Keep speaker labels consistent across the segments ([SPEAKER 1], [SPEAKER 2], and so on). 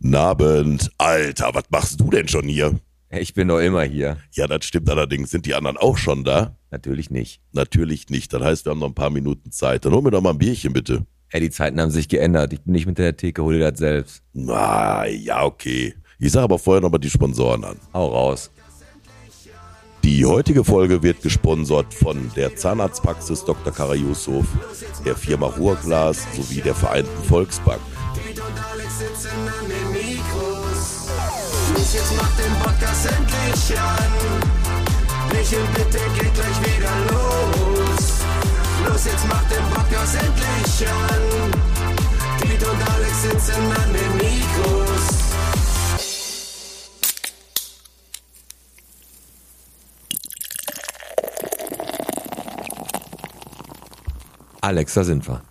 [SPEAKER 1] Nabend. Alter, was machst du denn schon hier?
[SPEAKER 2] Ich bin doch immer hier.
[SPEAKER 1] Ja, das stimmt allerdings. Sind die anderen auch schon da?
[SPEAKER 2] Natürlich nicht.
[SPEAKER 1] Natürlich nicht. Das heißt, wir haben noch ein paar Minuten Zeit. Dann hol mir doch mal ein Bierchen, bitte.
[SPEAKER 2] Ey, die Zeiten haben sich geändert. Ich bin nicht mit der Theke, hol dir das selbst.
[SPEAKER 1] Na, ja, okay. Ich sage aber vorher nochmal die Sponsoren an.
[SPEAKER 2] Hau raus.
[SPEAKER 1] Die heutige Folge wird gesponsert von der Zahnarztpraxis Dr. Kara Yusuf, der Firma Ruhrglas sowie der Vereinten Volksbank.
[SPEAKER 3] Piet und Alex sitzen an den Mikros. Los, jetzt macht den Podcast endlich an. Lächeln bitte, geht gleich wieder los. Los, jetzt macht den Podcast endlich an. Piet und Alex sitzen an den Mikros.
[SPEAKER 2] Alex, da sind wir.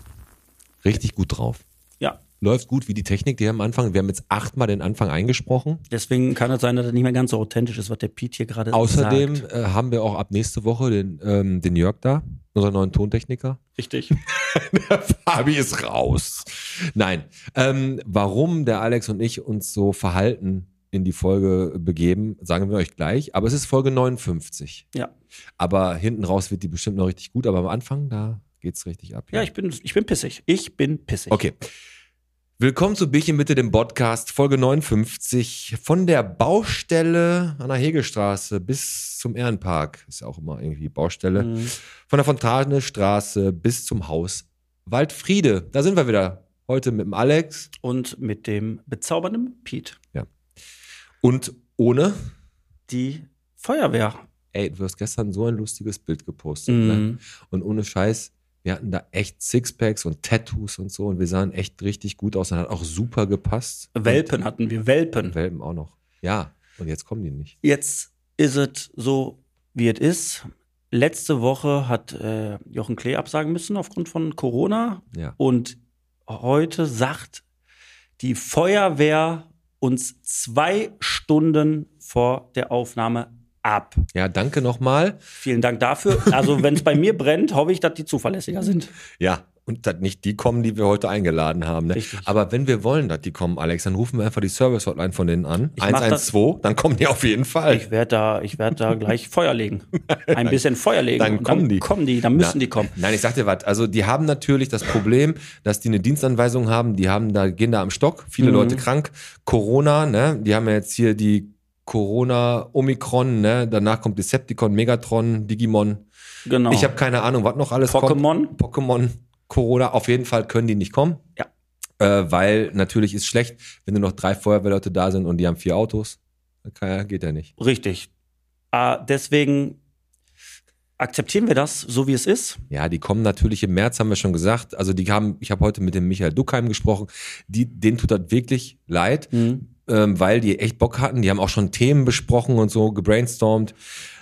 [SPEAKER 2] Richtig gut drauf.
[SPEAKER 4] Ja,
[SPEAKER 2] Läuft gut wie die Technik, die wir am Anfang. Wir haben jetzt achtmal den Anfang eingesprochen.
[SPEAKER 4] deswegen kann es sein, dass es nicht mehr ganz so authentisch ist, was der Piet hier gerade
[SPEAKER 2] Außerdem
[SPEAKER 4] sagt.
[SPEAKER 2] äh, haben wir auch ab nächste Woche den, ähm, den Jörg da, unseren neuen Tontechniker.
[SPEAKER 4] Richtig.
[SPEAKER 2] Der Fabi ist raus. Nein. Ähm, warum der Alex und ich uns so verhalten in die Folge begeben, sagen wir euch gleich. Aber es ist Folge 59.
[SPEAKER 4] Ja.
[SPEAKER 2] Aber hinten raus wird die bestimmt noch richtig gut. Aber am Anfang, da geht's richtig ab.
[SPEAKER 4] Ja, ich bin, ich bin pissig. Ich bin pissig.
[SPEAKER 2] Okay. Willkommen zu Bierchen bitte dem Podcast, Folge 59. Von der Baustelle an der Hegelstraße bis zum Ehrenpark. Ist ja auch immer irgendwie Baustelle.
[SPEAKER 4] Mhm.
[SPEAKER 2] Von der Fontanestraße bis zum Haus Waldfriede. Da sind wir wieder. Heute mit dem Alex
[SPEAKER 4] Und mit dem bezaubernden Piet.
[SPEAKER 2] und ohne.
[SPEAKER 4] Die Feuerwehr.
[SPEAKER 2] Ey, du hast gestern so ein lustiges Bild gepostet. Ne?
[SPEAKER 4] Mhm.
[SPEAKER 2] Und ohne Scheiß, wir hatten da echt Sixpacks und Tattoos und so. Und wir sahen echt richtig gut aus. Und hat auch super gepasst.
[SPEAKER 4] Welpen hatten wir.
[SPEAKER 2] Und
[SPEAKER 4] Welpen.
[SPEAKER 2] Welpen auch noch. Ja. Und jetzt kommen die nicht.
[SPEAKER 4] Jetzt ist es so, wie es ist. Letzte Woche hat äh, Jochen Klee absagen müssen aufgrund von Corona.
[SPEAKER 2] Ja.
[SPEAKER 4] Und heute sagt die Feuerwehr uns zwei Stunden vor der Aufnahme ab.
[SPEAKER 2] Ja, danke nochmal.
[SPEAKER 4] Vielen Dank dafür. Also, wenn es bei mir brennt, hoffe ich, dass die zuverlässiger sind.
[SPEAKER 2] Ja. Und dass nicht die kommen, die wir heute eingeladen haben. Ne?
[SPEAKER 4] Richtig.
[SPEAKER 2] Aber wenn wir wollen, dass die kommen, Alex, dann rufen wir einfach die Service-Hotline von denen an.
[SPEAKER 4] Ich mach das-
[SPEAKER 2] 112, dann kommen die auf jeden Fall.
[SPEAKER 4] Ich werde da, ich werd da gleich Feuer legen. Ein bisschen Feuer legen.
[SPEAKER 2] dann
[SPEAKER 4] Und
[SPEAKER 2] kommen die.
[SPEAKER 4] kommen die, dann müssen
[SPEAKER 2] Na,
[SPEAKER 4] die kommen.
[SPEAKER 2] Nein, ich sag dir was. Also, die haben natürlich das Problem, dass die eine Dienstanweisung haben. Die haben da, gehen da am Stock. Viele
[SPEAKER 4] Mhm.
[SPEAKER 2] Leute krank. Corona, ne? Die haben ja jetzt hier die Corona, Omikron, ne? Danach kommt Decepticon, Megatron, Digimon.
[SPEAKER 4] Genau.
[SPEAKER 2] Ich habe keine Ahnung, was noch alles kommt.
[SPEAKER 4] Pokémon.
[SPEAKER 2] Pokémon, Corona, auf jeden Fall können die nicht kommen.
[SPEAKER 4] Ja.
[SPEAKER 2] Äh, weil natürlich ist schlecht, wenn nur noch drei Feuerwehrleute da sind und die haben vier Autos. Okay, geht ja nicht.
[SPEAKER 4] Richtig. Äh, deswegen akzeptieren wir das, so wie es ist.
[SPEAKER 2] Ja, die kommen natürlich im März, haben wir schon gesagt. Also die haben, ich habe heute mit dem Michael Duckheim gesprochen, die, denen tut das wirklich leid, ähm, weil die echt Bock hatten. Die haben auch schon Themen besprochen und so, gebrainstormt,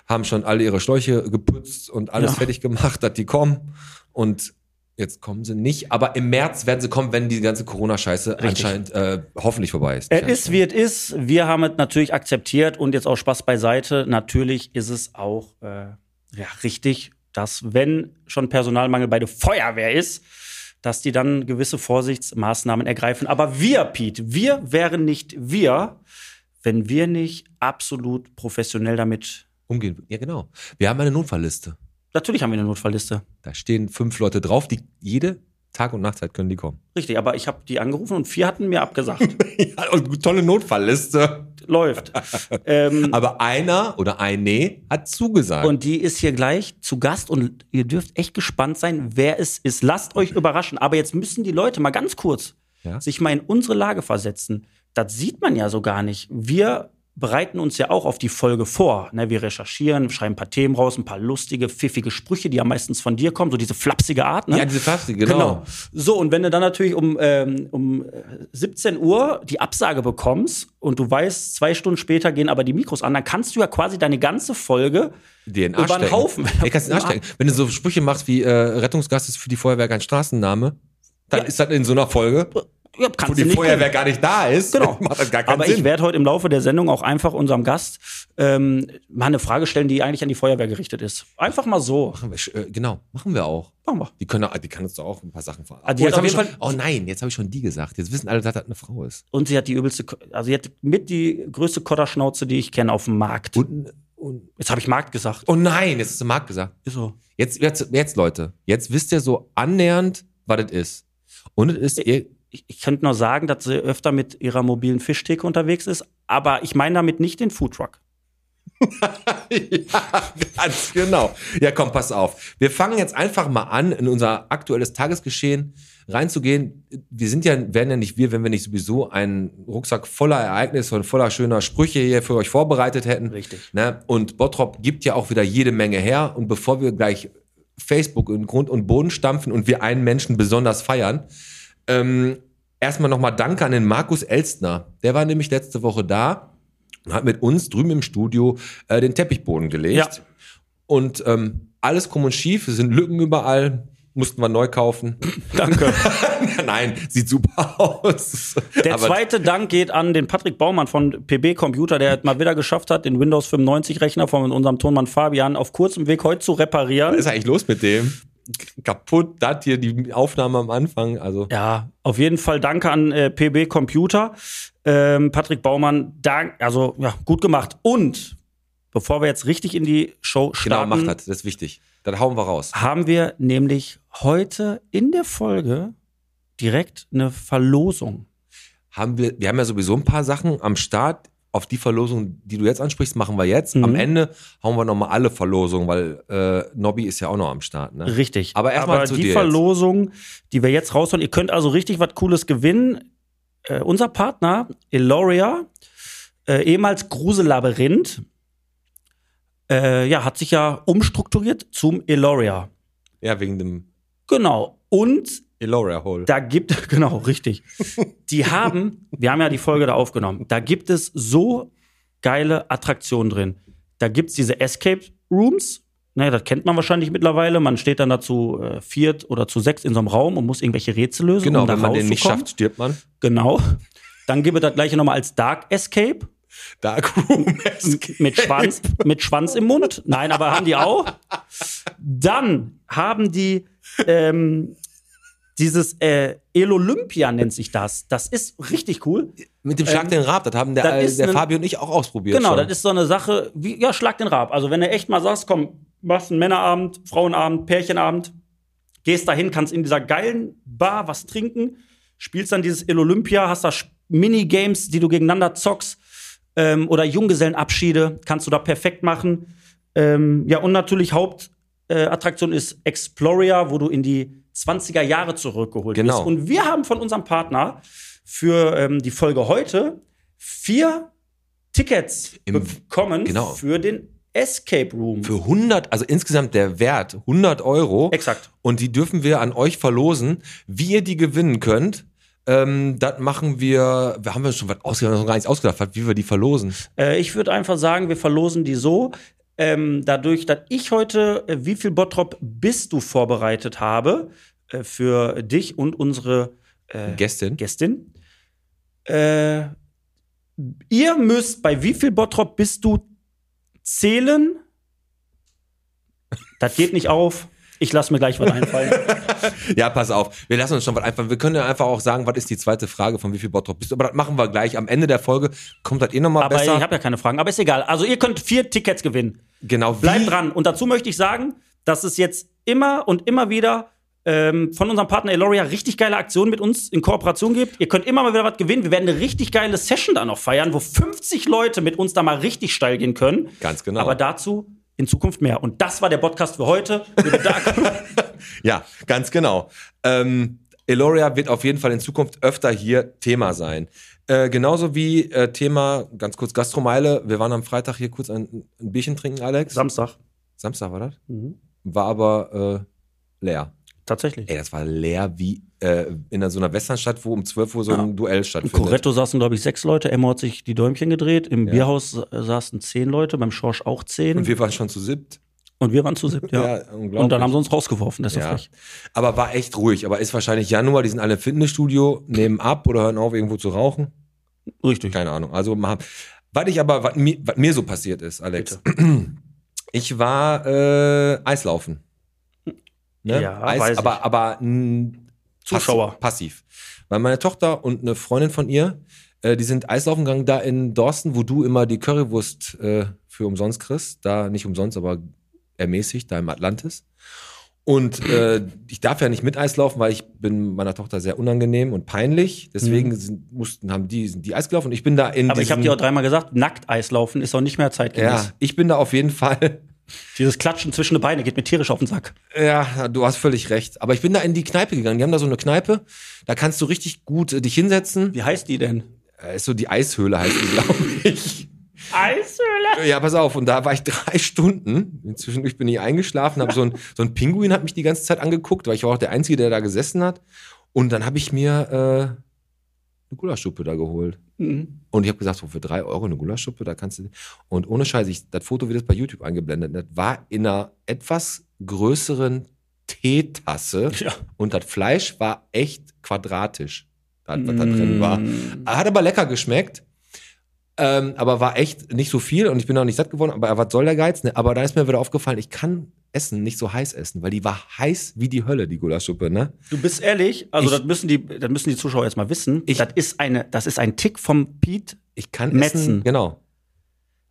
[SPEAKER 2] haben schon alle ihre Schläuche geputzt und alles
[SPEAKER 4] Ja.
[SPEAKER 2] fertig gemacht, dass die kommen. Und jetzt kommen sie nicht, aber im März werden sie kommen, wenn die ganze Corona-Scheiße
[SPEAKER 4] Richtig.
[SPEAKER 2] anscheinend äh, hoffentlich vorbei ist.
[SPEAKER 4] Es ist, wie es ist. Wir haben es natürlich akzeptiert und jetzt auch Spaß beiseite. Natürlich ist es auch äh, ja, richtig, dass wenn schon Personalmangel bei der Feuerwehr ist, dass die dann gewisse Vorsichtsmaßnahmen ergreifen. Aber wir, Pete, wir wären nicht wir, wenn wir nicht absolut professionell damit.
[SPEAKER 2] Umgehen. Ja, genau. Wir haben eine Notfallliste.
[SPEAKER 4] Natürlich haben wir eine Notfallliste.
[SPEAKER 2] Da stehen fünf Leute drauf, die jede Tag- und Nachtzeit können die kommen.
[SPEAKER 4] Richtig, aber ich habe die angerufen und vier hatten mir abgesagt.
[SPEAKER 2] Ja, und tolle Notfallliste.
[SPEAKER 4] Läuft. ähm,
[SPEAKER 2] Aber einer oder eine hat zugesagt.
[SPEAKER 4] Und die ist hier gleich zu Gast und ihr dürft echt gespannt sein, wer es ist. Lasst euch überraschen. Aber jetzt müssen die Leute mal ganz kurz
[SPEAKER 2] Ja.
[SPEAKER 4] sich mal in unsere Lage versetzen. Das sieht man ja so gar nicht. Wir bereiten uns ja auch auf die Folge vor. Ne, wir recherchieren, schreiben ein paar Themen raus, ein paar lustige, pfiffige Sprüche, die ja meistens von dir kommen, so diese flapsige Art. Ne?
[SPEAKER 2] ja, diese Plastik, genau.
[SPEAKER 4] So, und wenn du dann natürlich um, ähm, um äh, 17 Uhr die Absage bekommst und du weißt, zwei Stunden später gehen aber die Mikros an, dann kannst du ja quasi deine ganze Folge
[SPEAKER 2] Den Arsch
[SPEAKER 4] Über den
[SPEAKER 2] stecken.
[SPEAKER 4] Haufen.
[SPEAKER 2] Ey, kannst den Arsch stecken. Wenn du so Sprüche machst wie äh, Rettungsgast ist für die Feuerwehr kein Straßenname, dann
[SPEAKER 4] Ja.
[SPEAKER 2] ist das in so einer Folge
[SPEAKER 4] ja,
[SPEAKER 2] wo
[SPEAKER 4] kannst
[SPEAKER 2] die
[SPEAKER 4] du nicht
[SPEAKER 2] Feuerwehr
[SPEAKER 4] bringen.
[SPEAKER 2] gar nicht da ist,
[SPEAKER 4] Genau.
[SPEAKER 2] macht das gar keinen
[SPEAKER 4] Aber ich
[SPEAKER 2] Sinn.
[SPEAKER 4] werde heute im Laufe der Sendung auch einfach unserem Gast ähm, mal eine Frage stellen, die eigentlich an die Feuerwehr gerichtet ist. Einfach mal so.
[SPEAKER 2] Machen wir, sch- äh, genau, machen wir auch.
[SPEAKER 4] Machen wir.
[SPEAKER 2] Die, können, auch- die kann uns doch auch ein paar Sachen fragen.
[SPEAKER 4] Ah, die hat
[SPEAKER 2] jetzt
[SPEAKER 4] auf
[SPEAKER 2] hab ich
[SPEAKER 4] jeden
[SPEAKER 2] schon, oh nein, jetzt habe ich schon die gesagt. Jetzt wissen alle, dass das eine Frau ist.
[SPEAKER 4] Und sie hat die übelste, Ko- also sie hat mit die größte Kodderschnauze, die ich kenne, auf dem Markt.
[SPEAKER 2] Und, und,
[SPEAKER 4] Jetzt habe ich Markt gesagt.
[SPEAKER 2] oh nein, jetzt ist der Markt gesagt.
[SPEAKER 4] Ist so.
[SPEAKER 2] Jetzt, jetzt, jetzt, Leute, jetzt wisst ihr so annähernd, was das ist. Und es
[SPEAKER 4] Äh,
[SPEAKER 2] ist ihr.
[SPEAKER 4] Ich, ich könnte nur sagen, dass sie öfter mit ihrer mobilen Fischtheke unterwegs ist, aber ich meine damit nicht den Foodtruck.
[SPEAKER 2] ja, ganz genau. Ja, komm, pass auf. Wir fangen jetzt einfach mal an, in unser aktuelles Tagesgeschehen reinzugehen. Wir sind ja, wären ja nicht wir, wenn wir nicht sowieso einen Rucksack voller Ereignisse und voller schöner Sprüche hier für euch vorbereitet hätten.
[SPEAKER 4] Richtig.
[SPEAKER 2] Ne? Und Bottrop gibt ja auch wieder jede Menge her. Und bevor wir gleich Facebook in Grund und Boden stampfen und wir einen Menschen besonders feiern, ähm, erstmal nochmal Danke an den Markus Elstner. Der war nämlich letzte Woche da und hat mit uns drüben im Studio äh, den Teppichboden gelegt.
[SPEAKER 4] Ja.
[SPEAKER 2] Und ähm, alles krumm und schief, es sind Lücken überall, mussten wir neu kaufen.
[SPEAKER 4] Danke.
[SPEAKER 2] Nein, sieht super aus.
[SPEAKER 4] Der
[SPEAKER 2] Aber-
[SPEAKER 4] zweite Dank geht an den Patrick Baumann von PB Computer, der es mal wieder geschafft hat, den Windows 95 Rechner von unserem Tonmann Fabian auf kurzem Weg heute zu reparieren.
[SPEAKER 2] Was ist eigentlich los mit dem? Kaputt, das hier die Aufnahme am Anfang. Also
[SPEAKER 4] Ja, auf jeden Fall danke an äh, PB Computer. Ähm, Patrick Baumann, dank, also ja, gut gemacht. Und bevor wir jetzt richtig in die Show
[SPEAKER 2] genau,
[SPEAKER 4] starten,
[SPEAKER 2] macht das. Das ist wichtig. Dann hauen wir raus.
[SPEAKER 4] haben wir nämlich heute in der Folge direkt eine Verlosung.
[SPEAKER 2] Haben wir, wir haben ja sowieso ein paar Sachen am Start. Auf die Verlosung, die du jetzt ansprichst, machen wir jetzt. Am
[SPEAKER 4] Mhm.
[SPEAKER 2] Ende hauen wir nochmal alle Verlosungen, weil äh, Nobby ist ja auch noch am Start. Ne?
[SPEAKER 4] Richtig.
[SPEAKER 2] Aber erstmal zu
[SPEAKER 4] die
[SPEAKER 2] dir jetzt.
[SPEAKER 4] Verlosung, die wir jetzt rausholen, ihr könnt also richtig was Cooles gewinnen. Äh, unser Partner, Eloria, äh, ehemals Gruselabyrinth, äh, ja, hat sich ja umstrukturiert zum Eloria.
[SPEAKER 2] Ja, wegen dem
[SPEAKER 4] Genau. Und
[SPEAKER 2] Eloria Hole.
[SPEAKER 4] da gibt, genau, richtig. Die haben, wir haben ja die Folge da aufgenommen, da gibt es so geile Attraktionen drin. Da gibt es diese Escape Rooms. Naja, das kennt man wahrscheinlich mittlerweile. Man steht dann dazu äh, viert oder zu sechs in so einem Raum und muss irgendwelche Rätsel lösen.
[SPEAKER 2] genau,
[SPEAKER 4] um da
[SPEAKER 2] wenn man den nicht
[SPEAKER 4] rauszukommen.
[SPEAKER 2] schafft, stirbt man.
[SPEAKER 4] Genau. Dann gebe das gleiche nochmal als Dark Escape.
[SPEAKER 2] Darkroom
[SPEAKER 4] Mit Schwanz, mit Schwanz im Mund. Nein, aber haben die auch. Dann haben die ähm, dieses äh, El Olympia nennt sich das. Das ist richtig cool.
[SPEAKER 2] Mit dem Schlag
[SPEAKER 4] Ähm,
[SPEAKER 2] den Rab, das haben der,
[SPEAKER 4] das
[SPEAKER 2] äh,
[SPEAKER 4] ist
[SPEAKER 2] der
[SPEAKER 4] ein-
[SPEAKER 2] Fabio und ich auch ausprobiert.
[SPEAKER 4] Genau,
[SPEAKER 2] schon.
[SPEAKER 4] das ist so eine Sache, wie, ja, schlag den Rab. Also wenn du echt mal sagst, komm, machst einen Männerabend, Frauenabend, Pärchenabend, gehst dahin, kannst in dieser geilen Bar was trinken, spielst dann dieses El Olympia, hast da Sch- Minigames, die du gegeneinander zockst, ähm, oder Junggesellenabschiede, kannst du da perfekt machen. Ähm, ja, und natürlich Hauptattraktion äh, Attraktion ist Exploria, wo du in die 20er Jahre zurückgeholt
[SPEAKER 2] Genau.
[SPEAKER 4] bist. Und wir haben von unserem Partner für ähm, die Folge heute vier Tickets
[SPEAKER 2] Im-
[SPEAKER 4] bekommen
[SPEAKER 2] genau.
[SPEAKER 4] für den Escape Room.
[SPEAKER 2] für 100, also insgesamt der Wert 100 Euro.
[SPEAKER 4] Exakt.
[SPEAKER 2] Und die dürfen wir an euch verlosen. Wie ihr die gewinnen könnt, ähm, das machen wir. wir haben wir schon was ausgedacht, noch gar nichts ausgedacht, was- wie wir die verlosen.
[SPEAKER 4] Äh, ich würde einfach sagen, wir verlosen die so. Ähm, dadurch, dass ich heute äh, wie viel Bottrop bist du vorbereitet habe äh, für dich und unsere äh,
[SPEAKER 2] Gästin.
[SPEAKER 4] Gästin. Äh, ihr müsst bei wie viel Bottrop bist du zählen? Das geht nicht auf. Ich lasse mir gleich was einfallen.
[SPEAKER 2] Ja, pass auf. Wir lassen uns schon was einfach. Wir können ja einfach auch sagen, was ist die zweite Frage von wie viel Bottrop bist du. Aber das machen wir gleich. Am Ende der Folge kommt das eh nochmal
[SPEAKER 4] Aber ich
[SPEAKER 2] besser.
[SPEAKER 4] habe ja keine Fragen. Aber ist egal. Also ihr könnt vier Tickets gewinnen.
[SPEAKER 2] Genau.
[SPEAKER 4] Bleibt
[SPEAKER 2] wie-
[SPEAKER 4] dran. Und dazu möchte ich sagen, dass es jetzt immer und immer wieder ähm, von unserem Partner Eloria richtig geile Aktionen mit uns in Kooperation gibt. Ihr könnt immer mal wieder was gewinnen. Wir werden eine richtig geile Session da noch feiern, wo 50 Leute mit uns da mal richtig steil gehen können.
[SPEAKER 2] Ganz genau.
[SPEAKER 4] Aber dazu in Zukunft mehr. Und das war der Podcast für heute. Liebe Dark-
[SPEAKER 2] Ja, ganz genau. Ähm, Eloria wird auf jeden Fall in Zukunft öfter hier Thema sein. Äh, genauso wie äh, Thema, ganz kurz, Gastromeile. Wir waren am Freitag hier kurz ein, ein Bierchen trinken, Alex.
[SPEAKER 4] Samstag.
[SPEAKER 2] Samstag war das?
[SPEAKER 4] Mhm.
[SPEAKER 2] War aber äh, leer.
[SPEAKER 4] Tatsächlich.
[SPEAKER 2] Ey, das war leer wie äh, in so einer Westernstadt, wo um 12 Uhr so ein Duell
[SPEAKER 4] Im
[SPEAKER 2] stattfindet.
[SPEAKER 4] Corretto saßen, glaube ich, sechs Leute. Emmo hat sich die Däumchen gedreht. Im
[SPEAKER 2] Ja.
[SPEAKER 4] Bierhaus äh, saßen zehn Leute. Beim Schorsch auch zehn.
[SPEAKER 2] Und wir waren schon zu siebt.
[SPEAKER 4] Und wir waren zu siebt, ja.
[SPEAKER 2] Ja, unglaublich.
[SPEAKER 4] und dann haben sie uns rausgeworfen, das ist ja.
[SPEAKER 2] Ja.
[SPEAKER 4] frech.
[SPEAKER 2] Aber war echt ruhig. Aber ist wahrscheinlich Januar, die sind alle im Fitnessstudio, nehmen ab oder hören auf, irgendwo zu rauchen.
[SPEAKER 4] Richtig.
[SPEAKER 2] Keine Ahnung. Also, mal- was ich aber, was mir, was mir so passiert ist, Alex. Ich war äh, Eislaufen. Ne?
[SPEAKER 4] Ja,
[SPEAKER 2] Eis,
[SPEAKER 4] weiß ich.
[SPEAKER 2] aber, aber mh,
[SPEAKER 4] Zuschauer.
[SPEAKER 2] Passiv. passiv. Weil meine Tochter und eine Freundin von ihr, äh, die sind Eislaufen gegangen da in Dorsten, wo du immer die Currywurst äh, für umsonst kriegst. Da nicht umsonst, aber ermäßigt, da im Atlantis. Und äh, ich darf ja nicht mit Eis laufen, weil ich bin meiner Tochter sehr unangenehm und peinlich. Deswegen sind, mussten, haben die, sind die Eis gelaufen. Und ich bin da in
[SPEAKER 4] Mhm. Aber ich habe
[SPEAKER 2] diesen-
[SPEAKER 4] dir auch dreimal gesagt, nackt Eislaufen ist auch nicht mehr zeitgemäß.
[SPEAKER 2] ja, ich bin da auf jeden Fall
[SPEAKER 4] Dieses Klatschen zwischen die Beine geht mir tierisch auf den Sack.
[SPEAKER 2] Ja, du hast völlig recht. Aber ich bin da in die Kneipe gegangen. Die haben da so eine Kneipe. Da kannst du richtig gut äh, dich hinsetzen.
[SPEAKER 4] Wie heißt die denn?
[SPEAKER 2] Äh, Ist so die Eishöhle heißt die, glaube ich.
[SPEAKER 4] Eishöhle?
[SPEAKER 2] Ja, pass auf. Und da war ich drei Stunden. Inzwischen bin ich eingeschlafen. Hab so, ein, so ein Pinguin hat mich die ganze Zeit angeguckt, weil ich war auch der Einzige, der da gesessen hat. Und dann habe ich mir äh, eine Gulaschsuppe da geholt.
[SPEAKER 4] Mhm.
[SPEAKER 2] Und ich habe gesagt, so für drei Euro eine Gulaschsuppe, da kannst du. Und ohne Scheiß, ich, das Foto wird jetzt bei YouTube eingeblendet. Das war in einer etwas größeren Teetasse.
[SPEAKER 4] Ja.
[SPEAKER 2] Und das Fleisch war echt quadratisch, das, was da
[SPEAKER 4] Mm.
[SPEAKER 2] drin war. Hat aber lecker geschmeckt. Ähm, aber war echt nicht so viel und ich bin auch nicht satt geworden. Aber was soll der Geiz? Ne? Aber da ist mir wieder aufgefallen, ich kann Essen nicht so heiß essen, weil die war heiß wie die Hölle, die Gulaschsuppe, ne?
[SPEAKER 4] Du bist ehrlich, also
[SPEAKER 2] Ich-
[SPEAKER 4] das müssen die, das müssen die Zuschauer jetzt mal wissen.
[SPEAKER 2] Ich-
[SPEAKER 4] das ist eine, das ist ein Tick vom Pete.
[SPEAKER 2] Ich kann
[SPEAKER 4] Metzen.
[SPEAKER 2] essen. Genau.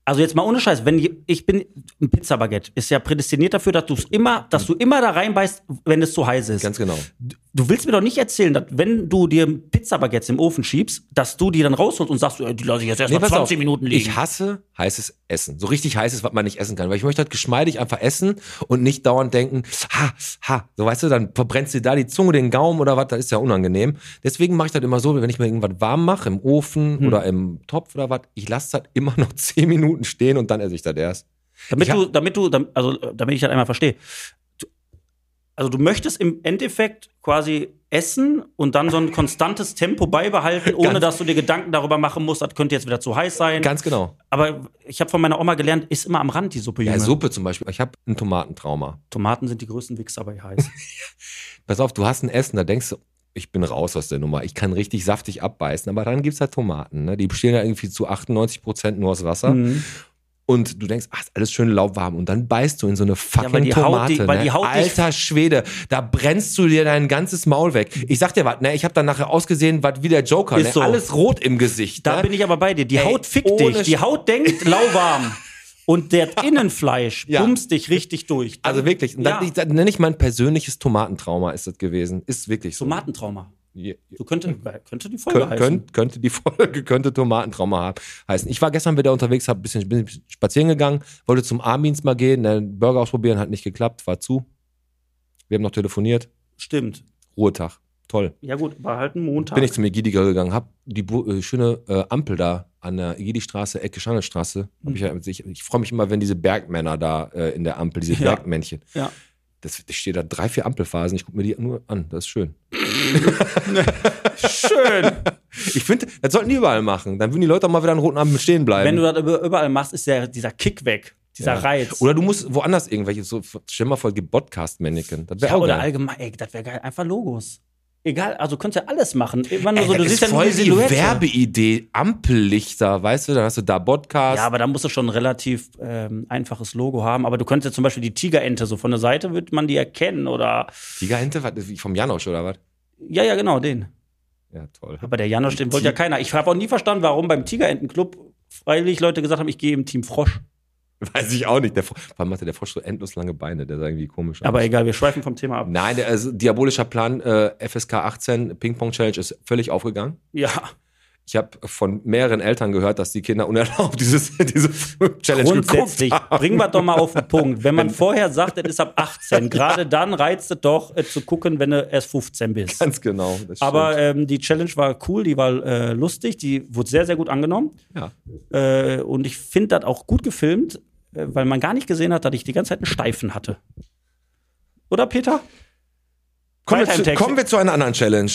[SPEAKER 4] Also jetzt mal ohne Scheiß, wenn je- ich bin ein Pizzabaguette ist ja prädestiniert dafür, dass du es immer, dass du immer da reinbeißt, wenn es zu heiß ist.
[SPEAKER 2] Ganz genau.
[SPEAKER 4] Du willst mir doch nicht erzählen, dass wenn du dir Pizzabaguettes im Ofen schiebst, dass du die dann rausholst und sagst, äh, die lasse ich jetzt erstmal
[SPEAKER 2] Nee, pass auf.
[SPEAKER 4] 20 Minuten liegen.
[SPEAKER 2] Ich hasse heißes Essen. So richtig heißes, was man nicht essen kann. Weil ich möchte halt geschmeidig einfach essen und nicht dauernd denken, ha, ha. So weißt du, dann verbrennst du da die Zunge, den Gaumen oder was, das ist ja unangenehm. Deswegen mache ich das immer so, wenn ich mir irgendwas warm mache, im Ofen
[SPEAKER 4] Hm.
[SPEAKER 2] oder im Topf oder was, ich lasse das immer noch 10 Minuten stehen und dann esse ich das erst.
[SPEAKER 4] damit,
[SPEAKER 2] ich
[SPEAKER 4] du, damit du, dam- also äh, damit ich das einmal verstehe. Du- Also du möchtest im Endeffekt quasi essen und dann so ein konstantes Tempo beibehalten, ohne
[SPEAKER 2] Ganz-
[SPEAKER 4] dass du dir Gedanken darüber machen musst, das könnte jetzt wieder zu heiß sein.
[SPEAKER 2] Ganz genau.
[SPEAKER 4] Aber ich habe von meiner Oma gelernt, ist immer am Rand die Suppe,
[SPEAKER 2] Ja,
[SPEAKER 4] Junge.
[SPEAKER 2] Suppe zum Beispiel. Ich habe ein Tomatentrauma.
[SPEAKER 4] Tomaten sind die größten Wichser bei heiß.
[SPEAKER 2] Pass auf, du hast ein Essen, da denkst du, ich bin raus aus der Nummer. Ich kann richtig saftig abbeißen. Aber dann gibt's halt Tomaten. Ne? Die bestehen ja irgendwie zu 98 Prozent nur aus Wasser.
[SPEAKER 4] Mhm.
[SPEAKER 2] und du denkst, ach, ist alles schön lauwarm und dann beißt du in so eine fucking
[SPEAKER 4] weil die Haut
[SPEAKER 2] Tomate.
[SPEAKER 4] dich- weil
[SPEAKER 2] ne?
[SPEAKER 4] die Haut dich-
[SPEAKER 2] Alter Schwede, da brennst du dir dein ganzes Maul weg. Ich sag dir was, ne, ich habe dann nachher ausgesehen, was wie der Joker,
[SPEAKER 4] Ist
[SPEAKER 2] ne?
[SPEAKER 4] so.
[SPEAKER 2] alles rot im Gesicht.
[SPEAKER 4] Da
[SPEAKER 2] ne?
[SPEAKER 4] bin ich aber bei dir. Die
[SPEAKER 2] Ey,
[SPEAKER 4] Haut fickt
[SPEAKER 2] ohne
[SPEAKER 4] dich. Die
[SPEAKER 2] Sch-
[SPEAKER 4] Haut denkt lauwarm. Und der Innenfleisch
[SPEAKER 2] Ja.
[SPEAKER 4] bumst dich richtig durch. Dann-
[SPEAKER 2] also wirklich, und dann,
[SPEAKER 4] ja.
[SPEAKER 2] ich, dann nenne ich mein persönliches Tomatentrauma ist das gewesen. Ist wirklich so.
[SPEAKER 4] Tomatentrauma.
[SPEAKER 2] Ja,
[SPEAKER 4] Du könnte, äh, könnte die Folge
[SPEAKER 2] Kön
[SPEAKER 4] heißen.
[SPEAKER 2] könnt, könnte die Folge könnte Tomatentrauma haben, heißen. Ich war gestern wieder unterwegs, hab ein bisschen, bin spazieren gegangen, wollte zum Armin's mal gehen, ne, Burger ausprobieren, hat nicht geklappt, war zu. Wir haben noch telefoniert,
[SPEAKER 4] Stimmt.
[SPEAKER 2] Ruhetag, toll.
[SPEAKER 4] Ja gut, war halt ein Montag.
[SPEAKER 2] bin ich zum Egidi-Girl gegangen, habe die Bu- äh, schöne äh, Ampel da an der Egidi-Straße, Ecke Schandelstraße. Hab
[SPEAKER 4] Mhm.
[SPEAKER 2] ich, ja- ich, ich freue mich immer, wenn diese Bergmänner da äh, in der Ampel, diese
[SPEAKER 4] Ja.
[SPEAKER 2] Bergmännchen.
[SPEAKER 4] Ja.
[SPEAKER 2] Das, ich stehe da drei, vier Ampelphasen, ich gucke mir die nur an, das ist schön.
[SPEAKER 4] Schön.
[SPEAKER 2] Ich finde, das sollten die überall machen. Dann würden die Leute auch mal wieder an roten Ampeln stehen bleiben.
[SPEAKER 4] Wenn du das über- überall machst, ist der, dieser Kick weg. Dieser
[SPEAKER 2] Ähm. Ja.
[SPEAKER 4] Reiz.
[SPEAKER 2] oder du musst woanders irgendwelche, so, stell dir mal vor, es gibt Podcast-Mannequin. Das wäre
[SPEAKER 4] ja,
[SPEAKER 2] auch
[SPEAKER 4] oder
[SPEAKER 2] geil.
[SPEAKER 4] allgemein, ey, das wäre geil. Einfach Logos. Egal, also könntest ja alles machen. Immer nur
[SPEAKER 2] Ey,
[SPEAKER 4] so, also du
[SPEAKER 2] das
[SPEAKER 4] siehst
[SPEAKER 2] ist
[SPEAKER 4] ja nur
[SPEAKER 2] voll
[SPEAKER 4] die
[SPEAKER 2] die
[SPEAKER 4] Silhouette.
[SPEAKER 2] Werbeidee. Ampellichter, weißt du, dann hast du da Podcast.
[SPEAKER 4] Ja, aber da musst du schon ein relativ ähm, einfaches Logo haben. Aber du könntest ja zum Beispiel die Tigerente so von der Seite, wird man die erkennen oder.
[SPEAKER 2] Tigerente, was, wie vom Janosch oder was?
[SPEAKER 4] Ja, ja, genau, den.
[SPEAKER 2] Ja, toll.
[SPEAKER 4] Aber der Janosch, den wollte ja keiner. Ich habe auch nie verstanden, warum beim Tigerentenclub freilich Leute gesagt haben, ich gehe im Team Frosch.
[SPEAKER 2] Weiß ich auch nicht. Der, Fro- vor allem hatte der Frosch so endlos lange Beine, der sah irgendwie komisch aus.
[SPEAKER 4] Aber egal, wir schweifen vom Thema ab.
[SPEAKER 2] Nein, der, also, diabolischer Plan äh, FSK 18 Ping-Pong-Challenge ist völlig aufgegangen.
[SPEAKER 4] Ja,
[SPEAKER 2] Ich habe von mehreren Eltern gehört, dass die Kinder unerlaubt dieses, diese Challenge
[SPEAKER 4] grundsätzlich.
[SPEAKER 2] geguckt haben.
[SPEAKER 4] Bringen wir doch mal auf den Punkt. Wenn man vorher sagt, es ist ab 18, gerade dann reizt es doch, äh, zu gucken, wenn du erst 15 bist.
[SPEAKER 2] Ganz genau. das
[SPEAKER 4] Aber ähm, die Challenge war cool, die war äh, lustig, die wurde sehr, sehr gut angenommen.
[SPEAKER 2] stimmt. ja.
[SPEAKER 4] Äh, und ich finde das auch gut gefilmt, äh, weil man gar nicht gesehen hat, dass ich die ganze Zeit einen Steifen hatte. Oder, Peter?
[SPEAKER 2] kommen,
[SPEAKER 4] Weiter im
[SPEAKER 2] wir zu,
[SPEAKER 4] Text.
[SPEAKER 2] kommen wir zu einer anderen Challenge.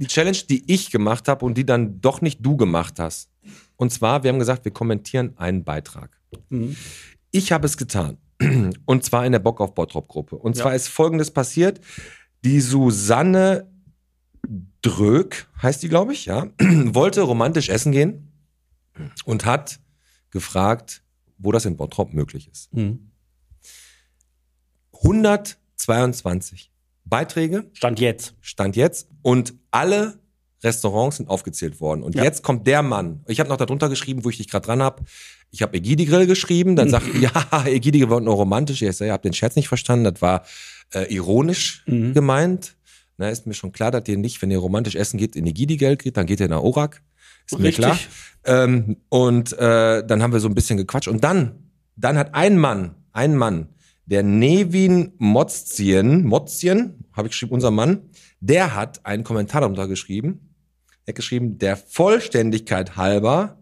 [SPEAKER 2] Die Challenge, die ich gemacht habe und die dann doch nicht du gemacht
[SPEAKER 4] Mhm.
[SPEAKER 2] hast. Und zwar, wir haben gesagt, wir kommentieren einen Beitrag. Ich habe es getan. Und zwar in der Bock auf Bottrop-Gruppe. Und zwar ist folgendes passiert. Die Susanne Drög, heißt die, glaube ich, ja, wollte romantisch essen gehen und hat gefragt, wo das in Bottrop möglich ist.
[SPEAKER 4] Mhm.
[SPEAKER 2] 122 Beiträge
[SPEAKER 4] Stand jetzt.
[SPEAKER 2] Stand jetzt. Und alle Restaurants sind aufgezählt worden. Und
[SPEAKER 4] Ja.
[SPEAKER 2] jetzt kommt der Mann. Ich habe noch darunter geschrieben, wo ich dich gerade dran hab. Ich habe Egidi Grill geschrieben. Dann sagt er, ja, Egidi Grill war nur romantisch. Ich sag, ihr habt den Scherz nicht verstanden. Das war äh, ironisch gemeint. Na, ist mir schon klar, dass ihr nicht, wenn ihr romantisch essen geht, in Egidi Grill geht, dann geht ihr nach Orak. Ist mir
[SPEAKER 4] Richtig.
[SPEAKER 2] klar. Ähm, und äh, dann haben wir so ein bisschen gequatscht. Und dann, dann hat ein Mann, ein Mann, der Nevin Motzien, Motzien, habe ich geschrieben, unser Mann, der hat einen Kommentar darunter geschrieben. Er hat geschrieben, der Vollständigkeit halber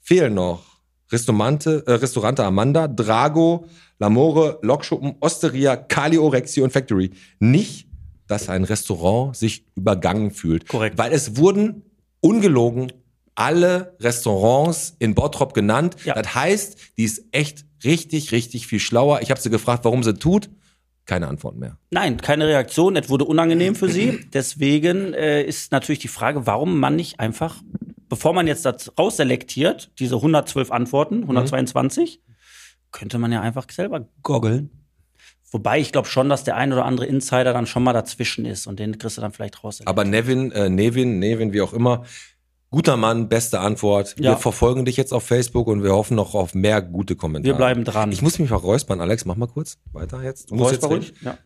[SPEAKER 2] fehlen noch Restaurante, äh, Restaurante Amanda, Drago, Lamore, Lokschuppen, Osteria, Kali Orexio und Factory. Nicht, dass ein Restaurant sich übergangen fühlt.
[SPEAKER 4] Korrekt.
[SPEAKER 2] Weil es wurden ungelogen alle Restaurants in Bottrop genannt.
[SPEAKER 4] Ja.
[SPEAKER 2] Das heißt, die ist echt richtig, richtig viel schlauer. Ich habe sie gefragt, warum sie tut. Keine Antwort mehr.
[SPEAKER 4] Nein, keine Reaktion. Es wurde unangenehm für sie. Deswegen äh, ist natürlich die Frage, warum man nicht einfach, bevor man jetzt das rausselektiert, diese 112
[SPEAKER 2] Mhm.
[SPEAKER 4] Antworten, 122, könnte man ja einfach selber goggeln. Wobei ich glaube schon, dass der ein oder andere Insider dann schon mal dazwischen ist und den kriegst du dann vielleicht raus.
[SPEAKER 2] Aber Nevin, äh, Nevin, Nevin, wie auch immer, guter Mann, beste Antwort. Wir
[SPEAKER 4] Ja.
[SPEAKER 2] verfolgen dich jetzt auf Facebook und wir hoffen noch auf mehr gute Kommentare.
[SPEAKER 4] Wir bleiben dran.
[SPEAKER 2] Ich muss mich mal räuspern. Alex, mach mal kurz weiter jetzt. Du musst jetzt reden.
[SPEAKER 4] Ja.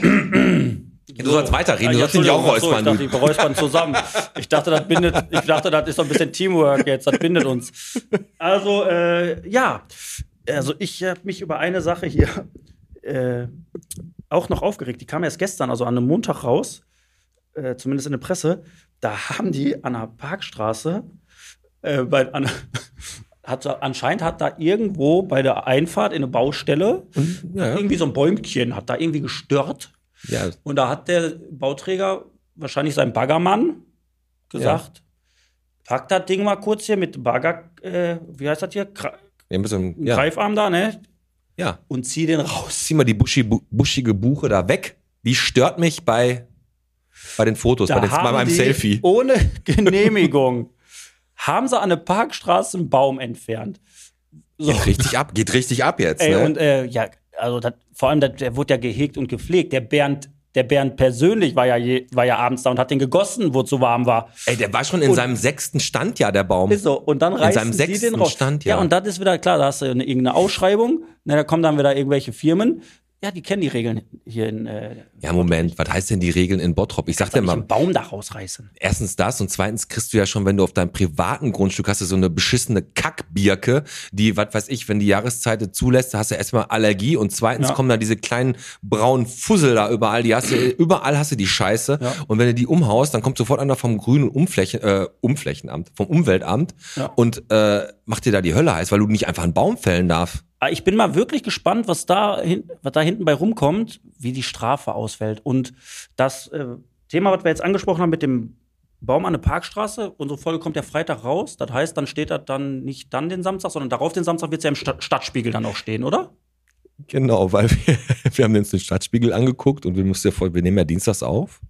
[SPEAKER 2] Du sollst weiterreden, du
[SPEAKER 4] Ah, ja,
[SPEAKER 2] sollst dich auch
[SPEAKER 4] Entschuldigung,
[SPEAKER 2] räuspern.
[SPEAKER 4] Achso, ich dachte, wir räuspern zusammen. Ich dachte, das bindet, ich dachte, das ist so ein bisschen Teamwork jetzt, das bindet uns. Also, äh, ja. Also, ich habe mich über eine Sache hier äh, auch noch aufgeregt. Die kam erst gestern, also an einem Montag raus, äh, zumindest in der Presse. Da haben die an der Parkstraße, äh, bei, an, hat, anscheinend hat da irgendwo bei der Einfahrt in eine Baustelle
[SPEAKER 2] ja, ja.
[SPEAKER 4] irgendwie so ein Bäumchen, hat da irgendwie gestört.
[SPEAKER 2] ja,
[SPEAKER 4] Und da hat der Bauträger wahrscheinlich seinem Baggermann gesagt: Pack das Ding mal kurz hier mit Bagger, äh, wie heißt das hier? Gra
[SPEAKER 2] wir müssen, ja,
[SPEAKER 4] Greifarm da, ne?
[SPEAKER 2] ja.
[SPEAKER 4] Und zieh den raus.
[SPEAKER 2] Oh, Zieh mal die buschi, bu- buschige Buche da weg. Die stört mich bei, bei den Fotos, bei, den, bei meinem
[SPEAKER 4] die Oh,
[SPEAKER 2] Selfie.
[SPEAKER 4] Ohne Genehmigung haben sie an der Parkstraße einen Baum entfernt. So.
[SPEAKER 2] Geht richtig ab, geht richtig ab jetzt.
[SPEAKER 4] Ey,
[SPEAKER 2] ne?
[SPEAKER 4] und äh, ja, also das, vor allem, das, der wurde ja gehegt und gepflegt. Der Bernd, der Bernd persönlich war ja, je, war ja abends da und hat den gegossen, wo es so warm war.
[SPEAKER 2] Ey, der war schon in
[SPEAKER 4] und-
[SPEAKER 2] seinem sechsten Stand ja, der Baum.
[SPEAKER 4] Ist so. Und dann
[SPEAKER 2] seinem
[SPEAKER 4] reißen die
[SPEAKER 2] sechsten
[SPEAKER 4] den raus.
[SPEAKER 2] Stand, ja.
[SPEAKER 4] ja, und das ist wieder klar, da hast du eine, irgendeine Ausschreibung, na, da kommen dann wieder irgendwelche Firmen. Ja, die kennen die Regeln hier in äh,
[SPEAKER 2] Ja, Moment, was heißt denn die Regeln in Bottrop? Ich sag dir
[SPEAKER 4] nicht
[SPEAKER 2] mal,
[SPEAKER 4] einen Baum da rausreißen.
[SPEAKER 2] erstens das und zweitens kriegst du ja schon, wenn du auf deinem privaten Grundstück hast, du so eine beschissene Kackbirke, die, was weiß ich, wenn die Jahreszeit es zulässt, hast du erstmal Allergie und zweitens
[SPEAKER 4] Ja.
[SPEAKER 2] kommen da diese kleinen braunen Fussel da überall, die hast du, überall hast du die Scheiße
[SPEAKER 4] Ja.
[SPEAKER 2] und wenn du die umhaust, dann kommt sofort einer vom grünen Umflächen, äh, Umflächenamt, vom Umweltamt
[SPEAKER 4] Ja.
[SPEAKER 2] und äh, macht dir da die Hölle heiß, weil du nicht einfach einen Baum fällen darfst.
[SPEAKER 4] Aber Ah, ich bin mal wirklich gespannt, was da, hin, was da hinten bei rumkommt, wie die Strafe ausfällt. Und das äh, Thema, was wir jetzt angesprochen haben mit dem Baum an der Parkstraße, unsere Folge kommt ja Freitag raus. Das heißt, dann steht das dann nicht dann den Samstag, sondern darauf den Samstag wird es ja im Sta Stadtspiegel dann auch stehen, oder?
[SPEAKER 2] Genau, weil wir, wir haben uns den Stadtspiegel angeguckt und wir mussten ja voll, wir nehmen ja dienstags auf.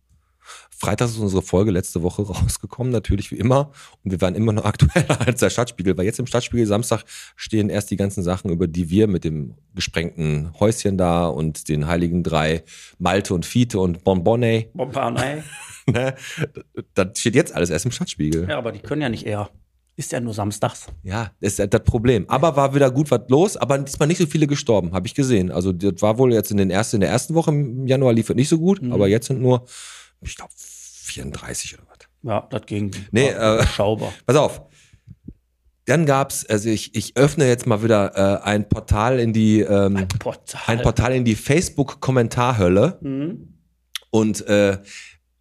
[SPEAKER 2] Freitags ist unsere Folge letzte Woche rausgekommen, natürlich wie immer. Und wir waren immer noch aktueller als der Stadtspiegel, weil jetzt im Stadtspiegel Samstag stehen erst die ganzen Sachen, über die wir mit dem gesprengten Häuschen da und den heiligen drei Malte und Fiete und Bonbonne.
[SPEAKER 4] Bomban, ey.
[SPEAKER 2] Ne? Das steht jetzt alles erst im Stadtspiegel.
[SPEAKER 4] Ja, aber die können ja nicht eher. Ist ja nur samstags.
[SPEAKER 2] Ja, das ist das Problem. Aber war wieder gut was los, aber diesmal nicht so viele gestorben, habe ich gesehen. Also das war wohl jetzt in, den ersten, in der ersten Woche im Januar lief es nicht so gut, aber jetzt sind nur, ich glaube, 34 oder was.
[SPEAKER 4] Ja, das ging.
[SPEAKER 2] Nee,
[SPEAKER 4] war
[SPEAKER 2] äh,
[SPEAKER 4] überschaubar.
[SPEAKER 2] Pass auf. Dann gab's, also ich, ich öffne jetzt mal wieder äh, ein Portal in die ähm,
[SPEAKER 4] Portal.
[SPEAKER 2] ein Portal in die Facebook-Kommentarhölle
[SPEAKER 4] Mhm.
[SPEAKER 2] und äh,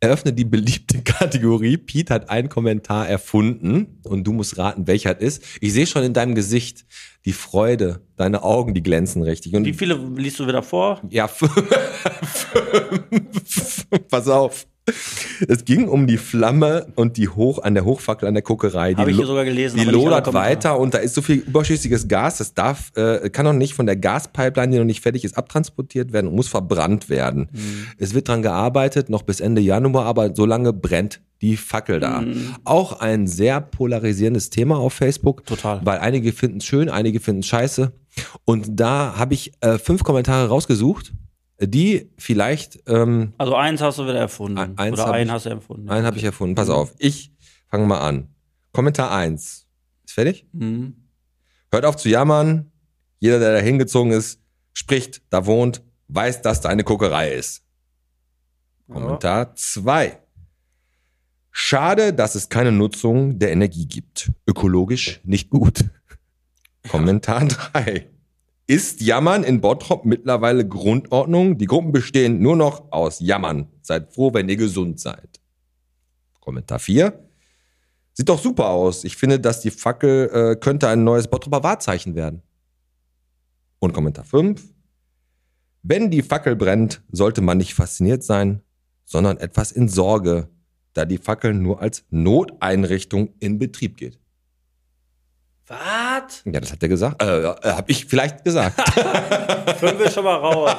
[SPEAKER 2] eröffne die beliebte Kategorie. Pete hat einen Kommentar erfunden und du musst raten, welcher es ist. Ich sehe schon in deinem Gesicht die Freude, deine Augen, die glänzen richtig. Und
[SPEAKER 4] Wie viele liest du wieder vor?
[SPEAKER 2] ja, fünf. pass auf. Es ging um die Flamme und die Hoch an der Hochfackel an der Kokerei.
[SPEAKER 4] Habe
[SPEAKER 2] die
[SPEAKER 4] ich hier
[SPEAKER 2] lo-
[SPEAKER 4] sogar gelesen.
[SPEAKER 2] Die
[SPEAKER 4] aber nicht alle
[SPEAKER 2] lodert
[SPEAKER 4] Kommentare.
[SPEAKER 2] weiter und da ist so viel überschüssiges Gas, das darf, äh, kann noch nicht von der Gaspipeline, die noch nicht fertig ist, abtransportiert werden und muss verbrannt werden.
[SPEAKER 4] Mhm.
[SPEAKER 2] Es wird dran gearbeitet, noch bis Ende Januar, aber so lange brennt die Fackel da.
[SPEAKER 4] Mhm.
[SPEAKER 2] Auch ein sehr polarisierendes Thema auf Facebook.
[SPEAKER 4] Total.
[SPEAKER 2] Weil einige finden es schön, einige finden es scheiße. Und da habe ich äh, fünf Kommentare rausgesucht, die vielleicht ähm,
[SPEAKER 4] Also eins hast du wieder erfunden.
[SPEAKER 2] Ein- eins
[SPEAKER 4] Oder
[SPEAKER 2] hab
[SPEAKER 4] einen
[SPEAKER 2] ich-
[SPEAKER 4] hast du erfunden.
[SPEAKER 2] Einen habe ich erfunden.
[SPEAKER 4] Mhm.
[SPEAKER 2] Pass auf. Ich fange mal an. Kommentar 1. Ist fertig?
[SPEAKER 4] Mhm.
[SPEAKER 2] Hört auf zu jammern. Jeder, der da hingezogen ist, spricht, da wohnt, weiß, dass da eine Kokerei ist. Kommentar 2. Schade, dass es keine Nutzung der Energie gibt. Ökologisch nicht gut. Kommentar 3. Ist Jammern in Bottrop mittlerweile Grundordnung? Die Gruppen bestehen nur noch aus Jammern. Seid froh, wenn ihr gesund seid. Kommentar 4. Sieht doch super aus. Ich finde, dass die Fackel äh, könnte ein neues Bottroper Wahrzeichen werden. Und Kommentar 5. Wenn die Fackel brennt, sollte man nicht fasziniert sein, sondern etwas in Sorge, da die Fackel nur als Noteinrichtung in Betrieb geht.
[SPEAKER 4] Was?
[SPEAKER 2] Ja, das hat er gesagt. Äh, äh, hab ich vielleicht gesagt.
[SPEAKER 4] Fünf ist schon mal raus.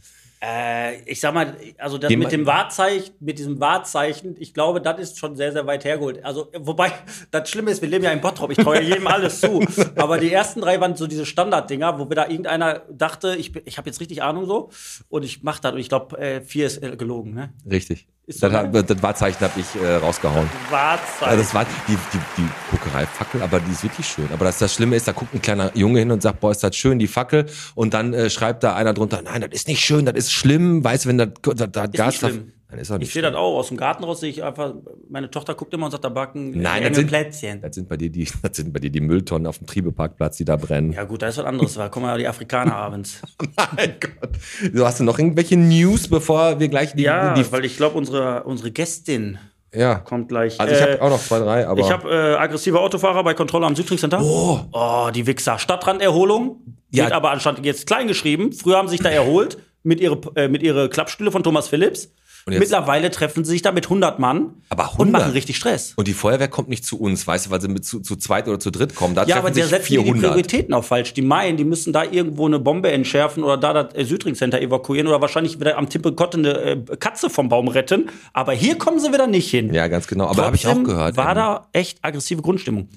[SPEAKER 4] äh, ich sag mal, also das
[SPEAKER 2] Dem-
[SPEAKER 4] mit dem Wahrzeichen, mit diesem Wahrzeichen, ich glaube, das ist schon sehr, sehr weit hergeholt. Also, wobei, das Schlimme ist, wir leben ja in Bottrop, ich treue jedem alles zu. Aber die ersten drei waren so diese Standarddinger, wo wir da irgendeiner dachte, ich, bin- ich habe jetzt richtig Ahnung so und ich mach das. Und ich glaube, äh, vier ist äh, gelogen, ne?
[SPEAKER 2] Richtig.
[SPEAKER 4] Ist
[SPEAKER 2] das,
[SPEAKER 4] so,
[SPEAKER 2] hat, das Wahrzeichen habe ich äh, rausgehauen.
[SPEAKER 4] Wahrzeichen.
[SPEAKER 2] Also das war die, die, die Guckerei-Fackel, aber die ist wirklich schön. Aber das, das Schlimme ist, da guckt ein kleiner Junge hin und sagt, boah, ist das schön, die Fackel. Und dann äh, schreibt da einer drunter, nein, das ist nicht schön, das ist schlimm. Weißt du, wenn das, das, das Gas...
[SPEAKER 4] nicht schlimm.
[SPEAKER 2] Nein, ist doch nicht
[SPEAKER 4] Ich sehe das auch aus dem Garten raus, sehe ich einfach, meine Tochter guckt immer und sagt, da backen äh,
[SPEAKER 2] Nein,
[SPEAKER 4] enge
[SPEAKER 2] das sind-
[SPEAKER 4] Plätzchen.
[SPEAKER 2] Das sind bei dir die, das sind bei dir die Mülltonnen auf dem Triebeparkplatz, die da brennen.
[SPEAKER 4] Ja gut, da ist was anderes, weil kommen ja die Afrikaner abends.
[SPEAKER 2] Mein Gott. So, hast du noch irgendwelche News, bevor wir gleich die,
[SPEAKER 4] ja,
[SPEAKER 2] die
[SPEAKER 4] weil ich glaube, unsere, unsere Gästin
[SPEAKER 2] ja.
[SPEAKER 4] kommt gleich.
[SPEAKER 2] Also ich
[SPEAKER 4] Äh,
[SPEAKER 2] habe auch noch zwei, drei, aber
[SPEAKER 4] ich hab, äh, aggressive Autofahrer bei Kontrolle am Südring Center. Oh. die Wichser. Stadtranderholung.
[SPEAKER 2] Ja.
[SPEAKER 4] Wird aber anstatt jetzt klein geschrieben. Früher haben sie sich da erholt mit ihre, äh, mit ihre Klappstühle von Thomas Phillips.
[SPEAKER 2] Und jetzt-
[SPEAKER 4] Mittlerweile treffen sie sich da mit 100 Mann
[SPEAKER 2] Aber
[SPEAKER 4] und
[SPEAKER 2] 100?
[SPEAKER 4] machen richtig Stress.
[SPEAKER 2] und die Feuerwehr kommt nicht zu uns, weißt du, weil sie mit zu, zu zweit oder zu dritt kommen. Da
[SPEAKER 4] Ja,
[SPEAKER 2] treffen
[SPEAKER 4] aber die
[SPEAKER 2] sich
[SPEAKER 4] setzen die die
[SPEAKER 2] 400.
[SPEAKER 4] Prioritäten auch falsch. Die meinen, die müssen da irgendwo eine Bombe entschärfen oder da das äh, Südring-Center evakuieren oder wahrscheinlich wieder am Timpelkotte eine äh, Katze vom Baum retten. Aber hier kommen sie wieder nicht hin.
[SPEAKER 2] Ja, ganz genau. Aber habe ich auch
[SPEAKER 4] Trotzdem
[SPEAKER 2] gehört.
[SPEAKER 4] War
[SPEAKER 2] ähm,
[SPEAKER 4] da echt aggressive Grundstimmung.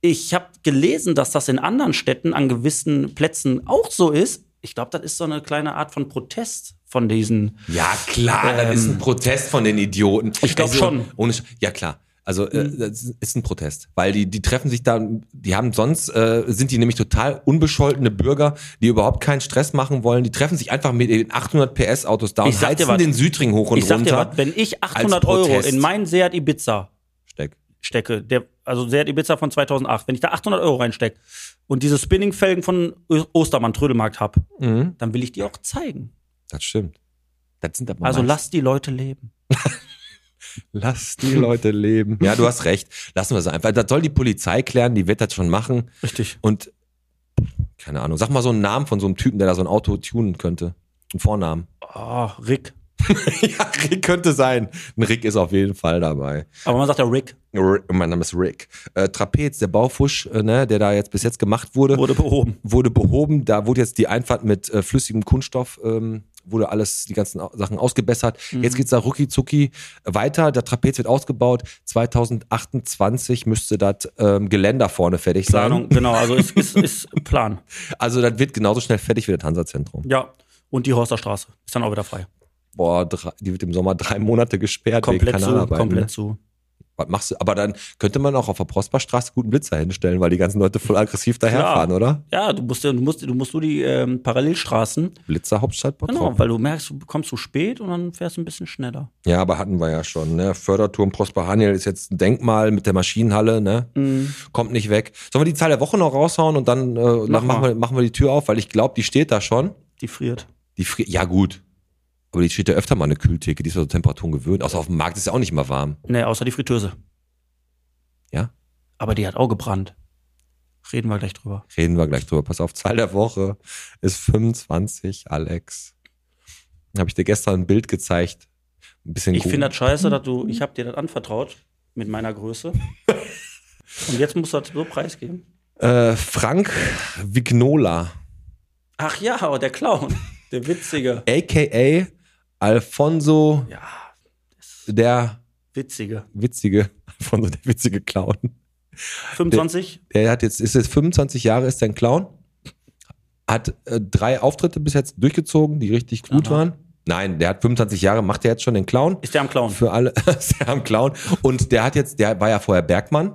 [SPEAKER 4] Ich habe gelesen, dass das in anderen Städten an gewissen Plätzen auch so ist. Ich glaube, das ist so eine kleine Art von Protest von diesen.
[SPEAKER 2] Ja, klar, das ist ein Protest von den Idioten.
[SPEAKER 4] Ähm,
[SPEAKER 2] Also,
[SPEAKER 4] Ich glaub schon. Hm.
[SPEAKER 2] Ohne, Sch- ja, klar. Also äh, das ist ein Protest, weil die die treffen sich da, die haben sonst äh, sind die nämlich total unbescholtene Bürger, die überhaupt keinen Stress machen wollen. Die treffen sich einfach mit den 800 PS Autos da
[SPEAKER 4] Ich
[SPEAKER 2] und
[SPEAKER 4] sag dir
[SPEAKER 2] heizen
[SPEAKER 4] was.
[SPEAKER 2] den Südring hoch und
[SPEAKER 4] ich sag
[SPEAKER 2] runter.
[SPEAKER 4] dir was, wenn ich 800
[SPEAKER 2] Protest.
[SPEAKER 4] Euro in meinen Seat Ibiza
[SPEAKER 2] Steck.
[SPEAKER 4] stecke, der, also Seat Ibiza von 2008, wenn ich da 800 Euro reinstecke und diese Spinning-Felgen von Ö- Ostermann Trödelmarkt habe,
[SPEAKER 2] Mhm,
[SPEAKER 4] dann will ich die auch zeigen.
[SPEAKER 2] das stimmt. Das sind aber
[SPEAKER 4] Also
[SPEAKER 2] meist-
[SPEAKER 4] lass die Leute leben.
[SPEAKER 2] lass die Leute leben. Ja, du hast recht. Lassen wir es einfach. Das soll die Polizei klären. Die wird das schon machen.
[SPEAKER 4] Richtig.
[SPEAKER 2] Und keine Ahnung. Sag mal so einen Namen von so einem Typen, der da so ein Auto tunen könnte. Einen Vornamen.
[SPEAKER 4] Oh, Rick.
[SPEAKER 2] Ja, Rick könnte sein. Ein Rick ist auf jeden Fall dabei.
[SPEAKER 4] Aber man sagt ja Rick
[SPEAKER 2] Rick, mein Name ist Rick. Äh, Trapez, der Baufusch, äh, ne, der da jetzt bis jetzt gemacht wurde,
[SPEAKER 4] wurde behoben.
[SPEAKER 2] wurde behoben. Da wurde jetzt die Einfahrt mit äh, flüssigem Kunststoff, ähm, wurde alles, die ganzen Au- Sachen ausgebessert. Jetzt geht's da rucki zucki weiter. Der Trapez wird ausgebaut. 2028 müsste das ähm, Geländer vorne fertig sein.
[SPEAKER 4] Planung, genau, also ist, ist, ist Plan.
[SPEAKER 2] Also das wird genauso schnell fertig wie das Hansa-Zentrum.
[SPEAKER 4] Ja. Und die Horster Straße ist dann auch wieder frei.
[SPEAKER 2] Boah, drei, die wird im Sommer drei Monate gesperrt.
[SPEAKER 4] Komplett zu,
[SPEAKER 2] Kanalarbeiten, ne?
[SPEAKER 4] komplett zu.
[SPEAKER 2] Was machst du? Aber dann könnte man auch auf der Prosperstraße guten Blitzer hinstellen, weil die ganzen Leute voll aggressiv daherfahren, oder?
[SPEAKER 4] Ja, du musst, du musst, du musst nur die ähm, Parallelstraßen.
[SPEAKER 2] Blitzer Hauptstadt Bottrop.
[SPEAKER 4] Genau, weil du merkst, du kommst zu spät und dann fährst du ein bisschen schneller.
[SPEAKER 2] Ja, aber hatten wir ja schon, ne? Förderturm Prosper Haniel ist jetzt ein Denkmal mit der Maschinenhalle, ne? Kommt nicht weg. Sollen wir die Zahl der Woche noch raushauen und dann, äh, dann machen,
[SPEAKER 4] mal.
[SPEAKER 2] wir, machen wir die Tür auf, weil ich glaube, die steht da schon.
[SPEAKER 4] Die friert.
[SPEAKER 2] Die fri ja, gut. Aber die steht ja öfter mal eine Kühltheke, die ist ja so Temperaturen gewöhnt. Außer auf dem Markt ist ja auch nicht mal warm.
[SPEAKER 4] Nee, außer die Fritteuse.
[SPEAKER 2] Ja?
[SPEAKER 4] Aber die hat auch gebrannt. Reden wir gleich drüber.
[SPEAKER 2] Reden wir gleich drüber. Pass auf, Zahl der Woche ist 25, Alex. Habe ich dir gestern ein Bild gezeigt. Ein bisschen
[SPEAKER 4] Ich
[SPEAKER 2] gro-
[SPEAKER 4] finde das scheiße, dass du, ich habe dir das anvertraut mit meiner Größe. Und jetzt musst du das so preisgeben.
[SPEAKER 2] äh, Frank Vignola,
[SPEAKER 4] Ach ja, aber der Clown, der Witzige.
[SPEAKER 2] a.k.a. Alfonso
[SPEAKER 4] Ja,
[SPEAKER 2] der
[SPEAKER 4] Witzige.
[SPEAKER 2] Witzige. Alfonso der Witzige Clown.
[SPEAKER 4] 25?
[SPEAKER 2] Der hat jetzt, ist jetzt 25 Jahre, ist ein Clown. Hat äh, drei Auftritte bis jetzt durchgezogen, die richtig gut
[SPEAKER 4] Aha.
[SPEAKER 2] waren. Nein, der hat 25 Jahre, macht er jetzt schon den Clown.
[SPEAKER 4] Ist der am Clown?
[SPEAKER 2] Für alle, ist der am Clown. Und der hat jetzt, der war ja vorher Bergmann.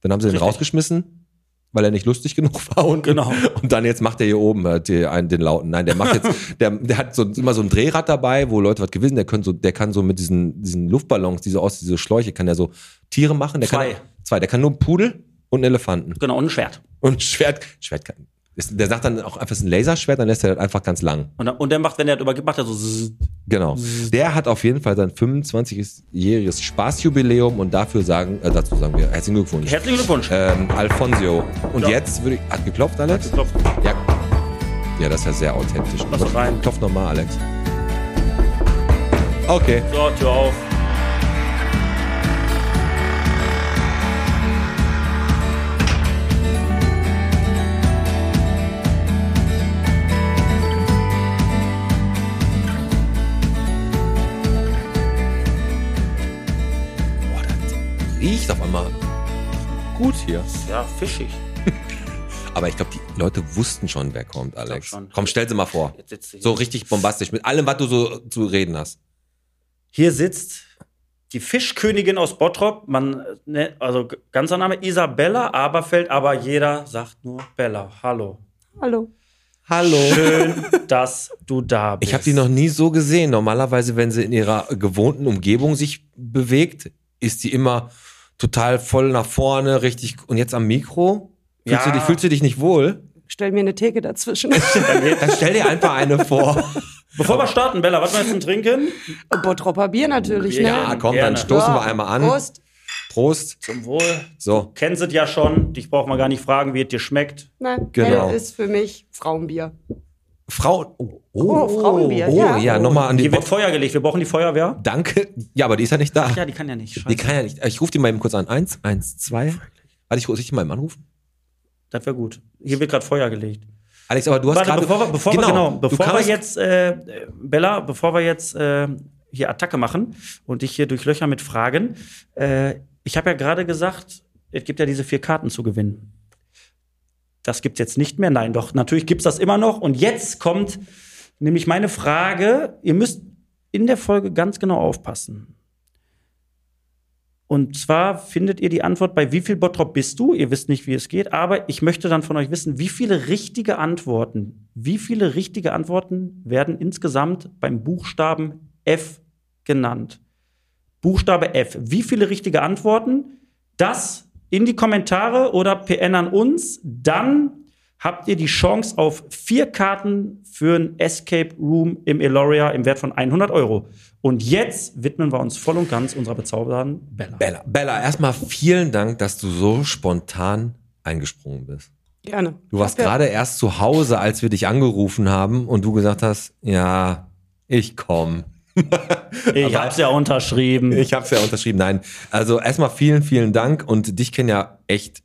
[SPEAKER 2] Dann haben sie ihn
[SPEAKER 4] Richtig.
[SPEAKER 2] rausgeschmissen, weil er nicht lustig genug war. Und,
[SPEAKER 4] Genau.
[SPEAKER 2] Und dann jetzt macht er hier oben äh, die, einen, den Lauten. Nein, der macht jetzt, der, der hat so, immer so ein Drehrad dabei, wo Leute was gewinnen. Der, können so, der kann so mit diesen, diesen Luftballons, diese aus, diese Schläuche, kann der so Tiere machen. Der
[SPEAKER 4] Zwei.
[SPEAKER 2] Kann, zwei. Der kann nur einen Pudel und einen Elefanten.
[SPEAKER 4] Genau, und ein Schwert.
[SPEAKER 2] Und Schwert, Schwert kann, ist, der sagt dann auch einfach, es ist ein Laserschwert, dann lässt er das einfach ganz lang.
[SPEAKER 4] Und, dann- und der macht, wenn er das übergibt, macht er so. zzz.
[SPEAKER 2] Genau.
[SPEAKER 4] Mhm.
[SPEAKER 2] Der hat auf jeden Fall sein 25-jähriges Spaßjubiläum und dafür sagen, äh, dazu sagen wir herzlichen Glückwunsch.
[SPEAKER 4] Herzlichen Glückwunsch.
[SPEAKER 2] ähm, Alfonso. Und
[SPEAKER 4] Ja.
[SPEAKER 2] jetzt würde ich. Hat geklopft, Alex?
[SPEAKER 4] Klopf.
[SPEAKER 2] Ja. Ja, das ist ja sehr authentisch.
[SPEAKER 4] Lass doch rein.
[SPEAKER 2] Klopf nochmal, Alex. Okay.
[SPEAKER 4] So, Tür auf.
[SPEAKER 2] Boah, das riecht auf einmal gut hier.
[SPEAKER 4] Ja, fischig.
[SPEAKER 2] Aber ich glaube, die Leute wussten schon, wer kommt, Alex.
[SPEAKER 4] schon.
[SPEAKER 2] Komm, stell sie mal vor.
[SPEAKER 4] Jetzt sitzt sie hier.
[SPEAKER 2] So richtig bombastisch, mit allem, was du so zu reden hast.
[SPEAKER 4] Hier sitzt die Fischkönigin aus Bottrop. Man, äh, ne, also g- ganzer Name Isabella Aberfeld, aber jeder sagt nur Bella. Hallo.
[SPEAKER 5] Hallo.
[SPEAKER 2] Hallo.
[SPEAKER 4] Schön, dass du da bist.
[SPEAKER 2] Ich habe die noch nie so gesehen. Normalerweise, wenn sie in ihrer gewohnten Umgebung sich bewegt, ist die immer total voll nach vorne, richtig. Und jetzt am Mikro? Fühlst,
[SPEAKER 4] Ja.
[SPEAKER 2] du, dich, fühlst du dich nicht wohl?
[SPEAKER 5] Stell mir eine Theke dazwischen.
[SPEAKER 2] Dann stell dir einfach eine vor.
[SPEAKER 4] Bevor wir starten, Bella, was wir jetzt zum Trinken?
[SPEAKER 5] Bottropper Bier natürlich, ne?
[SPEAKER 2] Ja, Ah, komm, dann
[SPEAKER 4] Gerne.
[SPEAKER 2] stoßen
[SPEAKER 5] Ja.
[SPEAKER 2] wir einmal an. Prost.
[SPEAKER 5] Prost.
[SPEAKER 4] Zum Wohl.
[SPEAKER 2] So,
[SPEAKER 4] Kennst es ja schon. Dich braucht man gar nicht fragen, wie es dir schmeckt.
[SPEAKER 5] Nein,
[SPEAKER 2] Genau.
[SPEAKER 5] genau. ist für mich Frauenbier.
[SPEAKER 2] Frau. Oh,
[SPEAKER 5] Oh, Frauenbier,
[SPEAKER 2] Oh, ja,
[SPEAKER 5] ja.
[SPEAKER 2] nochmal an die.
[SPEAKER 4] Hier wird Feuer gelegt. Wir brauchen die Feuerwehr.
[SPEAKER 2] Danke. Ja, aber die ist ja nicht da.
[SPEAKER 4] Ja, die kann ja nicht.
[SPEAKER 2] die
[SPEAKER 4] Scheiße.
[SPEAKER 2] kann ja nicht. Ich rufe die mal eben kurz an. Eins, eins, zwei. Warte, ich rufe dich mal eben anrufen.
[SPEAKER 4] Das wäre gut. Hier wird gerade Feuer gelegt.
[SPEAKER 2] Alex, aber du hast
[SPEAKER 4] Warte,
[SPEAKER 2] gerade.
[SPEAKER 4] bevor wir, bevor wir, genau,
[SPEAKER 2] du
[SPEAKER 4] bevor wir
[SPEAKER 2] kamst-
[SPEAKER 4] jetzt, äh, äh, Bella, bevor wir jetzt äh, hier Attacke machen und dich hier durchlöchern mit Fragen, äh, ich habe ja gerade gesagt, es gibt ja diese vier Karten zu gewinnen. Das gibt's jetzt nicht mehr. Nein, doch, natürlich gibt's das immer noch. Und jetzt kommt nämlich meine Frage. Ihr müsst in der Folge ganz genau aufpassen. Und zwar findet ihr die Antwort bei wie viel Bottrop bist du? Ihr wisst nicht, wie es geht, aber ich möchte dann von euch wissen, wie viele richtige Antworten, wie viele richtige Antworten werden insgesamt beim Buchstaben F genannt? Buchstabe F. Wie viele richtige Antworten? Das in die Kommentare oder PN an uns. Dann habt ihr die Chance auf vier Karten für ein Escape Room im Eloria im Wert von 100 Euro. Und jetzt widmen wir uns voll und ganz unserer bezaubernden Bella.
[SPEAKER 2] Bella, Bella, erstmal vielen Dank, dass du so spontan eingesprungen bist.
[SPEAKER 5] Gerne.
[SPEAKER 2] Du warst
[SPEAKER 5] Ja.
[SPEAKER 2] gerade erst zu Hause, als wir dich angerufen haben und du gesagt hast, ja, ich komm.
[SPEAKER 4] Ich hab's ja unterschrieben.
[SPEAKER 2] Ich hab's ja unterschrieben. Nein, also erstmal vielen, vielen Dank und dich kennen ja echt,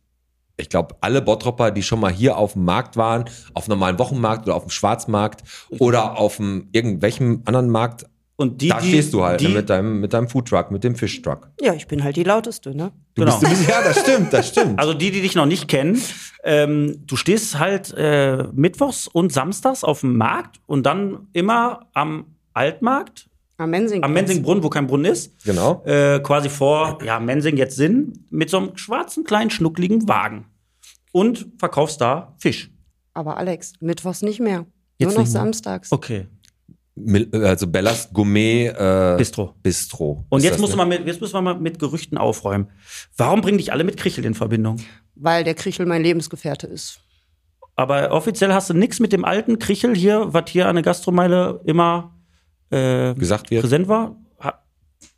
[SPEAKER 2] ich glaube, alle Bottropper, die schon mal hier auf dem Markt waren, auf einem normalen Wochenmarkt oder auf dem Schwarzmarkt oder auf dem irgendwelchen anderen Markt,
[SPEAKER 4] Und die,
[SPEAKER 2] da
[SPEAKER 4] die,
[SPEAKER 2] stehst du halt ne,
[SPEAKER 4] die,
[SPEAKER 2] mit deinem, mit deinem Foodtruck, mit dem Fischtruck.
[SPEAKER 5] Ja, ich bin halt die lauteste, ne?
[SPEAKER 2] Du
[SPEAKER 4] Genau.
[SPEAKER 2] bist, du bist, ja, das stimmt, das stimmt.
[SPEAKER 4] Also die, die dich noch nicht kennen, ähm, du stehst halt äh, mittwochs und samstags auf dem Markt und dann immer am Altmarkt,
[SPEAKER 5] Am Mensing.
[SPEAKER 4] am Mensingbrunnen, wo kein Brunnen ist,
[SPEAKER 2] genau.
[SPEAKER 4] äh, quasi vor, ja, Mensing jetzt Sinn, mit so einem schwarzen, kleinen, schnuckligen Wagen. Und verkaufst da Fisch.
[SPEAKER 5] Aber Alex, mittwochs nicht mehr.
[SPEAKER 4] Jetzt
[SPEAKER 5] Nur noch
[SPEAKER 4] nicht mehr.
[SPEAKER 5] samstags.
[SPEAKER 4] Okay.
[SPEAKER 2] Mil- äh, Also Bellas Gourmet äh,
[SPEAKER 4] Bistro.
[SPEAKER 2] Bistro.
[SPEAKER 4] Und
[SPEAKER 2] ist
[SPEAKER 4] jetzt,
[SPEAKER 2] das,
[SPEAKER 4] musst
[SPEAKER 2] ne?
[SPEAKER 4] du mal mit, jetzt müssen wir mal mit Gerüchten aufräumen. Warum bringen dich alle mit Krichel in Verbindung?
[SPEAKER 5] Weil der Krichel mein Lebensgefährte ist.
[SPEAKER 4] Aber offiziell hast du nichts mit dem alten Krichel hier, was hier an der Gastromeile immer äh,
[SPEAKER 2] gesagt wird.
[SPEAKER 4] präsent war. Ha-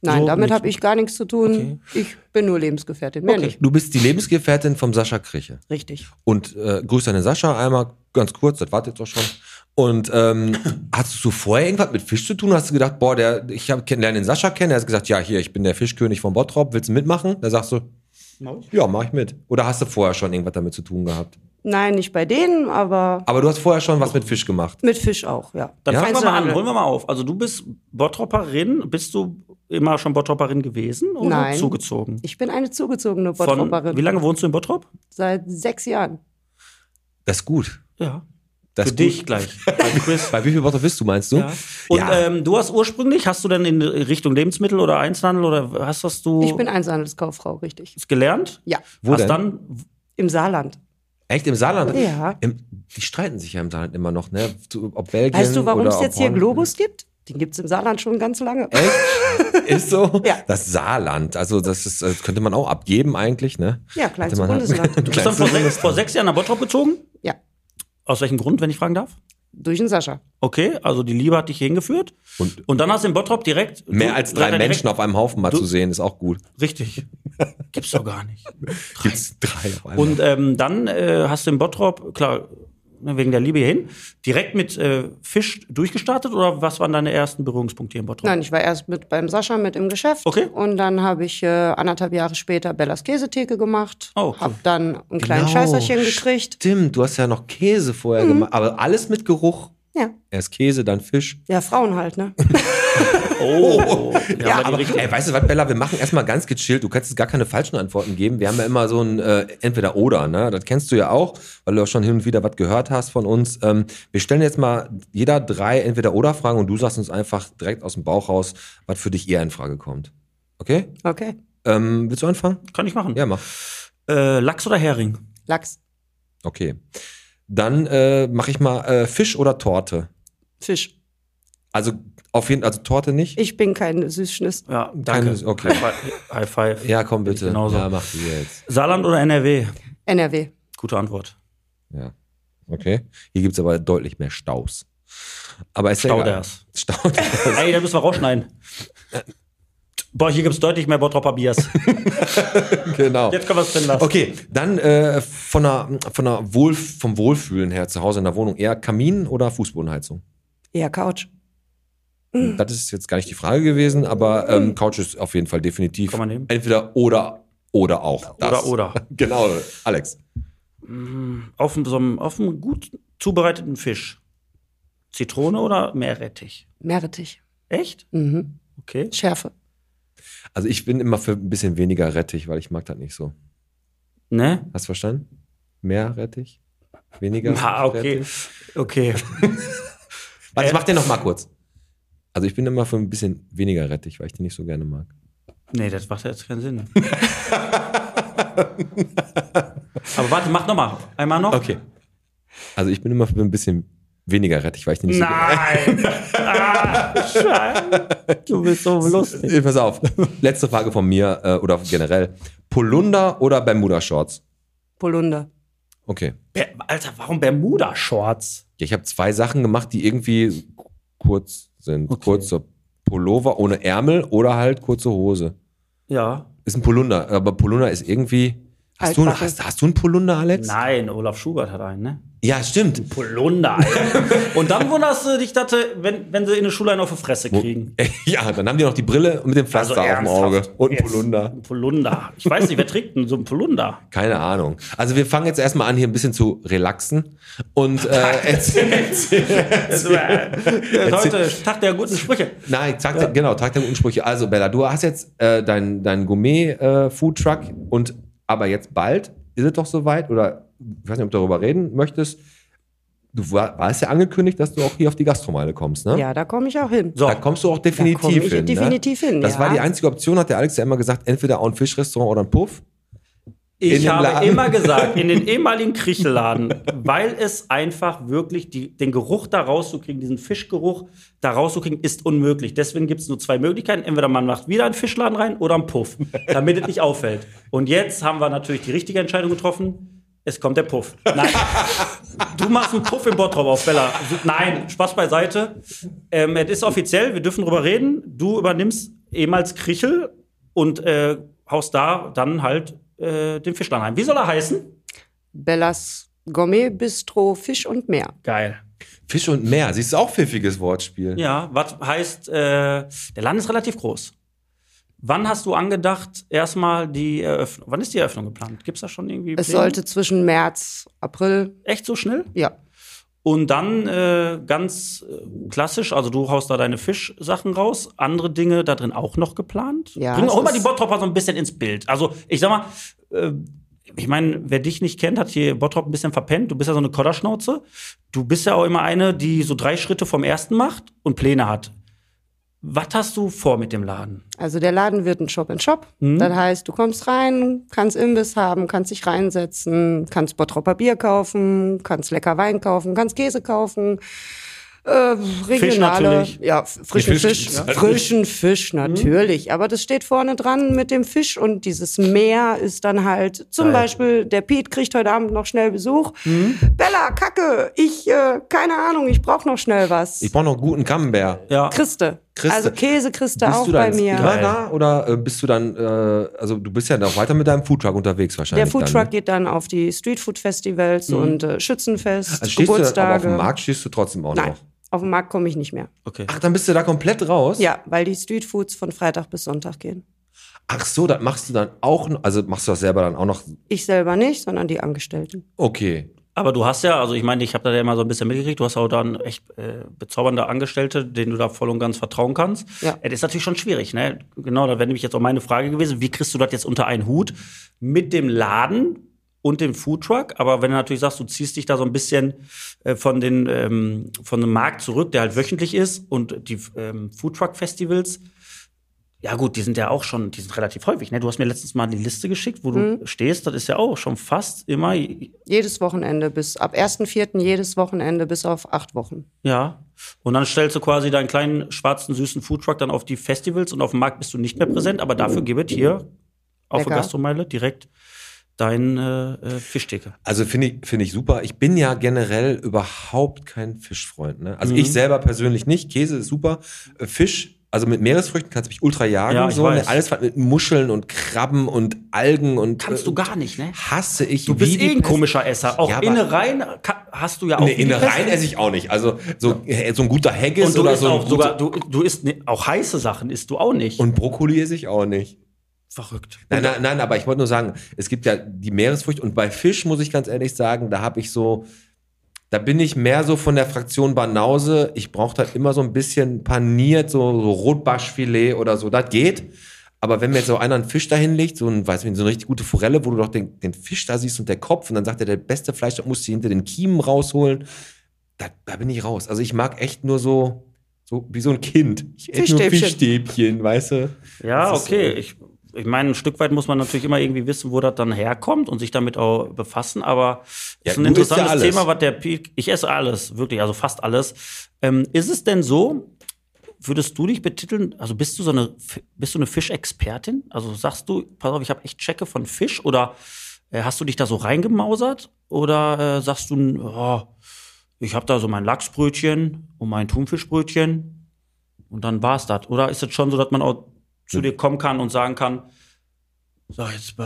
[SPEAKER 5] Nein,
[SPEAKER 4] So
[SPEAKER 5] damit
[SPEAKER 4] nicht.
[SPEAKER 5] habe ich gar nichts zu tun. Ich bin nur Lebensgefährtin. Mehr nicht.
[SPEAKER 2] Du bist die Lebensgefährtin vom Sascha Kriche.
[SPEAKER 5] Richtig.
[SPEAKER 2] Und äh, grüß deine Sascha einmal ganz kurz, das wartet doch schon. Und ähm, hattest du vorher irgendwas mit Fisch zu tun? Hast du gedacht, boah, der, ich hab, kenn, lerne den Sascha kennen, er hat gesagt, ja, hier, ich bin der Fischkönig von Bottrop, willst du mitmachen? Da sagst du, ja, mach ich mit. Oder hast du vorher schon irgendwas damit zu tun gehabt?
[SPEAKER 5] Nein, nicht bei denen, aber
[SPEAKER 2] Aber du hast vorher schon was mit Fisch gemacht.
[SPEAKER 5] mit Fisch auch, ja.
[SPEAKER 4] Dann fangen wir mal an,
[SPEAKER 5] Einzelhandel.
[SPEAKER 4] holen wir mal auf. Also du bist Bottropperin, bist du immer schon Bottropperin gewesen oder
[SPEAKER 5] Nein.
[SPEAKER 4] zugezogen?
[SPEAKER 5] Ich bin eine zugezogene
[SPEAKER 4] Von, wie
[SPEAKER 5] Bottropperin.
[SPEAKER 4] lange wohnst du in Bottrop?
[SPEAKER 5] Seit sechs Jahren.
[SPEAKER 2] Das ist gut.
[SPEAKER 4] Ja.
[SPEAKER 2] Das
[SPEAKER 4] Für
[SPEAKER 2] ist
[SPEAKER 4] dich
[SPEAKER 2] gut.
[SPEAKER 4] gleich. Bei Chris.
[SPEAKER 2] Bei wie viel Bottrop bist du, meinst du?
[SPEAKER 4] Ja. Und
[SPEAKER 2] Hm? Ja.
[SPEAKER 4] Ähm, du hast ursprünglich, hast du denn in Richtung Lebensmittel oder Einzelhandel oder hast was du
[SPEAKER 5] Ich bin Einzelhandelskauffrau, richtig.
[SPEAKER 4] gelernt?
[SPEAKER 5] Ja,
[SPEAKER 2] Wo
[SPEAKER 4] hast
[SPEAKER 2] denn?
[SPEAKER 4] dann
[SPEAKER 5] im Saarland.
[SPEAKER 2] Echt im Saarland?
[SPEAKER 5] Ja.
[SPEAKER 2] Im, die streiten sich ja im Saarland immer noch, ne? Zu- Ob Belgien
[SPEAKER 5] Weißt du, warum
[SPEAKER 2] oder
[SPEAKER 5] es
[SPEAKER 2] ob
[SPEAKER 5] jetzt hier
[SPEAKER 2] Holland-
[SPEAKER 5] Globus gibt? Den gibt es im Saarland schon ganz lange.
[SPEAKER 2] Echt? Ist so?
[SPEAKER 5] Ja.
[SPEAKER 2] Das Saarland. Also, das ist, das könnte man auch abgeben, eigentlich, ne?
[SPEAKER 5] Ja, kleines
[SPEAKER 2] Hätte man-
[SPEAKER 5] Bundesland.
[SPEAKER 4] bist
[SPEAKER 2] Kleinste
[SPEAKER 4] dann vor sechs, vor sechs Jahren nach Bottrop gezogen?
[SPEAKER 5] Ja,
[SPEAKER 4] Aus welchem Grund, wenn ich fragen darf?
[SPEAKER 5] durch den Sascha.
[SPEAKER 4] Okay, also die Liebe hat dich hier hingeführt.
[SPEAKER 2] Und-
[SPEAKER 4] und dann hast du in Bottrop direkt.
[SPEAKER 2] Mehr
[SPEAKER 4] du-
[SPEAKER 2] als
[SPEAKER 4] seid
[SPEAKER 2] drei
[SPEAKER 4] ihr direkt-
[SPEAKER 2] Menschen auf einem Haufen mal
[SPEAKER 4] Du-
[SPEAKER 2] zu sehen, ist auch gut.
[SPEAKER 4] Richtig. Gibt's doch gar nicht.
[SPEAKER 2] Gibt's drei auf einmal.
[SPEAKER 4] Und ähm, dann äh, hast du in Bottrop, klar, ne, wegen der Liebe hierhin, direkt mit äh, Fisch durchgestartet oder was waren deine ersten Berührungspunkte hier in Bottrop?
[SPEAKER 5] Nein, ich war erst mit beim Sascha mit im Geschäft.
[SPEAKER 4] Okay.
[SPEAKER 5] Und dann habe ich äh, anderthalb Jahre später Bellas Käsetheke gemacht.
[SPEAKER 4] Oh, cool.
[SPEAKER 5] Hab dann einen kleinen
[SPEAKER 2] Genau.
[SPEAKER 5] Scheißerchen gekriegt. Mhm.
[SPEAKER 2] Stimmt, du hast ja noch Käse vorher gemacht, aber alles mit Geruch.
[SPEAKER 5] Ja.
[SPEAKER 2] Erst Käse, dann Fisch.
[SPEAKER 5] Ja, Frauen halt, ne?
[SPEAKER 4] Oh, ja,
[SPEAKER 2] Ja,
[SPEAKER 4] aber
[SPEAKER 2] aber
[SPEAKER 4] die richtige-
[SPEAKER 2] ey, weißt du was, Bella, wir machen erstmal ganz gechillt. Du kannst jetzt gar keine falschen Antworten geben. Wir haben ja immer so ein äh, Entweder-Oder, ne? Das kennst du ja auch, weil du auch schon hin und wieder was gehört hast von uns. Ähm, wir stellen jetzt mal jeder drei Entweder-Oder-Fragen und du sagst uns einfach direkt aus dem Bauch raus, was für dich eher in Frage kommt. Okay?
[SPEAKER 5] Okay.
[SPEAKER 2] Ähm, willst du anfangen?
[SPEAKER 4] kann ich machen.
[SPEAKER 2] Ja, mach.
[SPEAKER 4] Äh, Lachs oder Hering?
[SPEAKER 5] Lachs,
[SPEAKER 2] Okay. Dann äh, mache ich mal äh, Fisch oder Torte.
[SPEAKER 5] Fisch.
[SPEAKER 2] Also auf jeden also Torte nicht?
[SPEAKER 5] Ich bin kein Süßschniss.
[SPEAKER 4] Ja, danke.
[SPEAKER 2] Keine- okay.
[SPEAKER 4] High five. High five.
[SPEAKER 2] ja, komm bitte.
[SPEAKER 4] Genauso.
[SPEAKER 2] Ja, mach die jetzt.
[SPEAKER 4] Saarland oder NRW?
[SPEAKER 5] NRW,
[SPEAKER 4] Gute Antwort.
[SPEAKER 2] Ja. Okay. Hier gibt's aber deutlich mehr Staus. Aber ist ja egal.
[SPEAKER 4] Stauders.
[SPEAKER 2] Stauders.
[SPEAKER 4] Ey, da müssen wir rausschneiden. Boah, hier gibt's deutlich mehr Bottropper Biers.
[SPEAKER 2] genau.
[SPEAKER 4] Jetzt können wir es drin lassen.
[SPEAKER 2] Okay, dann äh, von der, von der Wohl, vom Wohlfühlen her zu Hause in der Wohnung eher Kamin oder Fußbodenheizung?
[SPEAKER 5] eher Couch.
[SPEAKER 2] Das ist jetzt gar nicht die Frage gewesen, aber ähm, Couch ist auf jeden Fall definitiv
[SPEAKER 4] Kann man nehmen.
[SPEAKER 2] entweder oder oder auch das.
[SPEAKER 4] Oder, oder.
[SPEAKER 2] Genau, Alex.
[SPEAKER 4] Auf so einem, auf einem gut zubereiteten Fisch. Zitrone oder Meerrettich?
[SPEAKER 5] Meerrettich.
[SPEAKER 4] Echt?
[SPEAKER 5] Mhm.
[SPEAKER 4] Okay.
[SPEAKER 5] Schärfe.
[SPEAKER 2] Also ich bin immer für ein bisschen weniger Rettich, weil ich mag das nicht so.
[SPEAKER 4] Ne?
[SPEAKER 2] Hast du verstanden? Mehr Rettich? Weniger
[SPEAKER 4] Ah, okay.
[SPEAKER 2] Rettich?
[SPEAKER 4] Okay.
[SPEAKER 2] Warte, ich
[SPEAKER 4] Äh.
[SPEAKER 2] mach den noch mal kurz. Also ich bin immer für ein bisschen weniger Rettich, weil ich den nicht so gerne mag.
[SPEAKER 4] Nee, das macht jetzt keinen Sinn. Aber warte, mach nochmal. Einmal noch.
[SPEAKER 2] Okay. Also ich bin immer für ein bisschen weniger Rettich, weil ich den nicht
[SPEAKER 4] Nein! ah, Scheiße. du bist so
[SPEAKER 2] so
[SPEAKER 4] lustig.
[SPEAKER 2] gerne mag. Äh, Pass auf. Letzte Frage von mir äh, oder generell. Polunder oder Bermuda Shorts?
[SPEAKER 5] Polunder.
[SPEAKER 2] Okay.
[SPEAKER 4] Ber- Alter, warum Bermuda-Shorts?
[SPEAKER 2] Ja, ich habe zwei Sachen gemacht, die irgendwie kurz sind.
[SPEAKER 4] Okay.
[SPEAKER 2] Kurzer Pullover ohne Ärmel oder halt kurze Hose.
[SPEAKER 4] Ja.
[SPEAKER 2] Ist ein Polunder, aber Polunder ist irgendwie. Hast du,
[SPEAKER 5] Altbacken.
[SPEAKER 2] hast, hast du einen Polunder, Alex?
[SPEAKER 4] Nein, Olaf Schubert hat einen, ne?
[SPEAKER 2] Ja, stimmt.
[SPEAKER 4] Polunder, Alter. Und dann wunderst du dich, dass du, wenn, wenn sie in der Schule einen auf die Fresse kriegen. Also
[SPEAKER 2] Ja, dann haben die noch die Brille mit dem Pflaster
[SPEAKER 5] Also
[SPEAKER 2] auf dem Auge
[SPEAKER 4] ernsthaft.
[SPEAKER 2] und einen
[SPEAKER 4] Jetzt.
[SPEAKER 2] Polunder.
[SPEAKER 4] Ein Polunder. Ich weiß nicht, wer trägt denn so einen Polunder?
[SPEAKER 2] Keine Ahnung. Also wir fangen jetzt erstmal an, hier ein bisschen zu relaxen und äh, erzähl,
[SPEAKER 4] Das ist heute Tag der guten Sprüche.
[SPEAKER 2] nein, Tag der, genau, Tag der guten Sprüche. Also Bella, du hast jetzt äh, deinen dein Gourmet-Food-Truck und aber jetzt bald, ist es doch soweit oder ich weiß nicht, ob du darüber reden möchtest. Du war, warst ja angekündigt, dass du auch hier auf die Gastromeile kommst, ne?
[SPEAKER 5] Ja, da komme ich auch hin.
[SPEAKER 2] Da kommst du auch definitiv
[SPEAKER 5] Da komm ich
[SPEAKER 2] hin.
[SPEAKER 5] definitiv
[SPEAKER 2] ne?
[SPEAKER 5] hin,
[SPEAKER 2] Das
[SPEAKER 5] ja.
[SPEAKER 2] war die einzige Option, hat der Alex ja immer gesagt, entweder auch ein Fischrestaurant oder ein Puff. in
[SPEAKER 4] Ich
[SPEAKER 2] dem
[SPEAKER 4] habe
[SPEAKER 2] Laden.
[SPEAKER 4] immer gesagt, in den ehemaligen Kriechelladen, weil es einfach wirklich die, den Geruch da rauszukriegen, diesen Fischgeruch da rauszukriegen, ist unmöglich. Deswegen gibt es nur zwei Möglichkeiten. Entweder man macht wieder einen Fischladen rein oder einen Puff, damit es nicht auffällt. Und jetzt haben wir natürlich die richtige Entscheidung getroffen. Es kommt der Puff. Nein. Du machst einen Puff im Bottrop auf, Bella. Nein, Spaß beiseite. Ähm, es ist offiziell, wir dürfen drüber reden. Du übernimmst ehemals Krichel und äh, haust da dann halt äh, den Fischladen ein. Wie soll er heißen?
[SPEAKER 5] Bellas Gourmet Bistro Fisch und Meer.
[SPEAKER 4] Geil.
[SPEAKER 2] Fisch und Meer, siehst du auch pfiffiges Wortspiel.
[SPEAKER 4] Ja, was heißt, äh, der Laden ist relativ groß. Wann hast du angedacht, erstmal die Eröffnung? Wann ist die Eröffnung geplant? Gibt es da schon irgendwie?
[SPEAKER 5] Es
[SPEAKER 4] Pläne?
[SPEAKER 5] sollte zwischen März, April,
[SPEAKER 4] Echt so schnell?
[SPEAKER 5] ja.
[SPEAKER 4] Und dann äh, ganz äh, klassisch, also du haust da deine Fischsachen raus, andere Dinge da drin auch noch geplant.
[SPEAKER 5] Ja,
[SPEAKER 4] Bring
[SPEAKER 5] es
[SPEAKER 4] auch mal die
[SPEAKER 5] ist-
[SPEAKER 4] Bottropper so ein bisschen ins Bild. Also ich sag mal, äh, ich meine, wer dich nicht kennt, hat hier Bottrop ein bisschen verpennt. Du bist ja so eine Kodderschnauze. Du bist ja auch immer eine, die so drei Schritte vom ersten macht und Pläne hat. Was hast du vor mit dem Laden?
[SPEAKER 5] Also der Laden wird ein Shop-in-Shop.
[SPEAKER 2] Mhm.
[SPEAKER 5] Das heißt, du kommst rein, kannst Imbiss haben, kannst dich reinsetzen, kannst Bottropper Bier kaufen, kannst lecker Wein kaufen, kannst Käse kaufen. Äh, regionale,
[SPEAKER 4] natürlich.
[SPEAKER 5] Ja, f- frischen
[SPEAKER 2] Fisch
[SPEAKER 5] Fisch.
[SPEAKER 2] gibt's halt nicht.
[SPEAKER 5] frischen Fisch, natürlich. Aber das steht vorne dran mit dem Fisch und dieses Meer ist dann halt zum Beispiel, der Pete kriegt heute Abend noch schnell Besuch.
[SPEAKER 2] Mhm.
[SPEAKER 5] Bella, Kacke, ich, äh, keine Ahnung, ich brauch noch schnell was.
[SPEAKER 2] Ich brauche noch einen guten Camembert.
[SPEAKER 4] Ja.
[SPEAKER 5] Christe.
[SPEAKER 2] Christe.
[SPEAKER 5] Also Käse Christe
[SPEAKER 2] bist
[SPEAKER 5] auch
[SPEAKER 2] du dann
[SPEAKER 5] bei mir.
[SPEAKER 2] immer da oder äh, bist du dann, äh, also du bist ja noch weiter mit deinem Foodtruck unterwegs wahrscheinlich.
[SPEAKER 5] Der
[SPEAKER 2] dann,
[SPEAKER 5] Foodtruck
[SPEAKER 2] ne?
[SPEAKER 5] geht dann auf die Streetfood-Festivals und äh, Schützenfest,
[SPEAKER 2] also stehst du dann, aber auf
[SPEAKER 5] Geburtstage.
[SPEAKER 2] dem Markt stehst du trotzdem auch
[SPEAKER 5] Nein,
[SPEAKER 2] noch.
[SPEAKER 5] auf den Markt komme ich nicht mehr.
[SPEAKER 4] Okay.
[SPEAKER 2] Ach, dann bist du da komplett raus?
[SPEAKER 5] Ja, weil die Streetfoods von Freitag bis Sonntag gehen.
[SPEAKER 2] Ach so, das machst du dann auch, noch- also machst du das selber dann auch noch.
[SPEAKER 5] Ich selber nicht, sondern die Angestellten.
[SPEAKER 2] Okay.
[SPEAKER 4] Aber du hast ja, also ich meine, ich habe da ja immer so ein bisschen mitgekriegt, du hast auch dann echt äh, bezaubernde Angestellte, denen du da voll und ganz vertrauen kannst.
[SPEAKER 5] Ja.
[SPEAKER 4] Es ist natürlich schon schwierig, ne? Genau, da wäre nämlich jetzt auch meine Frage gewesen, wie kriegst du das jetzt unter einen Hut mit dem Laden und dem Foodtruck? Aber wenn du natürlich sagst, du ziehst dich da so ein bisschen äh, von, den, ähm, von dem Markt zurück, der halt wöchentlich ist und die ähm, Foodtruck-Festivals, ja gut, die sind ja auch schon, die sind relativ häufig. Ne? Du hast mir letztens mal die Liste geschickt, wo du stehst. Das ist ja auch schon fast immer
[SPEAKER 5] Jedes Wochenende bis, ab 1.4. jedes Wochenende bis auf acht Wochen.
[SPEAKER 4] Ja. Und dann stellst du quasi deinen kleinen, schwarzen, süßen Foodtruck dann auf die Festivals und auf dem Markt bist du nicht mehr präsent, aber dafür gibt es hier auf der
[SPEAKER 5] Lecker.
[SPEAKER 4] Gastromeile direkt deine äh, Fischtheke.
[SPEAKER 2] Also finde ich, finde ich super. Ich bin ja generell überhaupt kein Fischfreund. Ne? Also
[SPEAKER 4] Mhm.
[SPEAKER 2] ich selber persönlich nicht. Käse ist super. Äh, Fisch, also mit Meeresfrüchten kannst du mich ultra jagen.
[SPEAKER 4] Ja, ich
[SPEAKER 2] so,
[SPEAKER 4] weiß.
[SPEAKER 2] Ne? Alles was mit Muscheln und Krabben und Algen und äh,
[SPEAKER 4] Kannst du gar nicht, ne?
[SPEAKER 2] hasse ich.
[SPEAKER 4] Du bist
[SPEAKER 2] wie die
[SPEAKER 4] eh ein
[SPEAKER 2] Pest.
[SPEAKER 4] komischer Esser. Auch
[SPEAKER 2] Ja, aber-
[SPEAKER 4] Innereien ka- hast du ja auch.
[SPEAKER 2] Nee,
[SPEAKER 4] wie die
[SPEAKER 2] Innereien
[SPEAKER 4] Pest.
[SPEAKER 2] esse ich auch nicht. Also so, äh, so ein guter Haggis
[SPEAKER 4] Und du
[SPEAKER 2] oder
[SPEAKER 4] isst
[SPEAKER 2] so ein
[SPEAKER 4] auch
[SPEAKER 2] guter-
[SPEAKER 4] sogar, du, du isst ne, auch heiße Sachen, isst du auch nicht.
[SPEAKER 2] Und Brokkoli esse ich auch nicht.
[SPEAKER 4] Verrückt.
[SPEAKER 2] Nein, nein, nein, aber ich wollte nur sagen, es gibt ja die Meeresfrucht und bei Fisch muss ich ganz ehrlich sagen, da habe ich so, da bin ich mehr so von der Fraktion Banause. Ich brauche halt immer so ein bisschen paniert, so, so Rotbarschfilet oder so, das geht. Aber wenn mir jetzt so einer einen Fisch dahin legt, so, ein, weiß nicht, so eine richtig gute Forelle, wo du doch den, den Fisch da siehst und der Kopf und dann sagt er, der beste Fleisch, das musst du hinter den Kiemen rausholen. Da, da bin ich raus. Also ich mag echt nur so, so wie so ein Kind. Ich esse nur
[SPEAKER 5] Fischstäbchen.
[SPEAKER 2] Fischstäbchen, weißt du?
[SPEAKER 4] Ja,
[SPEAKER 2] Das ist,
[SPEAKER 4] okay.
[SPEAKER 2] äh,
[SPEAKER 4] Ich, ich meine, ein Stück weit muss man natürlich immer irgendwie wissen, wo das dann herkommt und sich damit auch befassen. Aber
[SPEAKER 2] Ja,
[SPEAKER 4] ist ein
[SPEAKER 2] du isst ja
[SPEAKER 4] interessantes
[SPEAKER 2] alles.
[SPEAKER 4] Thema, was der Peak. Ich esse alles, wirklich, also fast alles. Ähm, ist es denn so? Würdest du dich betiteln, also bist du so eine, F- bist du eine Fischexpertin? Also sagst du, pass auf, ich habe echt Checke von Fisch oder äh, hast du dich da so reingemausert? Oder äh, sagst du, oh, ich habe da so mein Lachsbrötchen und mein Thunfischbrötchen und dann war's das. Oder ist es schon so, dass man auch zu
[SPEAKER 2] Hm.
[SPEAKER 4] dir kommen kann und sagen kann, so jetzt äh,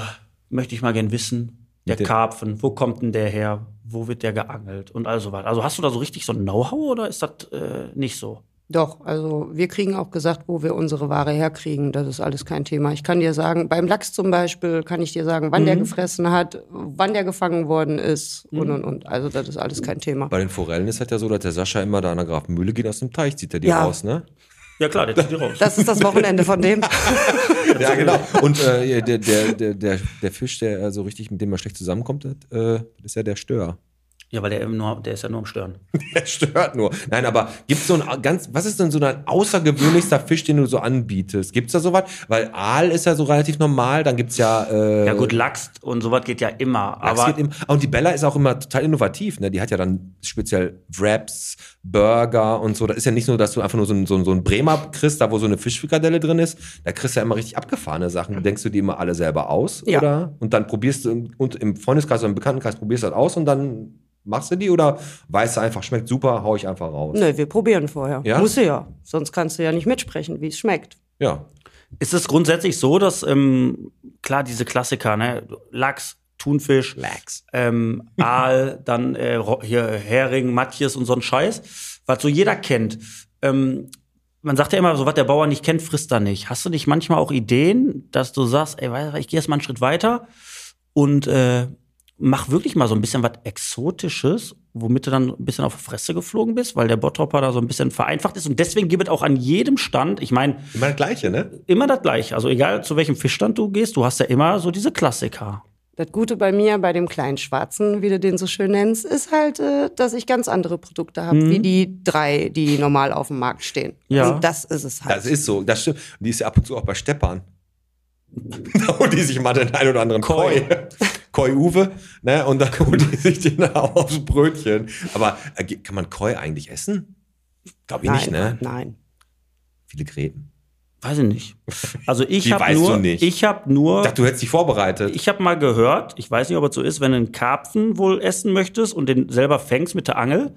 [SPEAKER 4] möchte ich mal gern wissen, der
[SPEAKER 2] Mit der-
[SPEAKER 4] Karpfen, wo kommt denn der her? Wo wird der geangelt? Und all so was. Also hast du da so richtig so ein Know-how oder ist das äh, nicht so?
[SPEAKER 5] Doch, also wir kriegen auch gesagt, wo wir unsere Ware herkriegen. Das ist alles kein Thema. Ich kann dir sagen, beim Lachs zum Beispiel kann ich dir sagen, wann
[SPEAKER 2] Mhm.
[SPEAKER 5] der gefressen hat, wann der gefangen worden ist und und und. Also das ist alles kein Thema.
[SPEAKER 2] Bei den Forellen ist halt ja so, dass der Sascha immer da an der Grafenmühle geht, aus dem Teich zieht er die
[SPEAKER 5] Ja.
[SPEAKER 2] raus, ne?
[SPEAKER 4] Ja klar, der zieht die raus.
[SPEAKER 5] Das ist das Wochenende von dem.
[SPEAKER 2] Ja, genau. Und äh, der, der, der, der, der Fisch, der äh, so richtig, mit dem man schlecht zusammenkommt, äh, ist ja der Stör.
[SPEAKER 4] Ja, weil der, eben nur, der ist ja nur am Stören.
[SPEAKER 2] Der stört nur. Nein, aber gibt's so ein äh, ganz, was ist denn so ein außergewöhnlichster Fisch, den du so anbietest? Gibt's da sowas? Weil Aal ist ja so relativ normal, dann gibt's ja. Äh,
[SPEAKER 4] Ja gut, Lachs und sowas geht ja immer.
[SPEAKER 2] Lachs
[SPEAKER 4] aber
[SPEAKER 2] geht im- Ah, und die Bella ist auch immer total innovativ. Ne? Die hat ja dann speziell Wraps, Burger und so. Das ist ja nicht nur, dass du einfach nur so ein, so ein, so ein Bremer kriegst, da wo so eine Fischfrikadelle drin ist. Da kriegst du ja immer richtig abgefahrene Sachen. Denkst du die immer alle selber aus?
[SPEAKER 5] Mhm. Ja.
[SPEAKER 2] Oder? Und dann probierst du im, und im Freundeskreis oder im Bekanntenkreis probierst du das aus und dann machst du die oder weißt du einfach, schmeckt super, hau ich einfach raus.
[SPEAKER 5] Nö, wir probieren vorher.
[SPEAKER 2] Ja?
[SPEAKER 5] Muss ja. Sonst kannst du ja nicht mitsprechen, wie es schmeckt.
[SPEAKER 2] Ja.
[SPEAKER 4] Ist es grundsätzlich so, dass ähm, klar diese Klassiker, ne, Lachs, Thunfisch, ähm, Aal, dann äh, Ro- hier Hering, Matjes und so ein Scheiß, was so jeder kennt. Ähm, man sagt ja immer, so was der Bauer nicht kennt, frisst er nicht. Hast du nicht manchmal auch Ideen, dass du sagst, ey, weißt du was, ich gehe jetzt mal einen Schritt weiter und äh, mach wirklich mal so ein bisschen was Exotisches, womit du dann ein bisschen auf die Fresse geflogen bist, weil der Bottropper da so ein bisschen vereinfacht ist. Und deswegen gibt es auch an jedem Stand, ich meine,
[SPEAKER 2] Immer das Gleiche, ne?
[SPEAKER 4] immer das gleiche. Also egal zu welchem Fischstand du gehst, du hast ja immer so diese Klassiker.
[SPEAKER 5] Das Gute bei mir, bei dem kleinen Schwarzen, wie du den so schön nennst, ist halt, äh, dass ich ganz andere Produkte
[SPEAKER 2] Mhm.
[SPEAKER 5] habe, wie die drei, die normal auf dem Markt stehen.
[SPEAKER 4] Ja.
[SPEAKER 5] Und das ist es halt.
[SPEAKER 2] Das ist so, das stimmt. Und die ist ja ab und zu auch bei Steppern. da holt die sich mal den einen oder anderen Koi. Koi Uwe, ne? Und dann holt die sich den auch aufs Brötchen. Aber äh, ge- kann man Koi eigentlich essen? Glaube ich
[SPEAKER 5] nein,
[SPEAKER 2] nicht, ne?
[SPEAKER 5] nein.
[SPEAKER 2] Viele Gräten.
[SPEAKER 4] Weiß ich nicht. Also ich
[SPEAKER 2] Die
[SPEAKER 4] habe
[SPEAKER 2] weißt
[SPEAKER 4] nur,
[SPEAKER 2] du nicht.
[SPEAKER 4] ich habe
[SPEAKER 2] Ich
[SPEAKER 4] nur,
[SPEAKER 2] dachte, du hättest dich vorbereitet.
[SPEAKER 4] ich habe mal gehört, ich weiß nicht, ob es so ist, wenn du einen Karpfen wohl essen möchtest und den selber fängst mit der Angel,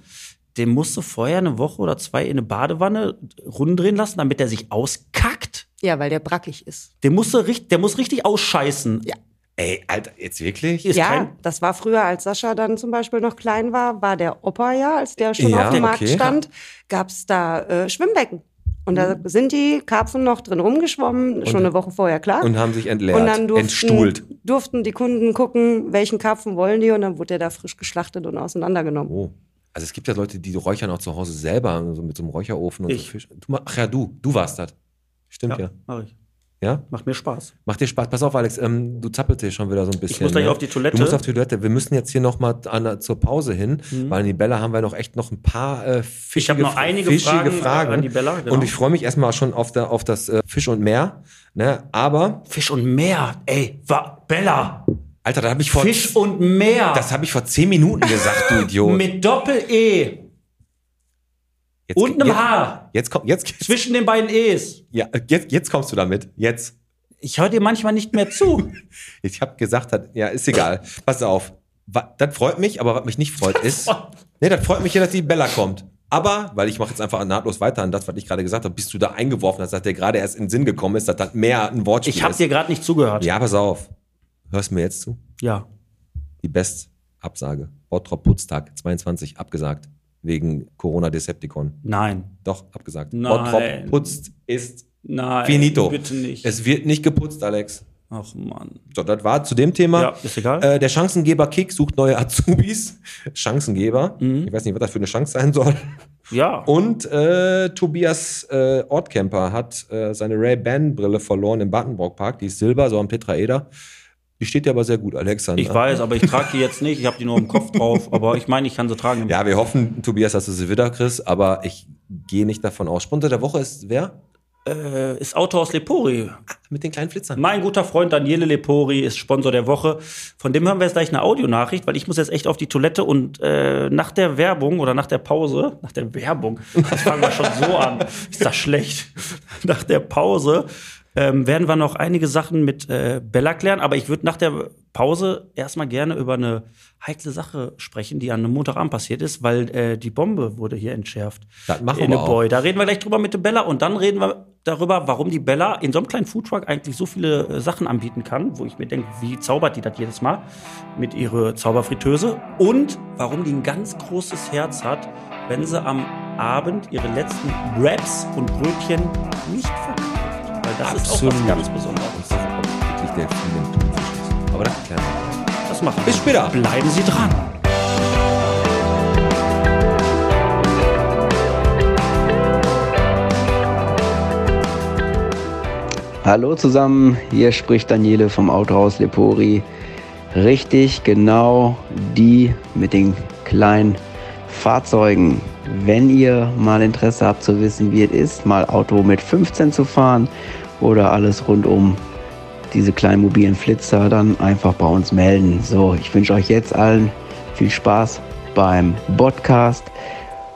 [SPEAKER 4] den musst du vorher eine Woche oder zwei in eine Badewanne rumdrehen lassen, damit der sich auskackt.
[SPEAKER 5] Ja, weil der brackig ist.
[SPEAKER 4] Den musst du richt, der muss richtig ausscheißen.
[SPEAKER 5] Ja.
[SPEAKER 2] Ey, Alter, jetzt wirklich?
[SPEAKER 4] Ist
[SPEAKER 5] ja,
[SPEAKER 4] kein-
[SPEAKER 5] das war früher, als Sascha dann zum Beispiel noch klein war, war der Opa ja, als der schon
[SPEAKER 2] Ja,
[SPEAKER 5] auf dem Markt
[SPEAKER 2] okay.
[SPEAKER 5] stand, gab es da äh, Schwimmbecken. Und da
[SPEAKER 2] Mhm.
[SPEAKER 5] sind die Karpfen noch drin rumgeschwommen, schon eine Woche vorher, klar.
[SPEAKER 2] Und haben sich entleert,
[SPEAKER 5] Und dann durften,
[SPEAKER 2] entstuhlt.
[SPEAKER 5] durften die Kunden gucken, welchen Karpfen wollen die und dann wurde der da frisch geschlachtet und auseinandergenommen.
[SPEAKER 2] Oh. Also es gibt ja Leute, die räuchern auch zu Hause selber so mit so einem Räucherofen und
[SPEAKER 4] Ich.
[SPEAKER 2] so Fisch. Du, ma- ach ja, du, du warst das. Stimmt ja.
[SPEAKER 4] Ja, mach ich.
[SPEAKER 2] Ja?
[SPEAKER 4] Macht mir Spaß.
[SPEAKER 2] Macht dir Spaß. Pass auf, Alex, ähm, du zappelst hier schon wieder so ein bisschen.
[SPEAKER 4] muss gleich
[SPEAKER 2] ne?
[SPEAKER 4] auf die Toilette.
[SPEAKER 2] Du musst auf die Toilette. Wir müssen jetzt hier nochmal zur Pause hin, weil an die Bella haben wir noch echt noch ein paar äh, fischige,
[SPEAKER 4] Mhm. Ich hab noch einige
[SPEAKER 2] fischige
[SPEAKER 4] Fragen,
[SPEAKER 2] Fragen,
[SPEAKER 4] äh, an die Bella, genau.
[SPEAKER 2] Und ich freue mich erstmal schon auf, der, auf das äh, Fisch und Meer. Ne? Aber,
[SPEAKER 4] Fisch und Meer, ey, wa, Bella.
[SPEAKER 2] Alter, da habe ich vor...
[SPEAKER 4] Fisch und Meer
[SPEAKER 2] Das habe ich vor zehn Minuten gesagt, du Idiot.
[SPEAKER 4] mit Doppel-E
[SPEAKER 2] Jetzt,
[SPEAKER 4] und einem
[SPEAKER 2] jetzt,
[SPEAKER 4] H
[SPEAKER 2] Jetzt, komm, jetzt,
[SPEAKER 4] zwischen den beiden E's.
[SPEAKER 2] ja, jetzt, jetzt kommst du damit. Jetzt.
[SPEAKER 4] Ich höre dir manchmal nicht mehr zu.
[SPEAKER 2] Ich habe gesagt, hat, ja, ist egal. Pass auf. Wa- Das freut mich, aber was mich nicht freut, ist.
[SPEAKER 4] freut-
[SPEAKER 2] Nee, das freut mich ja, dass die Bella kommt. Aber, weil ich mache jetzt einfach nahtlos weiter an das, was ich gerade gesagt habe, bist du da eingeworfen hast, dass der gerade erst in den Sinn gekommen ist, dass das mehr ein Wortspiel
[SPEAKER 4] Ich habe
[SPEAKER 2] ist.
[SPEAKER 4] dir gerade nicht zugehört.
[SPEAKER 2] ja, pass auf. Hörst du mir jetzt zu?
[SPEAKER 4] Ja.
[SPEAKER 2] Die Best-Absage. Bottrop Putztag 22 abgesagt. Wegen Corona Decepticon.
[SPEAKER 4] Nein.
[SPEAKER 2] Doch, abgesagt.
[SPEAKER 4] Nein.
[SPEAKER 2] Bottrop putzt ist
[SPEAKER 4] Nein.
[SPEAKER 2] finito.
[SPEAKER 4] Bitte nicht.
[SPEAKER 2] Es wird nicht geputzt, Alex.
[SPEAKER 4] Ach Mann.
[SPEAKER 2] So, das war zu dem Thema.
[SPEAKER 4] Ja, ist egal.
[SPEAKER 2] Äh, der Chancengeber Kick sucht neue Azubis. Chancengeber.
[SPEAKER 4] Mhm.
[SPEAKER 2] Ich weiß nicht, was das für eine Chance sein soll.
[SPEAKER 4] Ja.
[SPEAKER 2] Und äh, Tobias äh, Ortcamper hat äh, seine Ray-Ban-Brille verloren im Battenbrock Park. Die ist silber, so am Tetraeder. Die steht dir aber sehr gut, Alexander.
[SPEAKER 4] ich weiß, aber ich trage die jetzt nicht. Ich habe die nur im Kopf drauf. Aber ich meine, ich kann sie tragen.
[SPEAKER 2] Ja, wir hoffen, Tobias, dass du sie wieder kriegst, aber ich gehe nicht davon aus. Sponsor der Woche ist wer?
[SPEAKER 4] Äh, ist Autor aus Lepori.
[SPEAKER 2] Mit den kleinen Flitzern.
[SPEAKER 4] Mein guter Freund Daniele Lepori ist Sponsor der Woche. Von dem hören wir jetzt gleich eine Audionachricht, weil ich muss jetzt echt auf die Toilette und äh, nach der Werbung oder nach der Pause, nach der Werbung, das fangen wir schon so an, ist das schlecht. Nach der Pause ähm, werden wir noch einige Sachen mit äh, Bella klären, aber ich würde nach der Pause erstmal gerne über eine heikle Sache sprechen, die an einem Montagabend passiert ist, weil äh, die Bombe wurde hier entschärft.
[SPEAKER 2] Das machen
[SPEAKER 4] in
[SPEAKER 2] wir
[SPEAKER 4] der
[SPEAKER 2] auch.
[SPEAKER 4] Boy. Da reden wir gleich drüber mit der Bella und dann reden wir darüber, warum die Bella in so einem kleinen Foodtruck eigentlich so viele äh, Sachen anbieten kann, wo ich mir denke, wie zaubert die das jedes Mal mit ihrer Zauberfritteuse und warum die ein ganz großes Herz hat, wenn sie am Abend ihre letzten Wraps und Brötchen nicht verkauft. Weil das ist auch was ganz Besonderes.
[SPEAKER 2] Wirklich der vielen Thunfisch. Aber das ist kleiner.
[SPEAKER 4] Das machen wir.
[SPEAKER 2] Bis später.
[SPEAKER 4] Bleiben Sie dran.
[SPEAKER 6] Hallo zusammen, hier spricht Daniele vom Autohaus Lepori. Richtig, genau die mit den kleinen Fahrzeugen. Wenn ihr mal Interesse habt zu wissen, wie es ist, mal Auto mit 15 zu fahren oder alles rund um diese kleinen mobilen Flitzer, dann einfach bei uns melden. So, ich wünsche euch jetzt allen viel Spaß beim Podcast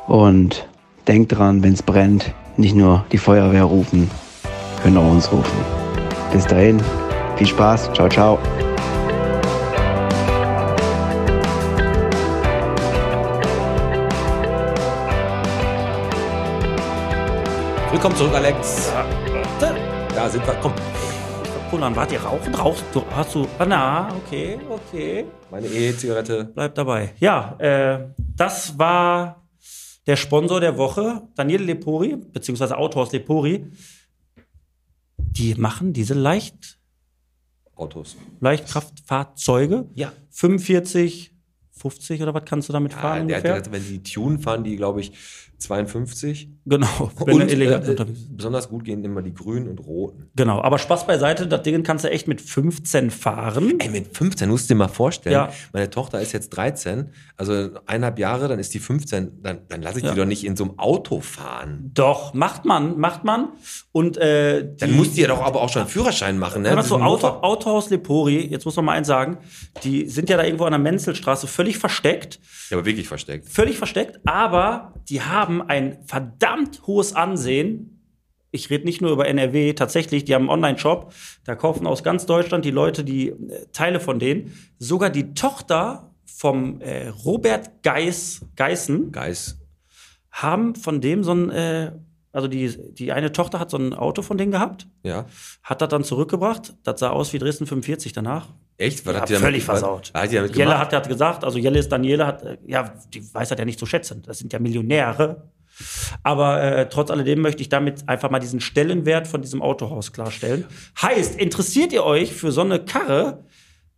[SPEAKER 6] und denkt dran, wenn es brennt, nicht nur die Feuerwehr rufen, können auch uns rufen. Bis dahin, viel Spaß, ciao, ciao.
[SPEAKER 2] Willkommen zurück, Alex. Da sind wir. Komm.
[SPEAKER 4] Cola an. Wart ihr rauchen? Rauchst du? Hast du? Ah, na, okay, okay.
[SPEAKER 2] Meine E-Zigarette.
[SPEAKER 4] Bleibt dabei. Ja, äh, das war der Sponsor der Woche, Daniele Lepori, beziehungsweise Autohaus Lepori. Die machen diese Leicht
[SPEAKER 2] Autos.
[SPEAKER 4] Leichtkraftfahrzeuge.
[SPEAKER 2] Ja.
[SPEAKER 4] 45, 50 oder was kannst du damit fahren?
[SPEAKER 2] Ah, der,
[SPEAKER 4] ungefähr?
[SPEAKER 2] der, wenn die Tune fahren, die glaube ich 52.
[SPEAKER 4] genau, wenn
[SPEAKER 2] Und
[SPEAKER 4] du elegant
[SPEAKER 2] äh, äh,
[SPEAKER 4] unterwegs bist.
[SPEAKER 2] besonders gut gehen immer die grünen und roten.
[SPEAKER 4] Genau, aber Spaß beiseite, das Ding kannst du echt mit 15 fahren.
[SPEAKER 2] Ey, mit 15 musst du dir mal vorstellen,
[SPEAKER 4] Ja.
[SPEAKER 2] meine Tochter ist jetzt 13, also eineinhalb Jahre, dann ist die 15, dann, dann lasse ich
[SPEAKER 4] Ja.
[SPEAKER 2] die doch nicht in so einem Auto fahren.
[SPEAKER 4] Doch, macht man, macht man. Und äh, die,
[SPEAKER 2] Dann musst du ja doch aber auch schon einen Führerschein machen, ne?
[SPEAKER 4] Aber so
[SPEAKER 2] Diesen
[SPEAKER 4] Auto,
[SPEAKER 2] Motor-
[SPEAKER 4] Autohaus Lepori, jetzt muss man mal eins sagen, die sind ja da irgendwo an der Menzelstraße völlig versteckt,
[SPEAKER 2] Ja, aber wirklich versteckt.
[SPEAKER 4] völlig versteckt, aber die haben ein verdammt hohes Ansehen. Ich rede nicht nur über NRW, tatsächlich, die haben einen Online-Shop, da kaufen aus ganz Deutschland die Leute die äh, Teile von denen. Sogar die Tochter vom äh, Robert Geiss, Geissen
[SPEAKER 2] Geist.
[SPEAKER 4] haben von dem so ein, äh, also die, die eine Tochter hat so ein Auto von denen gehabt
[SPEAKER 2] Ja.
[SPEAKER 4] hat das dann zurückgebracht. Das sah aus wie Dresden 45 danach.
[SPEAKER 2] Echt? Was
[SPEAKER 4] Ja,
[SPEAKER 2] hat die damit-
[SPEAKER 4] völlig
[SPEAKER 2] was-
[SPEAKER 4] versaut.
[SPEAKER 2] Hat die damit
[SPEAKER 4] Jelle
[SPEAKER 2] gemacht?
[SPEAKER 4] hat gerade gesagt, also Jelle ist Daniele, hat, äh, ja, die weiß das ja nicht zu schätzen. Das sind ja Millionäre. Aber äh, trotz alledem möchte ich damit einfach mal diesen Stellenwert von diesem Autohaus klarstellen. Heißt, interessiert ihr euch für so eine Karre,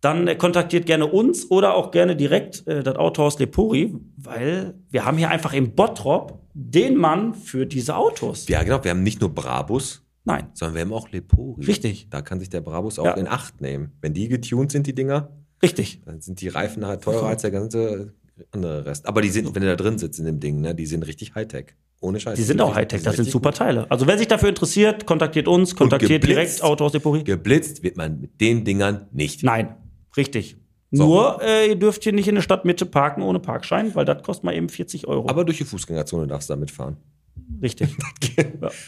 [SPEAKER 4] dann äh, kontaktiert gerne uns oder auch gerne direkt äh, das Autohaus Lepori, weil wir haben hier einfach im Bottrop den Mann für diese Autos.
[SPEAKER 2] ja, genau. Wir haben nicht nur Brabus,
[SPEAKER 4] Nein.
[SPEAKER 2] sondern wir haben auch Lepori.
[SPEAKER 4] Richtig.
[SPEAKER 2] Da kann sich der Brabus auch
[SPEAKER 4] Ja.
[SPEAKER 2] in Acht nehmen. Wenn die getuned sind, die Dinger,
[SPEAKER 4] Richtig.
[SPEAKER 2] dann sind die Reifen nachher teurer als der ganze andere Rest. Aber die sind, wenn du da drin sitzt in dem Ding, ne, die sind richtig Hightech. Ohne Scheiß.
[SPEAKER 4] Die sind auch
[SPEAKER 2] richtig-
[SPEAKER 4] Hightech,
[SPEAKER 2] Also die
[SPEAKER 4] das sind
[SPEAKER 2] richtig
[SPEAKER 4] super Teile. Also wer sich dafür interessiert, kontaktiert uns, kontaktiert
[SPEAKER 2] geblitzt.
[SPEAKER 4] direkt Autohaus Deporie.
[SPEAKER 2] gut. Geblitzt wird man mit den Dingern nicht.
[SPEAKER 4] Nein, richtig.
[SPEAKER 2] So.
[SPEAKER 4] Nur äh, ihr dürft hier nicht in der Stadtmitte parken ohne Parkschein, weil das kostet mal eben 40 Euro.
[SPEAKER 2] Aber durch die Fußgängerzone darfst du damit fahren.
[SPEAKER 4] richtig.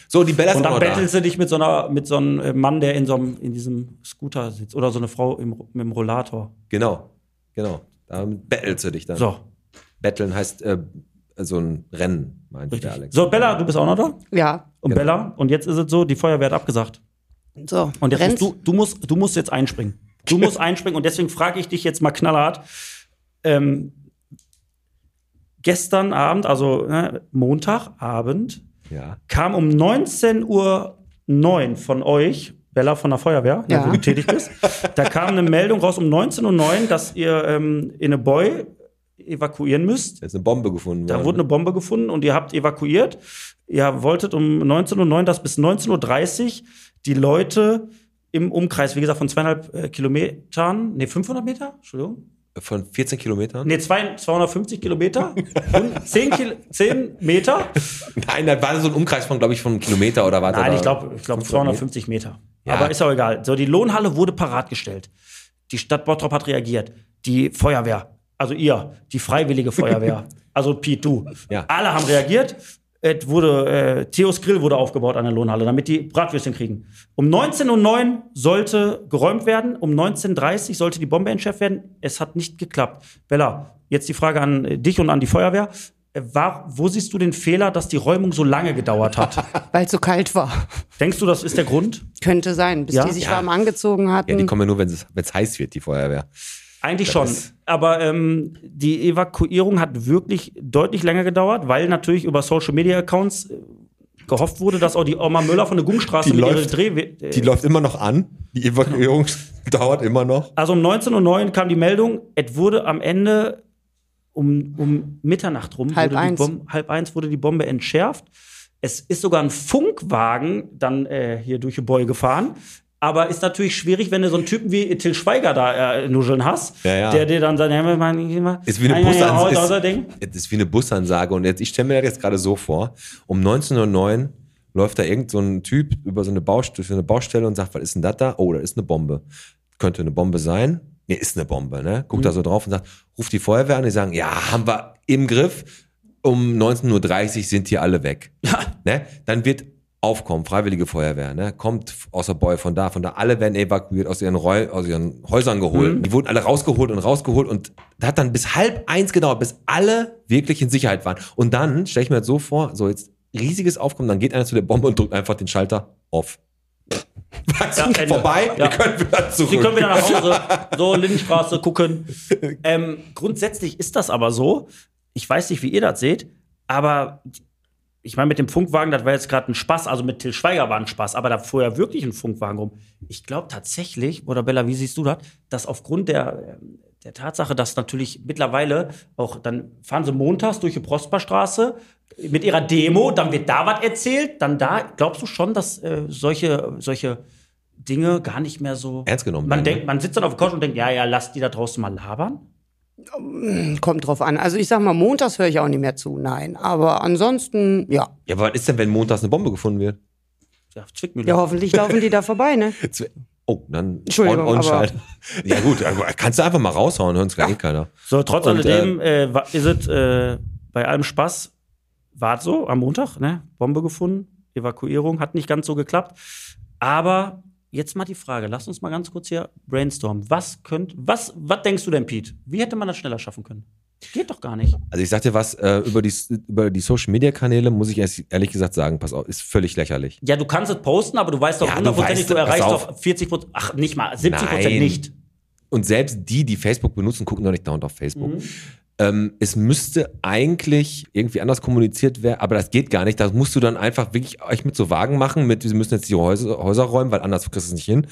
[SPEAKER 2] So, die Bella
[SPEAKER 4] Und
[SPEAKER 2] sind auch
[SPEAKER 4] dann
[SPEAKER 2] da.
[SPEAKER 4] bettelst du dich mit so einer, mit so einem äh, Mann, der in so einem, in diesem Scooter sitzt oder so eine Frau im, mit dem Rollator.
[SPEAKER 2] Genau. Genau. Da bettelst du dich dann.
[SPEAKER 4] So,
[SPEAKER 2] Betteln heißt äh, so ein Rennen, meint der
[SPEAKER 4] richtig.
[SPEAKER 2] Alex.
[SPEAKER 4] So, Bella, du bist auch noch da.
[SPEAKER 5] Ja.
[SPEAKER 4] Und
[SPEAKER 2] Genau.
[SPEAKER 4] Bella, und jetzt ist es so, die Feuerwehr hat abgesagt.
[SPEAKER 5] So.
[SPEAKER 4] Und jetzt musst
[SPEAKER 5] rennst.
[SPEAKER 4] du, du, musst, du musst jetzt einspringen. Du musst einspringen und deswegen frage ich dich jetzt mal knallhart. Ähm, gestern Abend, also ne, Montagabend,
[SPEAKER 2] Ja.
[SPEAKER 4] kam um 19.09 Uhr von euch, Bella von der Feuerwehr, ne,
[SPEAKER 5] Ja.
[SPEAKER 4] wo du tätig bist, da kam eine Meldung raus um 19.09 Uhr, dass ihr ähm, in eine Boy evakuieren müsst.
[SPEAKER 2] Da ist eine Bombe gefunden
[SPEAKER 4] Da
[SPEAKER 2] worden.
[SPEAKER 4] wurde eine Bombe gefunden und ihr habt evakuiert. Ihr wolltet um 19.09 Uhr, dass bis 19.30 Uhr die Leute im Umkreis, wie gesagt, von zweieinhalb äh, Kilometern, nee, 500 Meter, Entschuldigung,
[SPEAKER 2] Von 14 Kilometern?
[SPEAKER 4] nee, zwei, 250 Kilometer, und 10, Kil 10 Meter.
[SPEAKER 2] Nein, da war so ein Umkreis von, glaube ich, von einem Kilometer oder was?
[SPEAKER 4] Nein,
[SPEAKER 2] oder
[SPEAKER 4] ich glaube ich glaub 250 Meter.
[SPEAKER 2] Ja.
[SPEAKER 4] Aber ist auch egal. So, die Lohnhalle wurde parat gestellt. Die Stadt Bottrop hat reagiert. Die Feuerwehr, also ihr, die Freiwillige Feuerwehr, also Piet, du.
[SPEAKER 2] Ja.
[SPEAKER 4] Alle haben reagiert. Es wurde, äh, Theos Grill wurde aufgebaut an der Lohnhalle, damit die Bratwürstchen kriegen. Um 19.09 Uhr sollte geräumt werden, um 19.30 Uhr sollte die Bombe entschärft werden. Es hat nicht geklappt. Bella, jetzt die Frage an äh, dich und an die Feuerwehr. Äh, war, wo siehst du den Fehler, dass die Räumung so lange gedauert hat?
[SPEAKER 5] Weil es so kalt war.
[SPEAKER 4] Denkst du, das ist der Grund?
[SPEAKER 5] Könnte sein, bis
[SPEAKER 4] Ja?
[SPEAKER 5] die sich
[SPEAKER 2] Ja.
[SPEAKER 5] warm angezogen hatten.
[SPEAKER 2] Ja, die kommen ja nur, wenn es heiß wird, die Feuerwehr.
[SPEAKER 4] Eigentlich
[SPEAKER 2] Das
[SPEAKER 4] schon.
[SPEAKER 2] ist-
[SPEAKER 4] Aber ähm, die Evakuierung hat wirklich deutlich länger gedauert, weil natürlich über Social Media Accounts äh, gehofft wurde, dass auch die Oma Müller von der Gungstraße
[SPEAKER 2] Die
[SPEAKER 4] mit
[SPEAKER 2] läuft-
[SPEAKER 4] ihrer Dreh. äh,
[SPEAKER 2] läuft immer noch an. Die Evakuierung dauert immer noch.
[SPEAKER 4] also um 19.09 Uhr kam die Meldung, es wurde am Ende um, um Mitternacht rum,
[SPEAKER 5] Halb
[SPEAKER 4] wurde die
[SPEAKER 5] eins.
[SPEAKER 4] Bombe, halb eins wurde die Bombe entschärft. Es ist sogar ein Funkwagen dann äh, hier durch die Boy gefahren. Aber ist natürlich schwierig, wenn du so einen Typen wie Till Schweiger da äh, nuscheln hast,
[SPEAKER 2] Ja, ja.
[SPEAKER 4] der dir dann sagt, ja, wir machen hier mal-
[SPEAKER 2] Ist wie eine
[SPEAKER 4] Ja, ja, ja,
[SPEAKER 2] Busansage.
[SPEAKER 4] außer- außer Ding.
[SPEAKER 2] Das ist wie eine Busansage. Und jetzt, ich stelle mir das jetzt gerade so vor: um 19.09 Uhr läuft da irgend so ein Typ über so eine, Baust durch so eine Baustelle und sagt, was ist denn das da? Oh, da ist eine Bombe. Könnte eine Bombe sein. Nee, ist eine Bombe, ne? Guckt
[SPEAKER 4] Mhm.
[SPEAKER 2] da so drauf und sagt, ruft die Feuerwehr an, die sagen, ja, haben wir im Griff. Um 19.30 Uhr sind hier alle weg. ne? Dann wird aufkommen, Freiwillige Feuerwehr, ne? Kommt aus der Boy von da, von da. Alle werden evakuiert, aus ihren, Räu aus ihren Häusern geholt.
[SPEAKER 4] Mhm.
[SPEAKER 2] Die wurden alle rausgeholt und rausgeholt und das hat dann bis halb eins gedauert, bis alle wirklich in Sicherheit waren. Und dann stelle ich mir das so vor, so jetzt riesiges Aufkommen, dann geht einer zu der Bombe und drückt einfach den Schalter off. Was?
[SPEAKER 4] Ja, Ende.
[SPEAKER 2] Vorbei,
[SPEAKER 4] Ja.
[SPEAKER 2] wir können wieder zurück.
[SPEAKER 4] Sie können wieder nach Hause, so Lindenstraße gucken. Ähm, grundsätzlich ist das aber so. Ich weiß nicht, wie ihr das seht, aber ich meine, mit dem Funkwagen, das war jetzt gerade ein Spaß, also mit Till Schweiger war ein Spaß, aber da fuhr ja wirklich ein Funkwagen rum. Ich glaube tatsächlich, oder Bella, wie siehst du das, dass aufgrund der, ähm, der Tatsache, dass natürlich mittlerweile auch, dann fahren sie montags durch die Prosperstraße mit ihrer Demo, dann wird da was erzählt, dann da, glaubst du schon, dass äh, solche, solche Dinge gar nicht mehr so
[SPEAKER 2] Ernst genommen
[SPEAKER 4] Man
[SPEAKER 2] werden,
[SPEAKER 4] denkt, man sitzt dann auf der Couch und denkt, ja, ja, lass die da draußen mal labern.
[SPEAKER 5] Kommt drauf an. Also ich sag mal, montags höre ich auch nicht mehr zu, nein. Aber ansonsten, ja.
[SPEAKER 2] Ja, aber was ist denn, wenn montags eine Bombe gefunden wird?
[SPEAKER 4] Ja, Zwickmühle.
[SPEAKER 5] Ja, hoffentlich laufen die da vorbei, ne?
[SPEAKER 2] Zwe- Oh, dann
[SPEAKER 5] Entschuldigung,
[SPEAKER 2] on, on
[SPEAKER 5] aber-
[SPEAKER 2] Ja gut, aber kannst du einfach mal raushauen, hört uns gar nicht keiner.
[SPEAKER 4] So, trotz
[SPEAKER 2] Und,
[SPEAKER 4] alledem äh, wa- ist es äh, bei allem Spaß, war es so am Montag, ne? Bombe gefunden, Evakuierung, hat nicht ganz so geklappt. Aber jetzt mal die Frage, lass uns mal ganz kurz hier brainstormen. Was könnt, was, was denkst du denn, Pete? Wie hätte man das schneller schaffen können? Geht doch gar nicht.
[SPEAKER 2] Also ich sag dir was, äh, über, die, über die Social-Media-Kanäle muss ich erst ehrlich gesagt sagen, pass auf, ist völlig lächerlich.
[SPEAKER 4] Ja, du kannst es posten, aber du weißt doch
[SPEAKER 2] Ja, du
[SPEAKER 4] hundertprozentig,
[SPEAKER 2] weißt-
[SPEAKER 4] du, erreichst
[SPEAKER 2] pass auf.
[SPEAKER 4] doch 40 Prozent, ach, nicht mal, 70 Prozent
[SPEAKER 2] Nein.
[SPEAKER 4] nicht.
[SPEAKER 2] Und selbst die, die Facebook benutzen, gucken doch nicht dauernd auf Facebook.
[SPEAKER 4] Mhm.
[SPEAKER 2] Ähm, es müsste eigentlich irgendwie anders kommuniziert werden, aber das geht gar nicht. Das musst du dann einfach wirklich euch mit so Wagen machen, mit, wir müssen jetzt die Häuser, Häuser räumen, weil anders kriegst du es nicht hin.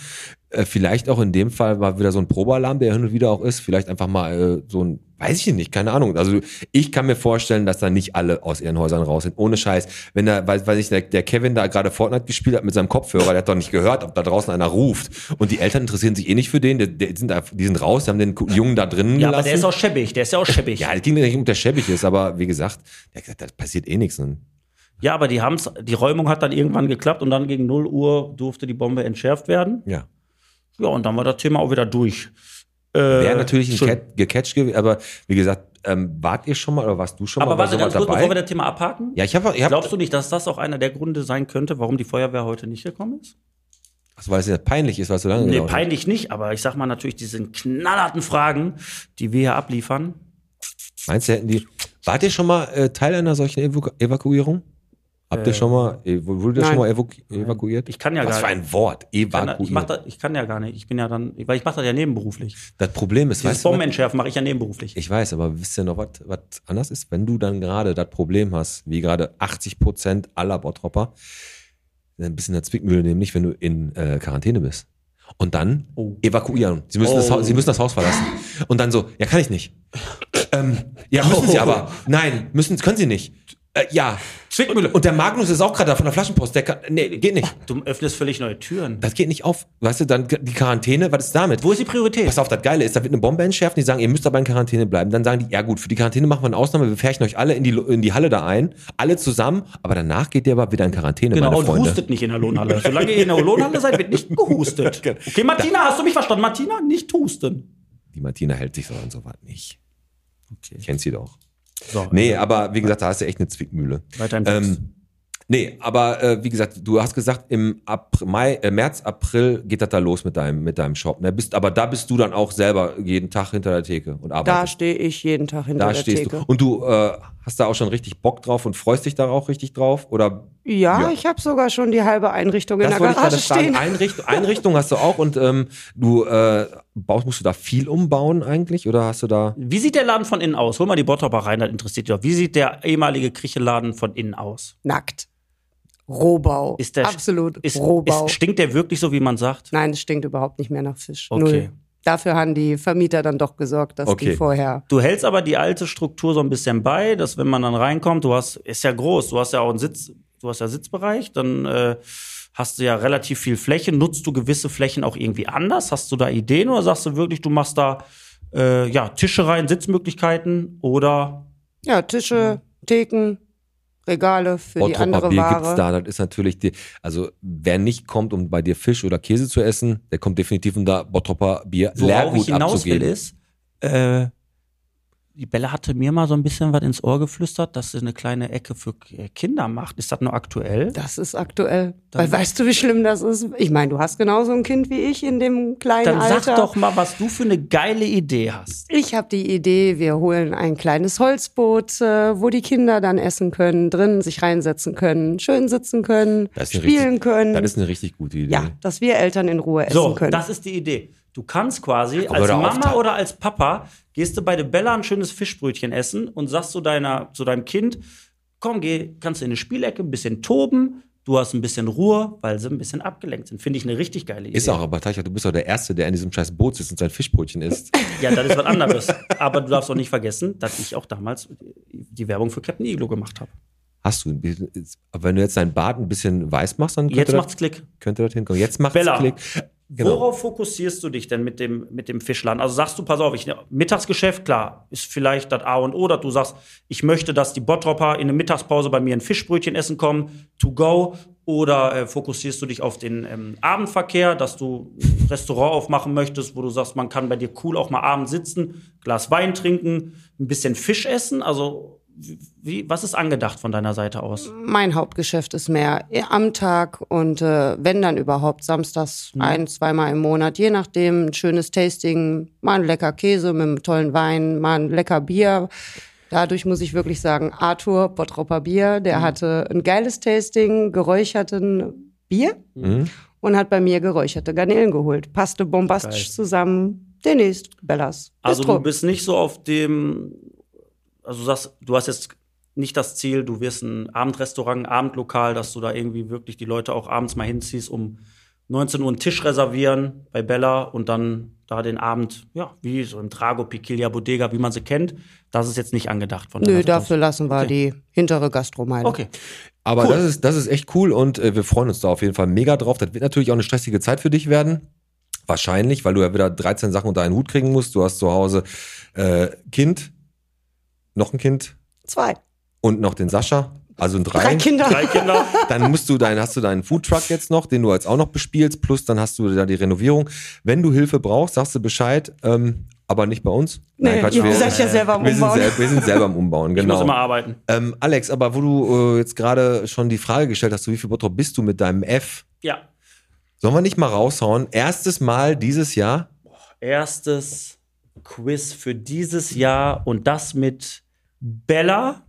[SPEAKER 2] Äh, vielleicht auch in dem Fall mal wieder so ein Probealarm, der hin und wieder auch ist. Vielleicht einfach mal äh, so ein, weiß ich nicht, keine Ahnung. Also ich kann mir vorstellen, dass da nicht alle aus ihren Häusern raus sind. Ohne Scheiß. Wenn da, weiß, weiß ich, der, der Kevin da gerade Fortnite gespielt hat mit seinem Kopfhörer, der hat doch nicht gehört, ob da draußen einer ruft. Und die Eltern interessieren sich eh nicht für den. Der, der sind, da- die sind raus, die haben den Jungen da drinnen
[SPEAKER 4] Ja,
[SPEAKER 2] gelassen.
[SPEAKER 4] aber der ist auch schäbig, der ist ja auch schäbig.
[SPEAKER 2] Ja, es ging nicht um der schäbig ist, aber wie gesagt, der hat gesagt, das passiert eh nichts. Und
[SPEAKER 4] Ja, aber die haben's, die Räumung hat dann irgendwann geklappt und dann gegen 0 Uhr durfte die Bombe entschärft werden.
[SPEAKER 2] ja.
[SPEAKER 4] Ja, und dann war das Thema auch wieder durch. Äh,
[SPEAKER 2] Wäre natürlich ein
[SPEAKER 4] schön.
[SPEAKER 2] Cat, gecatcht gewesen, aber wie gesagt, ähm, wart ihr schon mal oder warst du schon
[SPEAKER 4] Aber
[SPEAKER 2] mal bei
[SPEAKER 4] warte
[SPEAKER 2] sowas
[SPEAKER 4] ganz kurz,
[SPEAKER 2] dabei?
[SPEAKER 4] bevor wir das Thema abhaken.
[SPEAKER 2] ja, ich habe, ich hab,
[SPEAKER 4] Glaubst du nicht, dass das auch einer der Gründe sein könnte, warum die Feuerwehr heute nicht gekommen ist?
[SPEAKER 2] Achso, weil es ja genau. peinlich ist, weil es so lange
[SPEAKER 4] Nee,
[SPEAKER 2] gedauert hat.
[SPEAKER 4] peinlich nicht, aber ich sag mal natürlich diesen knallharten Fragen, die wir hier abliefern.
[SPEAKER 2] Meinst du, hätten die. Wart ihr schon mal äh, Teil einer solchen Evaku Evakuierung? Habt ihr schon mal. Äh, wurde ihr
[SPEAKER 5] Nein.
[SPEAKER 2] schon mal evaku evakuiert?
[SPEAKER 4] Ich kann ja
[SPEAKER 2] Was
[SPEAKER 4] gar
[SPEAKER 2] für ein Wort.
[SPEAKER 4] Kann, ich, mach
[SPEAKER 2] Evakuiert. Das,
[SPEAKER 4] das, ich kann ja gar nicht. Ich bin ja dann, weil ich mache das ja nebenberuflich.
[SPEAKER 2] Problem ist,
[SPEAKER 4] Dieses
[SPEAKER 2] weißt du. was-
[SPEAKER 4] Bombenentschärfen mache ich ja nebenberuflich.
[SPEAKER 2] Ich weiß, aber wisst ihr noch, was was anders ist? Wenn du dann gerade das Problem hast, wie gerade 80% aller Bottropper, dann bist du in der Zwickmühle nämlich, wenn du in äh, Quarantäne bist. Und dann
[SPEAKER 4] Oh.
[SPEAKER 2] evakuieren. Sie müssen, das
[SPEAKER 4] Oh.
[SPEAKER 2] Haus, sie müssen das Haus verlassen. Und dann so, ja, kann ich nicht. Ähm, ja, müssen sie
[SPEAKER 4] Oh.
[SPEAKER 2] aber. Nein, müssen, können sie nicht. Äh, ja. Zwickmühle. Und der Magnus ist auch gerade da von der Flaschenpost. Der kann, nee, geht nicht.
[SPEAKER 4] Du öffnest völlig neue Türen.
[SPEAKER 2] Das geht nicht auf. Weißt du, dann die Quarantäne, was ist damit?
[SPEAKER 4] Wo ist die Priorität?
[SPEAKER 2] Pass auf, das Geile ist, da wird eine Bombe entschärft, die sagen, ihr müsst aber in Quarantäne bleiben. Dann sagen die, ja gut, für die Quarantäne machen wir eine Ausnahme, wir färchen euch alle in die, in die Halle da ein, alle zusammen, aber danach geht ihr aber wieder in Quarantäne,
[SPEAKER 4] Genau,
[SPEAKER 2] meine
[SPEAKER 4] und
[SPEAKER 2] Freunde.
[SPEAKER 4] hustet nicht in der Lohnhalle. Solange ihr in der Lohnhalle seid, wird nicht gehustet.
[SPEAKER 2] Genau.
[SPEAKER 4] Okay, Martina, hast du mich verstanden? Martina, nicht husten.
[SPEAKER 2] Die Martina hält sich so an so was nicht.
[SPEAKER 4] Okay.
[SPEAKER 2] Kennt sie doch.
[SPEAKER 4] So,
[SPEAKER 2] Nee, aber wie gesagt, da hast du echt eine Zwickmühle.
[SPEAKER 4] weiter im Text.
[SPEAKER 2] Ähm, nee, aber äh, wie gesagt, du hast gesagt, im Apr Mai, äh, März, April geht das da los mit deinem, mit deinem Shop. Ne? Bist, aber da bist du dann auch selber jeden Tag hinter der Theke und arbeitest.
[SPEAKER 5] Da stehe ich jeden Tag hinter
[SPEAKER 2] Da
[SPEAKER 5] der
[SPEAKER 2] stehst
[SPEAKER 5] Theke.
[SPEAKER 2] du. Und du äh, hast da auch schon richtig Bock drauf und freust dich da auch richtig drauf? Oder
[SPEAKER 5] Ja,
[SPEAKER 2] Ja.
[SPEAKER 5] ich habe sogar schon die halbe Einrichtung in
[SPEAKER 2] das
[SPEAKER 5] der
[SPEAKER 2] wollte ich
[SPEAKER 5] Garage
[SPEAKER 2] gerade fragen.
[SPEAKER 5] stehen.
[SPEAKER 2] Einricht Einrichtung hast du auch und ähm, du äh, baust, musst du da viel umbauen eigentlich? Oder hast du da.
[SPEAKER 4] Wie sieht der Laden von innen aus? Hol mal die Bottropper rein, das interessiert dich doch. Wie sieht der ehemalige Kriecheladen von innen aus?
[SPEAKER 5] Nackt. Rohbau.
[SPEAKER 4] Ist der
[SPEAKER 5] Absolut
[SPEAKER 4] Ist,
[SPEAKER 5] Rohbau.
[SPEAKER 4] ist, stinkt der wirklich so, wie man sagt?
[SPEAKER 5] Nein, es stinkt überhaupt nicht mehr nach Fisch.
[SPEAKER 4] Okay.
[SPEAKER 5] Null. Dafür haben die Vermieter dann doch gesorgt, dass
[SPEAKER 2] Okay.
[SPEAKER 5] die vorher.
[SPEAKER 4] Du hältst aber die alte Struktur so ein bisschen bei, dass wenn man dann reinkommt, du hast, ist ja groß, du hast ja auch einen Sitz, du hast ja Sitzbereich, dann äh, hast du ja relativ viel Fläche. Nutzt du gewisse Flächen auch irgendwie anders? Hast du da Ideen oder sagst du wirklich, du machst da äh, ja, Tische rein, Sitzmöglichkeiten oder
[SPEAKER 5] Ja, Tische, Theken, Regale für die andere
[SPEAKER 2] Otto-Papier
[SPEAKER 5] Ware.
[SPEAKER 2] gibt's da. Das ist natürlich die, also wer nicht kommt, um bei dir Fisch oder Käse zu essen, der kommt definitiv um da Bottropper Bier
[SPEAKER 4] worauf
[SPEAKER 2] Leergut
[SPEAKER 4] ich hinaus will
[SPEAKER 2] abzugeben.
[SPEAKER 4] ist, äh, die Bella hatte mir mal so ein bisschen was ins Ohr geflüstert, dass sie eine kleine Ecke für äh, Kinder macht. Ist das nur aktuell?
[SPEAKER 5] Das ist aktuell. Weil weißt du, wie schlimm das ist? Ich meine, du hast genauso ein Kind wie ich in dem kleinen
[SPEAKER 4] Dann
[SPEAKER 5] Alter.
[SPEAKER 4] sag doch mal, was du für eine geile Idee hast.
[SPEAKER 5] Ich habe die Idee, wir holen ein kleines Holzboot, äh, wo die Kinder dann essen können, drin sich reinsetzen können, schön sitzen können,
[SPEAKER 2] Das ist eine
[SPEAKER 5] spielen
[SPEAKER 2] richtig,
[SPEAKER 5] können.
[SPEAKER 2] Das ist eine richtig gute Idee.
[SPEAKER 5] ja, dass wir Eltern in Ruhe essen
[SPEAKER 4] So,
[SPEAKER 5] können.
[SPEAKER 4] das ist die Idee. Du kannst quasi
[SPEAKER 2] komm,
[SPEAKER 4] als
[SPEAKER 2] hör doch auf,
[SPEAKER 4] Mama
[SPEAKER 2] Tag.
[SPEAKER 4] oder als Papa gehst du bei der Bella ein schönes Fischbrötchen essen und sagst zu deiner zu deinem Kind, komm, geh, kannst du in eine Spielecke ein bisschen toben, du hast ein bisschen Ruhe, weil sie ein bisschen abgelenkt sind. Finde ich eine richtig geile Idee.
[SPEAKER 2] Ist auch, aber Teichert, du bist doch der Erste, der in diesem scheiß Boot sitzt und sein Fischbrötchen isst.
[SPEAKER 4] Ja, das ist was anderes. Aber du darfst auch nicht vergessen, dass ich auch damals die Werbung für Captain Iglo gemacht habe.
[SPEAKER 2] Hast du, ein bisschen- ist- aber wenn du jetzt deinen Bart ein bisschen weiß machst, dann könnte,
[SPEAKER 4] Jetzt
[SPEAKER 2] das,
[SPEAKER 4] macht's Klick.
[SPEAKER 2] könnte das hinkommen. Jetzt macht's
[SPEAKER 4] Bella.
[SPEAKER 2] Klick. Genau.
[SPEAKER 4] Worauf fokussierst du dich denn mit dem, mit dem Fischladen? Also sagst du, pass auf, ich, Mittagsgeschäft, klar, ist vielleicht das A und O, dass du sagst, ich möchte, dass die Bottropper in der Mittagspause bei mir ein Fischbrötchen essen kommen, to go. Oder äh, fokussierst du dich auf den ähm, Abendverkehr, dass du ein Restaurant aufmachen möchtest, wo du sagst, man kann bei dir cool auch mal abends sitzen, Glas Wein trinken, ein bisschen Fisch essen? Also, wie- wie, was ist angedacht von deiner Seite aus?
[SPEAKER 5] mein Hauptgeschäft ist mehr am Tag und äh, wenn dann überhaupt samstags
[SPEAKER 4] Mhm.
[SPEAKER 5] ein, zweimal im Monat, je nachdem, ein schönes Tasting, mal ein lecker Käse mit einem tollen Wein, mal ein lecker Bier. Dadurch muss ich wirklich sagen, Arthur Bottropper Bier,
[SPEAKER 4] Mhm.
[SPEAKER 5] der hatte ein geiles Tasting, geräucherten Bier
[SPEAKER 2] Mhm.
[SPEAKER 5] und hat bei mir geräucherte Garnelen geholt. Passte bombastisch
[SPEAKER 4] Geil.
[SPEAKER 5] zusammen. Demnächst Bellas
[SPEAKER 4] Also
[SPEAKER 5] Bistro.
[SPEAKER 4] du bist nicht so auf dem, also du sagst, du hast jetzt nicht das Ziel, du wirst ein Abendrestaurant, ein Abendlokal, dass du da irgendwie wirklich die Leute auch abends mal hinziehst, um 19 Uhr einen Tisch reservieren bei Bella und dann da den Abend, ja, wie so im Trago, Piquilia, Bodega, wie man sie kennt. Das ist jetzt nicht angedacht von deiner
[SPEAKER 5] Nö,
[SPEAKER 4] Seite aus.
[SPEAKER 5] dafür lassen wir die hintere Gastromeile.
[SPEAKER 4] Okay.
[SPEAKER 2] Aber das, ist, das ist echt cool und äh, wir freuen uns da auf jeden Fall mega drauf. Das wird natürlich auch eine stressige Zeit für dich werden. Wahrscheinlich, weil du ja wieder 13 Sachen unter einen Hut kriegen musst. Du hast zu Hause äh, Kind, noch ein Kind
[SPEAKER 5] Zwei.
[SPEAKER 2] und noch den Sascha. Also ein drei.
[SPEAKER 5] Drei Kinder.
[SPEAKER 4] Drei Kinder.
[SPEAKER 2] Dann musst du dein, hast du deinen Foodtruck jetzt noch, den du jetzt auch noch bespielst, plus dann hast du da die Renovierung. Wenn du Hilfe brauchst, sagst du Bescheid, ähm, aber nicht bei uns.
[SPEAKER 5] Nee, ihr seid ja selber am
[SPEAKER 2] wir sind,
[SPEAKER 5] Umbauen.
[SPEAKER 2] sel wir sind selber am Umbauen,
[SPEAKER 4] Ich muss
[SPEAKER 2] genau.
[SPEAKER 4] immer arbeiten.
[SPEAKER 2] ähm, Alex, aber wo du äh, jetzt gerade schon die Frage gestellt hast, so wie viel Bottrop bist du mit deinem F?
[SPEAKER 4] Ja.
[SPEAKER 2] Sollen wir nicht mal raushauen? Erstes Mal dieses Jahr.
[SPEAKER 4] erstes Quiz für dieses Jahr und das mit Bella.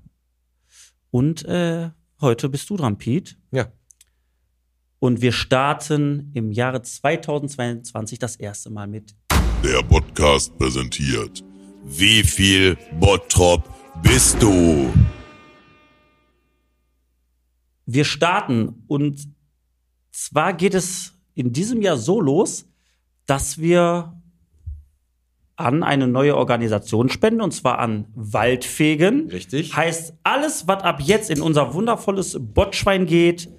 [SPEAKER 4] Und äh, heute bist du dran, Pete.
[SPEAKER 2] Ja.
[SPEAKER 4] Und wir starten im Jahre 2022 das erste Mal mit.
[SPEAKER 1] Der Podcast präsentiert. Wie viel Bottrop bist du?
[SPEAKER 4] Wir starten und zwar geht es in diesem Jahr so los, dass wir an eine neue Organisation spenden und zwar an Waldfegen.
[SPEAKER 2] Richtig.
[SPEAKER 4] Heißt, alles, was ab jetzt in unser wundervolles Botschwein geht,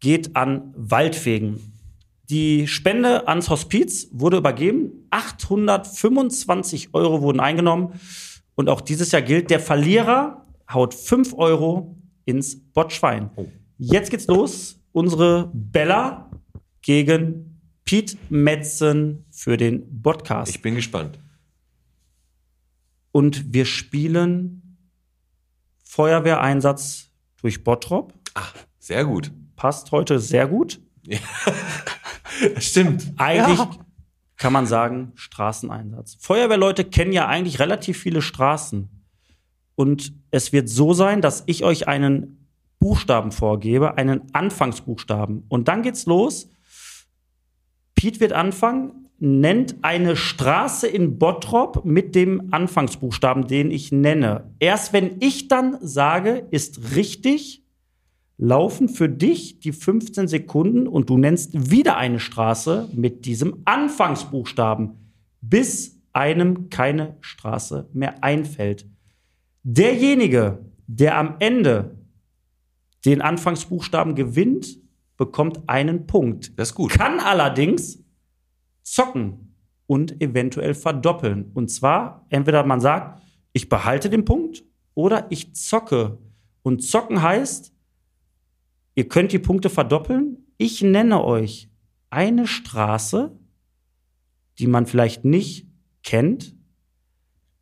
[SPEAKER 4] geht an Waldfegen. Die Spende ans Hospiz wurde übergeben. 825 Euro wurden eingenommen. Und auch dieses Jahr gilt, der Verlierer haut 5 Euro ins Botschwein. Jetzt geht's los. Unsere Bella gegen Pete Metzen für den Podcast.
[SPEAKER 2] Ich bin gespannt.
[SPEAKER 4] Und wir spielen Feuerwehreinsatz durch Bottrop.
[SPEAKER 2] Sehr gut.
[SPEAKER 4] Passt heute sehr gut.
[SPEAKER 2] Stimmt.
[SPEAKER 4] Eigentlich kann man sagen, Straßeneinsatz. Feuerwehrleute kennen ja eigentlich relativ viele Straßen. Und es wird so sein, dass ich euch einen Buchstaben vorgebe, einen Anfangsbuchstaben. Und dann geht's los. Piet wird anfangen, nennt eine Straße in Bottrop mit dem Anfangsbuchstaben, den ich nenne. Erst wenn ich dann sage, ist richtig, laufen für dich die 15 Sekunden und du nennst wieder eine Straße mit diesem Anfangsbuchstaben, bis einem keine Straße mehr einfällt. Derjenige, der am Ende den Anfangsbuchstaben gewinnt, bekommt einen Punkt.
[SPEAKER 2] Das ist gut.
[SPEAKER 4] Kann allerdings zocken und eventuell verdoppeln. Und zwar, entweder man sagt, ich behalte den Punkt oder ich zocke. Und zocken heißt, ihr könnt die Punkte verdoppeln. Ich nenne euch eine Straße, die man vielleicht nicht kennt,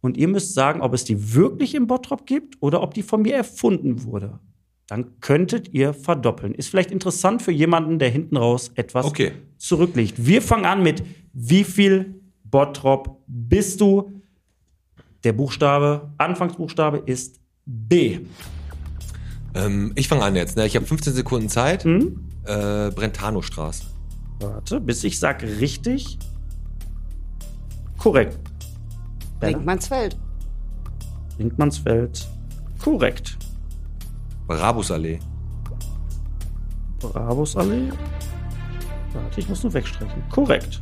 [SPEAKER 4] Und ihr müsst sagen, ob es die wirklich im Bottrop gibt oder ob die von mir erfunden wurde. Dann könntet ihr verdoppeln. Ist vielleicht interessant für jemanden, der hinten raus etwas
[SPEAKER 2] Okay.
[SPEAKER 4] zurückliegt. Wir fangen an mit wie viel Bottrop bist du? Der Buchstabe, Anfangsbuchstabe ist B.
[SPEAKER 2] Ähm, ich fange an jetzt. Ne? Ich habe 15 Sekunden Zeit.
[SPEAKER 4] Hm?
[SPEAKER 2] Äh, Brentanostraße.
[SPEAKER 4] Warte, bis ich sage richtig. Korrekt. Bella.
[SPEAKER 5] Brinkmannsfeld.
[SPEAKER 4] Brinkmannsfeld. Korrekt.
[SPEAKER 2] Rabusallee.
[SPEAKER 4] Brabusallee. Warte, ich muss nur wegstreichen. Korrekt.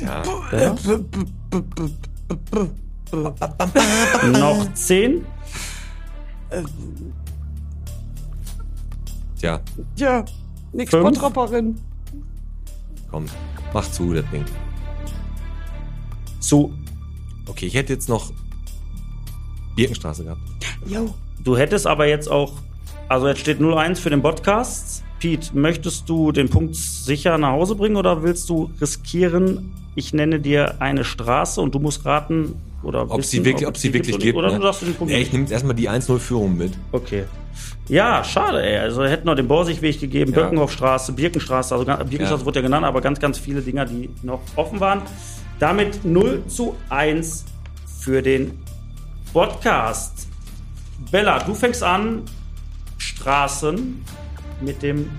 [SPEAKER 2] Ja.
[SPEAKER 4] Bella. Noch 10.
[SPEAKER 2] Tja,
[SPEAKER 5] Ja, nix
[SPEAKER 4] Fünf.
[SPEAKER 5] Bottropperin.
[SPEAKER 2] komm. Mach zu, das Ding.
[SPEAKER 4] Zu.
[SPEAKER 2] Okay, ich hätte jetzt noch Birkenstraße gehabt.
[SPEAKER 5] Jo.
[SPEAKER 4] Du hättest aber jetzt auch. Also jetzt steht 0-1 für den Podcast. Pete, möchtest du den Punkt sicher nach Hause bringen oder willst du riskieren, ich nenne dir eine Straße und du musst raten oder
[SPEAKER 2] Ob
[SPEAKER 4] wissen,
[SPEAKER 2] sie wirklich, ob
[SPEAKER 4] es
[SPEAKER 2] sie wirklich
[SPEAKER 4] oder
[SPEAKER 2] gibt.
[SPEAKER 4] nicht. Oder
[SPEAKER 2] ne?
[SPEAKER 4] du sagst du den Punkt
[SPEAKER 2] nee,
[SPEAKER 4] nicht.
[SPEAKER 2] ich nehme jetzt erstmal die 1-0-Führung mit.
[SPEAKER 4] Okay. Ja, schade, ey. Also hätten noch den Borsigweg gegeben,
[SPEAKER 2] Ja.
[SPEAKER 4] Birkenhofstraße, Birkenstraße, also ganz- Birkenstraße
[SPEAKER 2] Ja.
[SPEAKER 4] wurde ja genannt, aber ganz, ganz viele Dinger, die noch offen waren. Damit 0 zu 1 für den Podcast. Bella, du fängst an, Straßen mit dem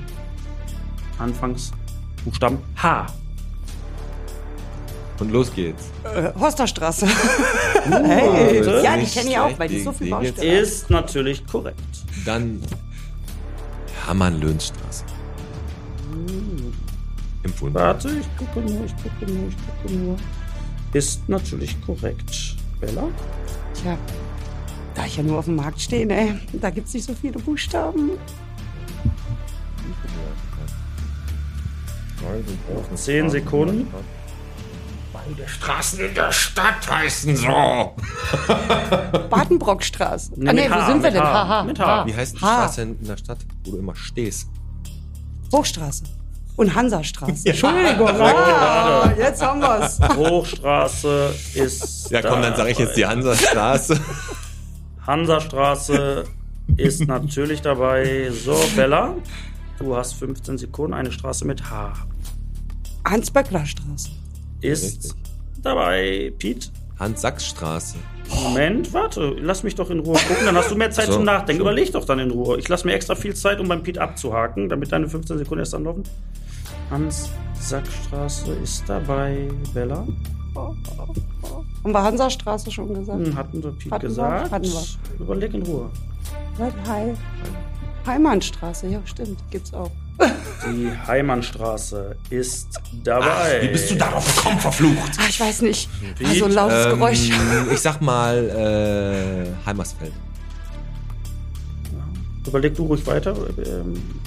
[SPEAKER 4] Anfangsbuchstaben H.
[SPEAKER 2] Und los geht's.
[SPEAKER 5] Äh, Horsterstraße.
[SPEAKER 4] Hey,
[SPEAKER 5] ja, die kenne ich auch, weil die
[SPEAKER 2] schlecht,
[SPEAKER 5] so viel
[SPEAKER 2] die- die jetzt-
[SPEAKER 5] Baustellen haben.
[SPEAKER 4] Ist natürlich korrekt.
[SPEAKER 2] Dann Hammann-Löhnstraße. Empfunden.
[SPEAKER 4] Warte, ich gucke nur, ich gucke nur, ich gucke nur. Ist natürlich korrekt. Bella?
[SPEAKER 5] Tja, da ich ja nur auf dem Markt stehe, ey, da gibt's nicht so viele Buchstaben.
[SPEAKER 4] Zehn Sekunden.
[SPEAKER 2] Straßen in der Stadt heißen so.
[SPEAKER 5] Badenbrockstraße.
[SPEAKER 4] Nee,
[SPEAKER 5] ah, nee,
[SPEAKER 4] mit
[SPEAKER 5] wo
[SPEAKER 4] H,
[SPEAKER 5] sind wir
[SPEAKER 4] mit
[SPEAKER 5] denn?
[SPEAKER 4] H,
[SPEAKER 5] Haha.
[SPEAKER 4] mit H.
[SPEAKER 2] Wie heißt die
[SPEAKER 5] Ha.
[SPEAKER 2] Straße in der Stadt, wo du immer stehst?
[SPEAKER 5] Hochstraße. Und Hansastraße. Entschuldigung. Ah, jetzt haben wir's.
[SPEAKER 4] Hochstraße ist.
[SPEAKER 2] Ja, komm, dann sage ich jetzt die Hansastraße.
[SPEAKER 4] dabei. Hansastraße ist natürlich dabei. So, Bella, du hast 15 Sekunden. Eine Straße mit H
[SPEAKER 5] Hans-Böckler-Straße.
[SPEAKER 4] ist dabei. Piet,
[SPEAKER 2] Hans-Sachs-Straße.
[SPEAKER 4] Moment, warte, lass mich doch in Ruhe gucken. Dann hast du mehr Zeit
[SPEAKER 2] So,
[SPEAKER 4] zum Nachdenken.
[SPEAKER 2] so.
[SPEAKER 4] Überleg doch dann in Ruhe. Ich lasse mir extra viel Zeit, um beim Piet abzuhaken, damit deine 15 Sekunden erst anlaufen. Hans-Sack-Straße ist dabei. Bella.
[SPEAKER 5] Haben wir Hansastraße schon gesagt?
[SPEAKER 4] Hm, Hatten wir Piet
[SPEAKER 5] Hatten wir,
[SPEAKER 4] gesagt?
[SPEAKER 5] hatten
[SPEAKER 4] Überleg in Ruhe.
[SPEAKER 5] Weit Heil. Heimannstraße, ja, stimmt, gibt's auch.
[SPEAKER 4] Die Heimannstraße ist dabei.
[SPEAKER 2] Wie bist du darauf gekommen, verflucht?
[SPEAKER 5] Ah, ich weiß nicht. War so ein lautes
[SPEAKER 2] Ähm,
[SPEAKER 5] Geräusch.
[SPEAKER 2] ich sag mal äh, Heimersfeld.
[SPEAKER 4] Überleg du ruhig weiter. Ähm,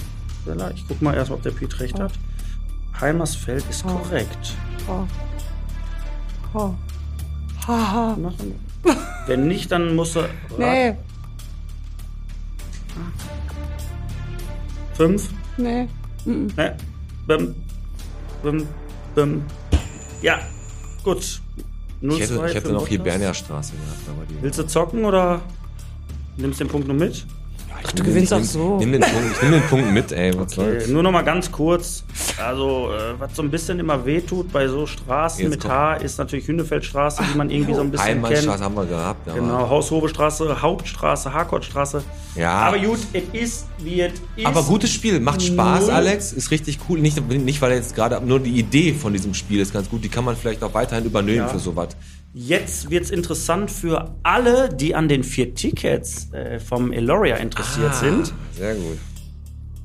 [SPEAKER 4] Bella, ich guck mal erst, ob der Piet recht hat. Heimersfeld ist
[SPEAKER 5] Oh.
[SPEAKER 4] korrekt.
[SPEAKER 5] Oh. Oh. Haha.
[SPEAKER 4] Machen. Wenn nicht, dann muss er.
[SPEAKER 5] Nee,
[SPEAKER 4] Fünf.
[SPEAKER 5] nee. Mm, mm.
[SPEAKER 4] Ne? Bim. Bim. Bim. Ja, gut. 0,
[SPEAKER 2] Ich hätte, ich hätte noch hier Berner Straße gehabt, aber die.
[SPEAKER 4] Willst du zocken oder nimmst den Punkt nur mit?
[SPEAKER 2] Ach,
[SPEAKER 5] du gewinnst auch so.
[SPEAKER 2] Nimm den Punkt, ich nimm den Punkt mit, ey. Was
[SPEAKER 4] Okay,
[SPEAKER 2] soll's?
[SPEAKER 4] Äh, nur noch mal ganz kurz. Also, äh, was so ein bisschen immer wehtut bei so Straßen
[SPEAKER 2] Jetzt
[SPEAKER 4] mit
[SPEAKER 2] kommt-
[SPEAKER 4] H, ist natürlich Hündefeldstraße, die man irgendwie so ein bisschen
[SPEAKER 2] Heimannstraße
[SPEAKER 4] kennt.
[SPEAKER 2] haben wir gehabt, aber.
[SPEAKER 4] Genau, Haushobestraße, Hauptstraße, Harkortstraße.
[SPEAKER 2] Ja.
[SPEAKER 4] Aber gut, es ist, wie es ist.
[SPEAKER 2] Aber gutes Spiel, macht Spaß,
[SPEAKER 4] Null.
[SPEAKER 2] Alex. Ist richtig cool. Nicht, nicht weil er jetzt gerade nur die Idee von diesem Spiel ist ganz gut. Die kann man vielleicht auch weiterhin übernehmen
[SPEAKER 4] Ja.
[SPEAKER 2] für sowas.
[SPEAKER 4] Jetzt wird's interessant für alle, die an den vier Tickets äh, vom Eloria
[SPEAKER 2] Ah.
[SPEAKER 4] interessiert sind.
[SPEAKER 2] Sehr gut.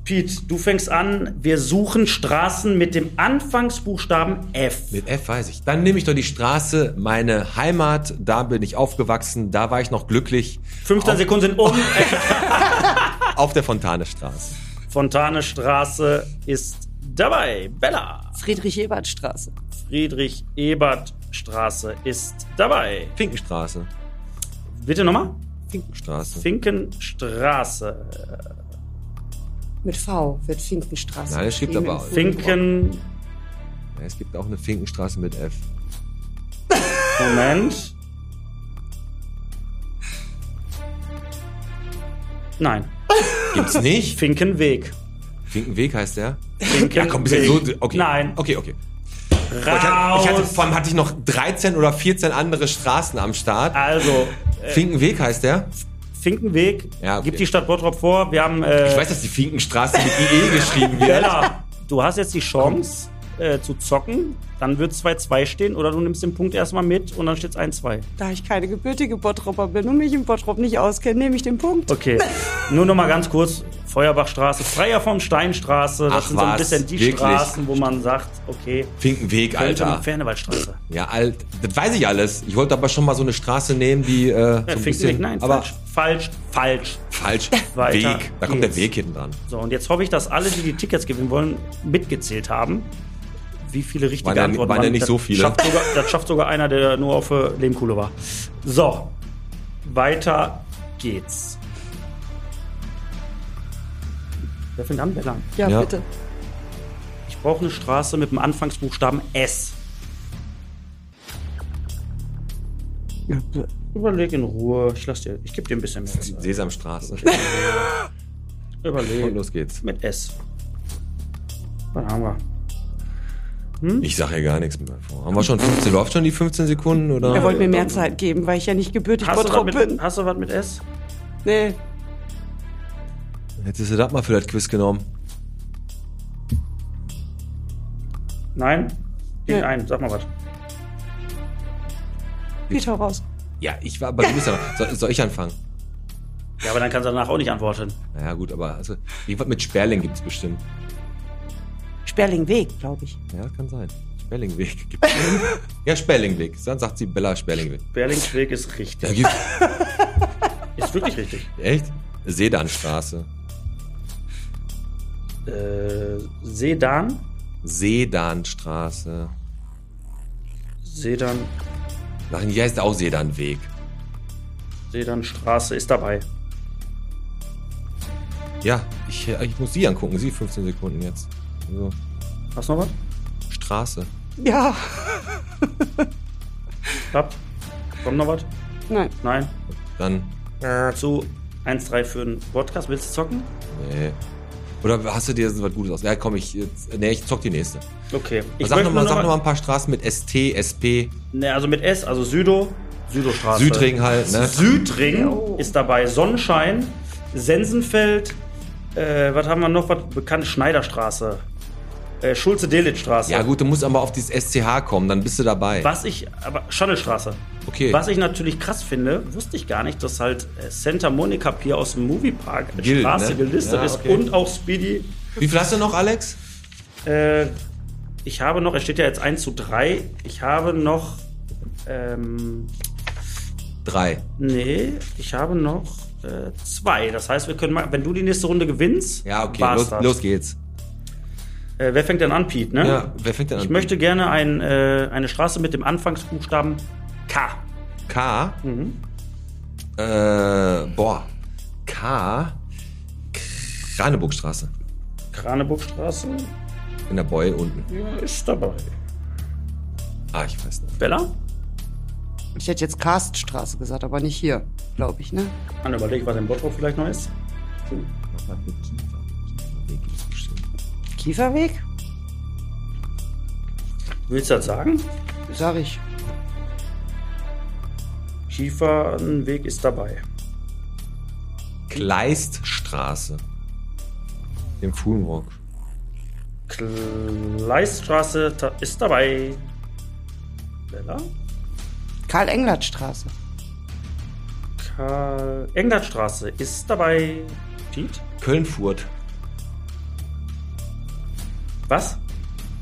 [SPEAKER 4] Pete, du fängst an. Wir suchen Straßen mit dem Anfangsbuchstaben F.
[SPEAKER 2] Mit F weiß ich. Dann nehme ich doch die Straße, meine Heimat. Da bin ich aufgewachsen. Da war ich noch glücklich.
[SPEAKER 4] 15
[SPEAKER 2] auf,
[SPEAKER 4] Sekunden sind um.
[SPEAKER 2] Auf der Fontanestraße.
[SPEAKER 4] Fontane Straße ist dabei. Bella.
[SPEAKER 5] Friedrich-Ebert-Straße.
[SPEAKER 4] Friedrich-Ebert-Straße ist dabei.
[SPEAKER 2] Finkenstraße.
[SPEAKER 4] Bitte nochmal.
[SPEAKER 2] Finkenstraße.
[SPEAKER 4] Finkenstraße.
[SPEAKER 5] Mit V wird Finkenstraße.
[SPEAKER 2] Nein, es schiebt
[SPEAKER 5] geschrieben
[SPEAKER 2] aber
[SPEAKER 5] in
[SPEAKER 2] auch.
[SPEAKER 5] Finken.
[SPEAKER 4] Finken.
[SPEAKER 2] ja, es gibt auch eine Finkenstraße mit F.
[SPEAKER 4] Moment. Nein,
[SPEAKER 2] Gibt's nicht?
[SPEAKER 4] Finkenweg.
[SPEAKER 2] Finkenweg heißt der.
[SPEAKER 4] Finkenweg.
[SPEAKER 2] Ja, komm, bisschen so. Okay.
[SPEAKER 4] Nein.
[SPEAKER 2] Okay, okay. Boah, Ich hatte,
[SPEAKER 4] Raus.
[SPEAKER 2] ich hatte, vor allem hatte ich noch 13 oder 14 andere Straßen am Start.
[SPEAKER 4] also, äh,
[SPEAKER 2] Finkenweg heißt der.
[SPEAKER 4] Finkenweg
[SPEAKER 2] Ja, okay.
[SPEAKER 4] gibt die Stadt Bottrop vor. Wir haben äh,
[SPEAKER 2] Ich weiß, dass die Finkenstraße mit E, IE geschrieben wird.
[SPEAKER 4] Bella, du hast jetzt die Chance äh, zu zocken. Dann wird 2-2 stehen oder du nimmst den Punkt erstmal mit und dann steht es 1-2.
[SPEAKER 5] Da ich keine gebürtige Bottropper bin und mich im Bottrop nicht auskenne, nehme ich den Punkt.
[SPEAKER 4] Okay, nur noch mal ganz kurz. Feuerbachstraße, Freier vom Steinstraße. Das
[SPEAKER 2] Ach
[SPEAKER 4] sind so ein
[SPEAKER 2] was,
[SPEAKER 4] bisschen die
[SPEAKER 2] wirklich?
[SPEAKER 4] Straßen, wo man sagt, okay,
[SPEAKER 2] Finkenweg,
[SPEAKER 4] Alter.
[SPEAKER 2] Alter.
[SPEAKER 4] Fernewaldstraße.
[SPEAKER 2] Ja, alt. Das weiß ich alles. Ich wollte aber schon mal so eine Straße nehmen, die äh, so
[SPEAKER 4] Äh,
[SPEAKER 2] ein
[SPEAKER 4] Finkenweg,
[SPEAKER 2] bisschen.
[SPEAKER 4] nein,
[SPEAKER 2] aber
[SPEAKER 4] falsch, falsch,
[SPEAKER 2] falsch.
[SPEAKER 4] falsch. Weiter
[SPEAKER 2] Weg. Da kommt der
[SPEAKER 4] geht's.
[SPEAKER 2] Weg hinten dran.
[SPEAKER 4] So, und jetzt hoffe ich, dass alle, die die Tickets gewinnen wollen, mitgezählt haben, wie viele richtige
[SPEAKER 2] Waren ja-
[SPEAKER 4] Antworten
[SPEAKER 2] waren ja nicht so viele.
[SPEAKER 4] Das schafft, sogar, das schafft sogar einer, der nur auf äh, Lehmkuhle war. So, weiter geht's. Wer fängt an? Wer lang?
[SPEAKER 5] Ja,
[SPEAKER 2] Ja.
[SPEAKER 5] bitte.
[SPEAKER 4] Ich brauche eine Straße mit dem Anfangsbuchstaben S. Überleg in Ruhe. Ich lass dir, ich gebe dir ein bisschen mehr. Zeit.
[SPEAKER 2] Sesamstraße. Und
[SPEAKER 4] Überleg.
[SPEAKER 2] los geht's.
[SPEAKER 4] Mit S. Dann haben wir. Hm?
[SPEAKER 2] Ich sag ja gar nichts mehr vor. Haben wir schon 15? Läuft schon die 15 Sekunden? Oder?
[SPEAKER 5] Er wollte mir mehr Zeit geben, weil ich ja nicht gebürtig
[SPEAKER 4] Hast du,
[SPEAKER 5] Bottrop
[SPEAKER 4] was mit,
[SPEAKER 5] bin.
[SPEAKER 4] hast du was mit S?
[SPEAKER 5] Nee.
[SPEAKER 2] Hättest du das mal für das Quiz genommen?
[SPEAKER 4] Nein? Geh
[SPEAKER 5] Nee.
[SPEAKER 4] ein, sag mal was.
[SPEAKER 5] Peter raus.
[SPEAKER 2] Ja, ich war, aber du bist ja noch. Soll, soll ich anfangen?
[SPEAKER 4] Ja, aber dann kannst du danach auch nicht antworten.
[SPEAKER 2] Naja, gut, aber also, irgendwas mit Sperling gibt's bestimmt.
[SPEAKER 5] Sperlingweg, glaube ich.
[SPEAKER 2] Ja, kann sein. Sperlingweg gibt's. ja, Sperlingweg. Dann sagt sie Bella Sperlingweg.
[SPEAKER 4] Berlingsweg ist richtig.
[SPEAKER 2] Da gibt's,
[SPEAKER 4] Ist wirklich richtig.
[SPEAKER 2] echt? Sedanstraße.
[SPEAKER 4] Äh, Sedan.
[SPEAKER 2] Sedanstraße.
[SPEAKER 4] Sedan.
[SPEAKER 2] Ach, hier heißt auch Sedanweg.
[SPEAKER 4] Sedanstraße ist dabei.
[SPEAKER 2] Ja, ich, äh, ich muss sie angucken. Sie 15 Sekunden jetzt. So.
[SPEAKER 4] Hast du noch was?
[SPEAKER 2] Straße.
[SPEAKER 5] Ja.
[SPEAKER 4] Klappt? Kommt noch was?
[SPEAKER 5] Nein.
[SPEAKER 4] Nein?
[SPEAKER 2] Dann.
[SPEAKER 4] Zu 1-3 für den Podcast. Willst du zocken?
[SPEAKER 2] Nee. Oder hast du dir so was Gutes aus? Ja, komm, ich. Jetzt, nee, ich zock die nächste.
[SPEAKER 4] Okay. Ich
[SPEAKER 2] sag
[SPEAKER 4] möchte
[SPEAKER 2] nochmal
[SPEAKER 4] nur
[SPEAKER 2] noch
[SPEAKER 4] noch-
[SPEAKER 2] mal ein paar Straßen mit ST, SP,
[SPEAKER 4] Ne, also mit S, also Südo. Südostraße.
[SPEAKER 2] Südring halt, ne?
[SPEAKER 4] Südring ist dabei. Sonnenschein, Sensenfeld, äh, was haben wir noch? Was bekannt? Schneiderstraße, äh, Schulze-Delitzstraße.
[SPEAKER 2] Ja, gut, du musst aber auf dieses SCH kommen, dann bist du dabei.
[SPEAKER 4] Was ich, aber Shuttle-Straße.
[SPEAKER 2] Okay.
[SPEAKER 4] Was ich natürlich krass finde, wusste ich gar nicht, dass halt äh, Santa Monica Pier aus dem Moviepark als
[SPEAKER 2] Gilt,
[SPEAKER 4] Straße
[SPEAKER 2] ne?
[SPEAKER 4] gelistet
[SPEAKER 2] Ja,
[SPEAKER 4] ist
[SPEAKER 2] okay.
[SPEAKER 4] und auch Speedy.
[SPEAKER 2] Wie viel hast du noch, Alex?
[SPEAKER 4] Äh, ich habe noch, es steht ja jetzt 1 zu 3, ich habe noch, ähm,
[SPEAKER 2] Drei.
[SPEAKER 4] Nee, ich habe noch äh, zwei. Das heißt, wir können mal, wenn du die nächste Runde gewinnst,
[SPEAKER 2] Ja, okay,
[SPEAKER 4] war's
[SPEAKER 2] los,
[SPEAKER 4] das.
[SPEAKER 2] los geht's.
[SPEAKER 4] Äh, wer fängt denn an, Pete, ne?
[SPEAKER 2] Ja, wer fängt denn an?
[SPEAKER 4] Ich möchte gerne ein, äh, eine Straße mit dem Anfangsbuchstaben K.
[SPEAKER 2] K. Äh, boah. K. Kraneburgstraße.
[SPEAKER 4] Kraneburgstraße
[SPEAKER 2] In der Boy unten.
[SPEAKER 4] ja, ist dabei.
[SPEAKER 2] Ah, ich weiß nicht.
[SPEAKER 4] Bella?
[SPEAKER 5] Ich hätte jetzt Karststraße gesagt, aber nicht hier, glaube ich, ne?
[SPEAKER 4] Dann überlege ich, was in Bottrop vielleicht noch ist.
[SPEAKER 5] Kieferweg?
[SPEAKER 4] Willst du das sagen?
[SPEAKER 5] Sag ich.
[SPEAKER 4] Kiefernweg ist dabei.
[SPEAKER 2] Kleiststraße. Im Fuhlenrock.
[SPEAKER 4] Kleiststraße ta- ist dabei. Bella?
[SPEAKER 5] Karl-Englert-Straße.
[SPEAKER 4] Karl Englertstraße ist dabei. Pete?
[SPEAKER 2] Kölnfurt.
[SPEAKER 4] Was?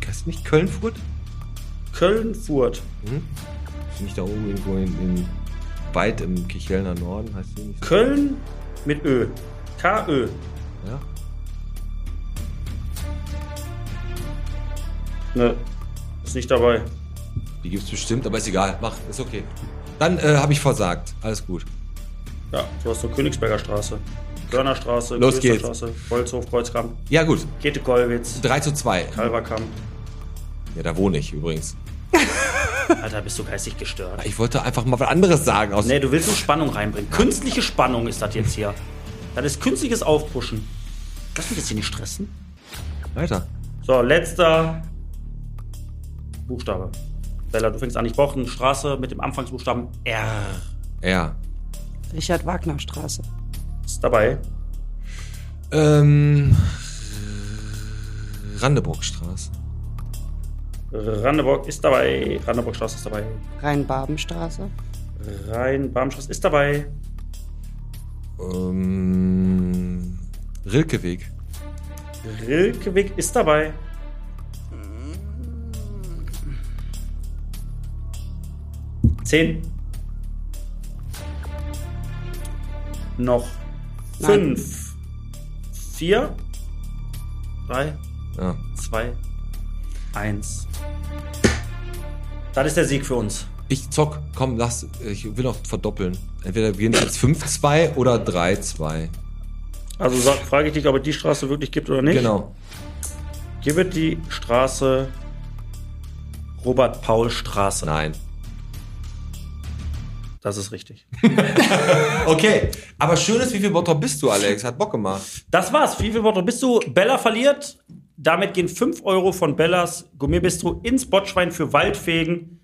[SPEAKER 2] Kannst du nicht Kölnfurt?
[SPEAKER 4] Köln-Furt.
[SPEAKER 2] Ist nicht da oben irgendwo in, in weit im Kichelner Norden, heißt die nicht? so?
[SPEAKER 4] Köln mit Ö. KÖ.
[SPEAKER 2] Ja.
[SPEAKER 4] Ne, ist nicht dabei.
[SPEAKER 2] Die gibt's bestimmt, aber ist egal. Mach, ist okay. Dann äh, habe ich versagt. Alles gut.
[SPEAKER 4] Ja, du hast nur Königsberger Straße, Görnerstraße,
[SPEAKER 2] Los
[SPEAKER 4] Straße, Holzhof, Kreuzkamp,
[SPEAKER 2] Ja, gut.
[SPEAKER 4] Käthe-Kollwitz,
[SPEAKER 2] 3 zu 2.
[SPEAKER 4] Kalverkamp.
[SPEAKER 2] Ja, da wohne ich übrigens.
[SPEAKER 4] Alter, bist du geistig gestört.
[SPEAKER 2] Ich wollte einfach mal was anderes sagen. Aus
[SPEAKER 4] Nee, du willst nur Spannung reinbringen. Künstliche Spannung ist das jetzt hier. Das ist künstliches Aufpushen. Lass mich jetzt hier nicht stressen.
[SPEAKER 2] Weiter.
[SPEAKER 4] So, letzter Buchstabe. Bella, du fängst an, ich brauche eine Straße mit dem Anfangsbuchstaben R.
[SPEAKER 2] Ja.
[SPEAKER 5] Richard Wagner Straße.
[SPEAKER 4] Ist dabei.
[SPEAKER 2] Ähm, Randeburgstraße.
[SPEAKER 4] Randeburg ist dabei. Randeburgstraße ist dabei.
[SPEAKER 5] Rheinbabenstraße.
[SPEAKER 4] Rhein-Barmstraße ist dabei.
[SPEAKER 2] Ähm, Rilkeweg.
[SPEAKER 4] Rilkeweg ist dabei. Zehn. Noch
[SPEAKER 5] Nein.
[SPEAKER 4] fünf. Vier. Drei.
[SPEAKER 2] Ja.
[SPEAKER 4] Zwei. Eins. Das ist der Sieg für uns.
[SPEAKER 2] Ich zock, komm, lass, ich will noch verdoppeln. Entweder wir gehen jetzt 5-2 oder 3-2.
[SPEAKER 4] Also sag, frage ich dich, ob es die Straße wirklich gibt oder nicht.
[SPEAKER 2] Genau.
[SPEAKER 4] Gib es die Straße Robert-Paul-Straße.
[SPEAKER 2] Nein.
[SPEAKER 4] Das ist richtig.
[SPEAKER 2] Okay, aber schön ist, wie viel Bottrop bist du, Alex? Hat Bock gemacht.
[SPEAKER 4] Das war's. Wie viel Bottrop bist du? Bella verliert. Damit gehen 5 Euro von Bellas Gourmetbistro ins Botschwein für Waldfegen.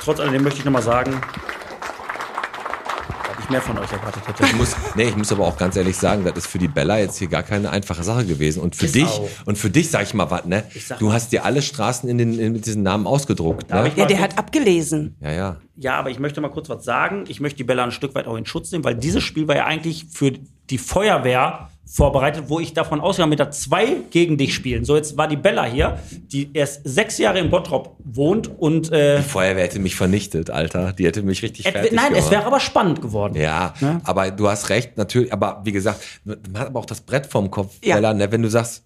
[SPEAKER 4] Trotz alledem möchte ich nochmal sagen, dass ich mehr von euch erwartet hätte.
[SPEAKER 2] Ich muss, nee, ich muss aber auch ganz ehrlich sagen, das ist für die Bella jetzt hier gar keine einfache Sache gewesen. Und für
[SPEAKER 4] Ist
[SPEAKER 2] dich,
[SPEAKER 4] auch.
[SPEAKER 2] und für dich sag ich mal was, ne?
[SPEAKER 4] Ich sag-
[SPEAKER 2] Du hast dir alle Straßen in den, in, mit diesen Namen ausgedruckt,
[SPEAKER 4] Darf
[SPEAKER 2] ne?
[SPEAKER 4] ich-
[SPEAKER 5] Ja, der hat abgelesen.
[SPEAKER 2] Ja, ja.
[SPEAKER 4] Ja, aber ich möchte mal kurz was sagen. Ich möchte die Bella ein Stück weit auch in Schutz nehmen, weil dieses Spiel war ja eigentlich für die Feuerwehr vorbereitet, wo ich davon ausgegangen bin, dass zwei gegen dich spielen. So, jetzt war die Bella hier, die erst sechs Jahre in Bottrop wohnt und äh,
[SPEAKER 2] Die Feuerwehr hätte mich vernichtet, Alter. Die hätte mich richtig
[SPEAKER 4] et-
[SPEAKER 2] fertig
[SPEAKER 4] nein, es
[SPEAKER 2] gemacht.
[SPEAKER 4] wäre aber spannend geworden.
[SPEAKER 2] Ja, aber du hast recht, natürlich. Aber wie gesagt, man hat aber auch das Brett vorm Kopf,
[SPEAKER 5] Ja.
[SPEAKER 2] Bella, ne? wenn du sagst,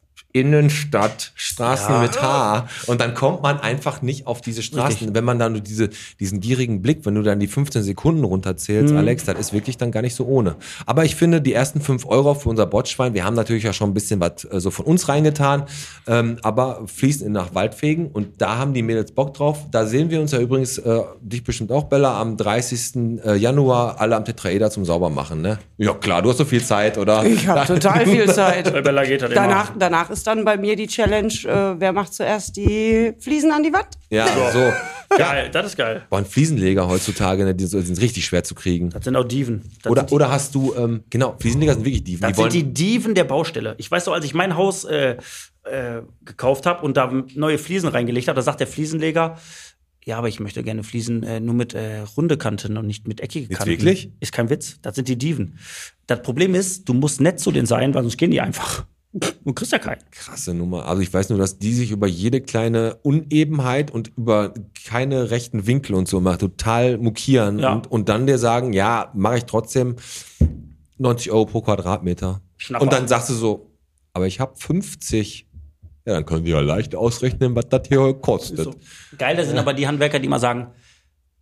[SPEAKER 2] Innenstadt, Straßen mit H. Und dann kommt man einfach nicht auf diese Straßen. Wenn man dann diese, diesen gierigen Blick, wenn du dann die 15 Sekunden runterzählst, Alex, das ist wirklich dann gar nicht so ohne. Aber ich finde, die ersten 5 Euro für unser Botschwein, wir haben natürlich ja schon ein bisschen was äh, so von uns reingetan, ähm, aber fließen in nach Waldfegen und da haben die Mädels Bock drauf. Da sehen wir uns ja übrigens, äh, dich bestimmt auch, Bella, am 30. äh, Januar alle am Tetraeder zum Saubermachen, ne? Ja klar, du hast so viel Zeit, oder?
[SPEAKER 5] Ich habe total viel Zeit.
[SPEAKER 4] Bei Bella geht das
[SPEAKER 5] Danach,
[SPEAKER 4] immer.
[SPEAKER 5] danach ist dann bei mir die Challenge, äh, wer macht zuerst die Fliesen an die Wand?
[SPEAKER 2] Ja, so.
[SPEAKER 4] Geil, das ist geil.
[SPEAKER 2] Boah, ein Fliesenleger heutzutage, ne, die sind richtig schwer zu kriegen.
[SPEAKER 4] Das sind auch Dieven. Das
[SPEAKER 2] Oder,
[SPEAKER 4] sind die,
[SPEAKER 2] oder hast du, ähm, genau, Fliesenleger sind wirklich Dieven.
[SPEAKER 4] das
[SPEAKER 2] Die wollen,
[SPEAKER 4] sind die Dieven der Baustelle. Ich weiß doch, als ich mein Haus äh, äh, gekauft habe und da neue Fliesen reingelegt habe, da sagt der Fliesenleger, ja, aber ich möchte gerne Fliesen äh, nur mit äh, runde Kanten und nicht mit eckige Kanten.
[SPEAKER 2] wirklich?
[SPEAKER 4] Ist kein Witz. Das sind die Dieven. Das Problem ist, du musst nett zu denen sein, weil sonst gehen die einfach. Du kriegst ja keinen.
[SPEAKER 2] krasse Nummer. Also ich weiß nur, dass die sich über jede kleine Unebenheit und über keine rechten Winkel und so immer total mokieren
[SPEAKER 4] Ja.
[SPEAKER 2] und, und dann dir sagen, ja, mache ich trotzdem 90 Euro pro Quadratmeter.
[SPEAKER 4] Schnapper.
[SPEAKER 2] Und dann sagst du so, aber ich habe 50. Ja, dann können die ja leicht ausrechnen, was das hier kostet.
[SPEAKER 4] So. Geil, das sind aber die Handwerker, die immer sagen,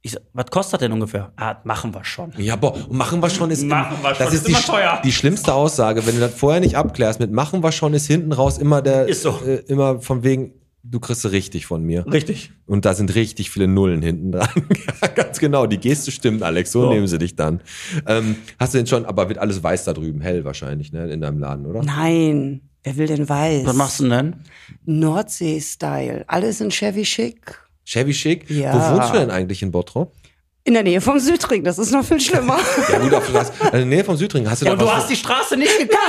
[SPEAKER 4] ich, sag, was kostet das denn ungefähr? Ah, machen wir schon.
[SPEAKER 2] Ja, boah, und machen wir schon ist
[SPEAKER 4] Machen wir schon,
[SPEAKER 2] das
[SPEAKER 4] ist
[SPEAKER 2] ist die,
[SPEAKER 4] immer
[SPEAKER 2] sch-
[SPEAKER 4] teuer.
[SPEAKER 2] die schlimmste Aussage, wenn du das vorher nicht abklärst mit machen wir schon ist hinten raus immer der
[SPEAKER 4] Ist so.
[SPEAKER 2] äh, immer von wegen du kriegst sie richtig von mir
[SPEAKER 4] Richtig.
[SPEAKER 2] und da sind richtig viele Nullen hinten dran. Ganz genau, die Geste stimmt Alex, so
[SPEAKER 4] So.
[SPEAKER 2] nehmen sie dich dann. Ähm, hast du denn schon, aber wird alles weiß da drüben, hell wahrscheinlich, ne, in deinem Laden, oder?
[SPEAKER 5] Nein, wer will denn weiß?
[SPEAKER 4] Was machst du denn?
[SPEAKER 5] Nordsee-Style. Alles in Chevy Chic.
[SPEAKER 2] Chevy Chic,
[SPEAKER 5] Ja.
[SPEAKER 2] wo wohnst du denn eigentlich in Bottrop?
[SPEAKER 5] In der Nähe vom Südring, das ist noch viel schlimmer.
[SPEAKER 2] Ja, gut, auf, du hast, in der Nähe vom Südring. Hast du,
[SPEAKER 4] Ja,
[SPEAKER 2] da
[SPEAKER 4] und du
[SPEAKER 2] was-
[SPEAKER 4] hast die Straße nicht gekannt.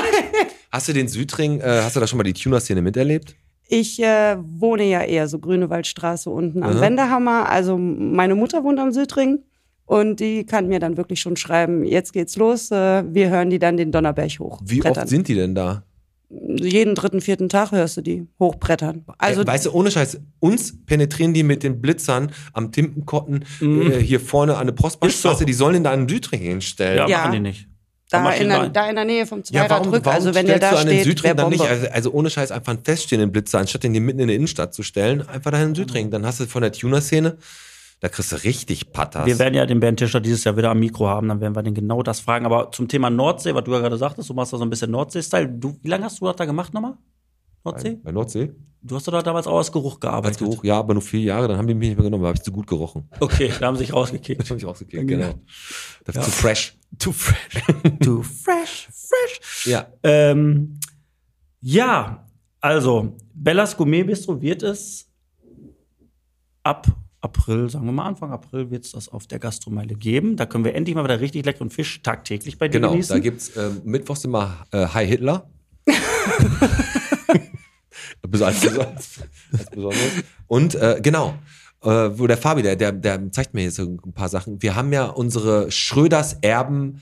[SPEAKER 2] hast du den Südring, äh, hast du da schon mal die Tuner-Szene miterlebt?
[SPEAKER 5] Ich äh, wohne ja eher so Grünewaldstraße unten am
[SPEAKER 2] Mhm.
[SPEAKER 5] Wendehammer. Also meine Mutter wohnt am Südring und die kann mir dann wirklich schon schreiben, jetzt geht's los, äh, wir hören die dann den Donnerberg hoch.
[SPEAKER 2] Wie
[SPEAKER 5] brettern.
[SPEAKER 2] oft sind die denn da?
[SPEAKER 5] Jeden dritten, vierten Tag hörst du die hochbrettern. Also
[SPEAKER 2] Also, weißt du, ohne Scheiß, uns penetrieren die mit den Blitzern am Timpenkotten äh, hier vorne an der Prosperstraße,
[SPEAKER 4] Mhm. Ist so.
[SPEAKER 2] die sollen den da in Südring hinstellen.
[SPEAKER 5] Ja.
[SPEAKER 4] machen die nicht.
[SPEAKER 5] da,
[SPEAKER 4] mach ich
[SPEAKER 5] in der,
[SPEAKER 4] rein.
[SPEAKER 5] da in der Nähe vom Zweirad-Rück, also wenn ihr
[SPEAKER 2] stellst
[SPEAKER 5] da
[SPEAKER 2] du an den
[SPEAKER 5] steht,
[SPEAKER 2] Südring
[SPEAKER 5] wäre
[SPEAKER 2] dann
[SPEAKER 5] Bombe.
[SPEAKER 2] nicht, also, also ohne Scheiß einfach einen feststehenden Blitzer, anstatt den hier mitten in der Innenstadt zu stellen, einfach da in den Südring. Dann hast du von der Tuner-Szene, da kriegst du richtig Patas.
[SPEAKER 4] Wir werden ja den Bernd Tischler dieses Jahr wieder am Mikro haben, dann werden wir den genau das fragen. Aber zum Thema Nordsee, was du ja gerade sagtest, du machst da so ein bisschen Nordsee-Style. Du, wie lange hast du das da gemacht nochmal? Nordsee? Oh
[SPEAKER 2] Bei Nordsee.
[SPEAKER 4] Du hast doch da damals auch als Geruch
[SPEAKER 2] Als
[SPEAKER 4] gearbeitet.
[SPEAKER 2] Geruch, ja, aber nur vier Jahre, dann haben die mich nicht mehr genommen, da habe ich zu gut gerochen.
[SPEAKER 4] Okay, da haben sie sich
[SPEAKER 2] Das
[SPEAKER 4] rausgekickt.
[SPEAKER 2] habe ich rausgekickt, genau. Das ist Zu fresh.
[SPEAKER 4] Too fresh. Too fresh, fresh.
[SPEAKER 2] Ja.
[SPEAKER 4] Ähm, ja, also, Bellas Gourmet Bistro wird es ab April, sagen wir mal Anfang April, wird es das auf der Gastromeile geben. Da können wir endlich mal wieder richtig leckeren Fisch tagtäglich bei dir
[SPEAKER 2] Genau,
[SPEAKER 4] genießen.
[SPEAKER 2] da gibt's ähm, mittwochs immer äh, Hi Hitler. Bes- als, bes- als besonderes. Und äh, genau, äh, wo der Fabi, der, der, der zeigt mir jetzt so ein paar Sachen. Wir haben ja unsere Schröders Erben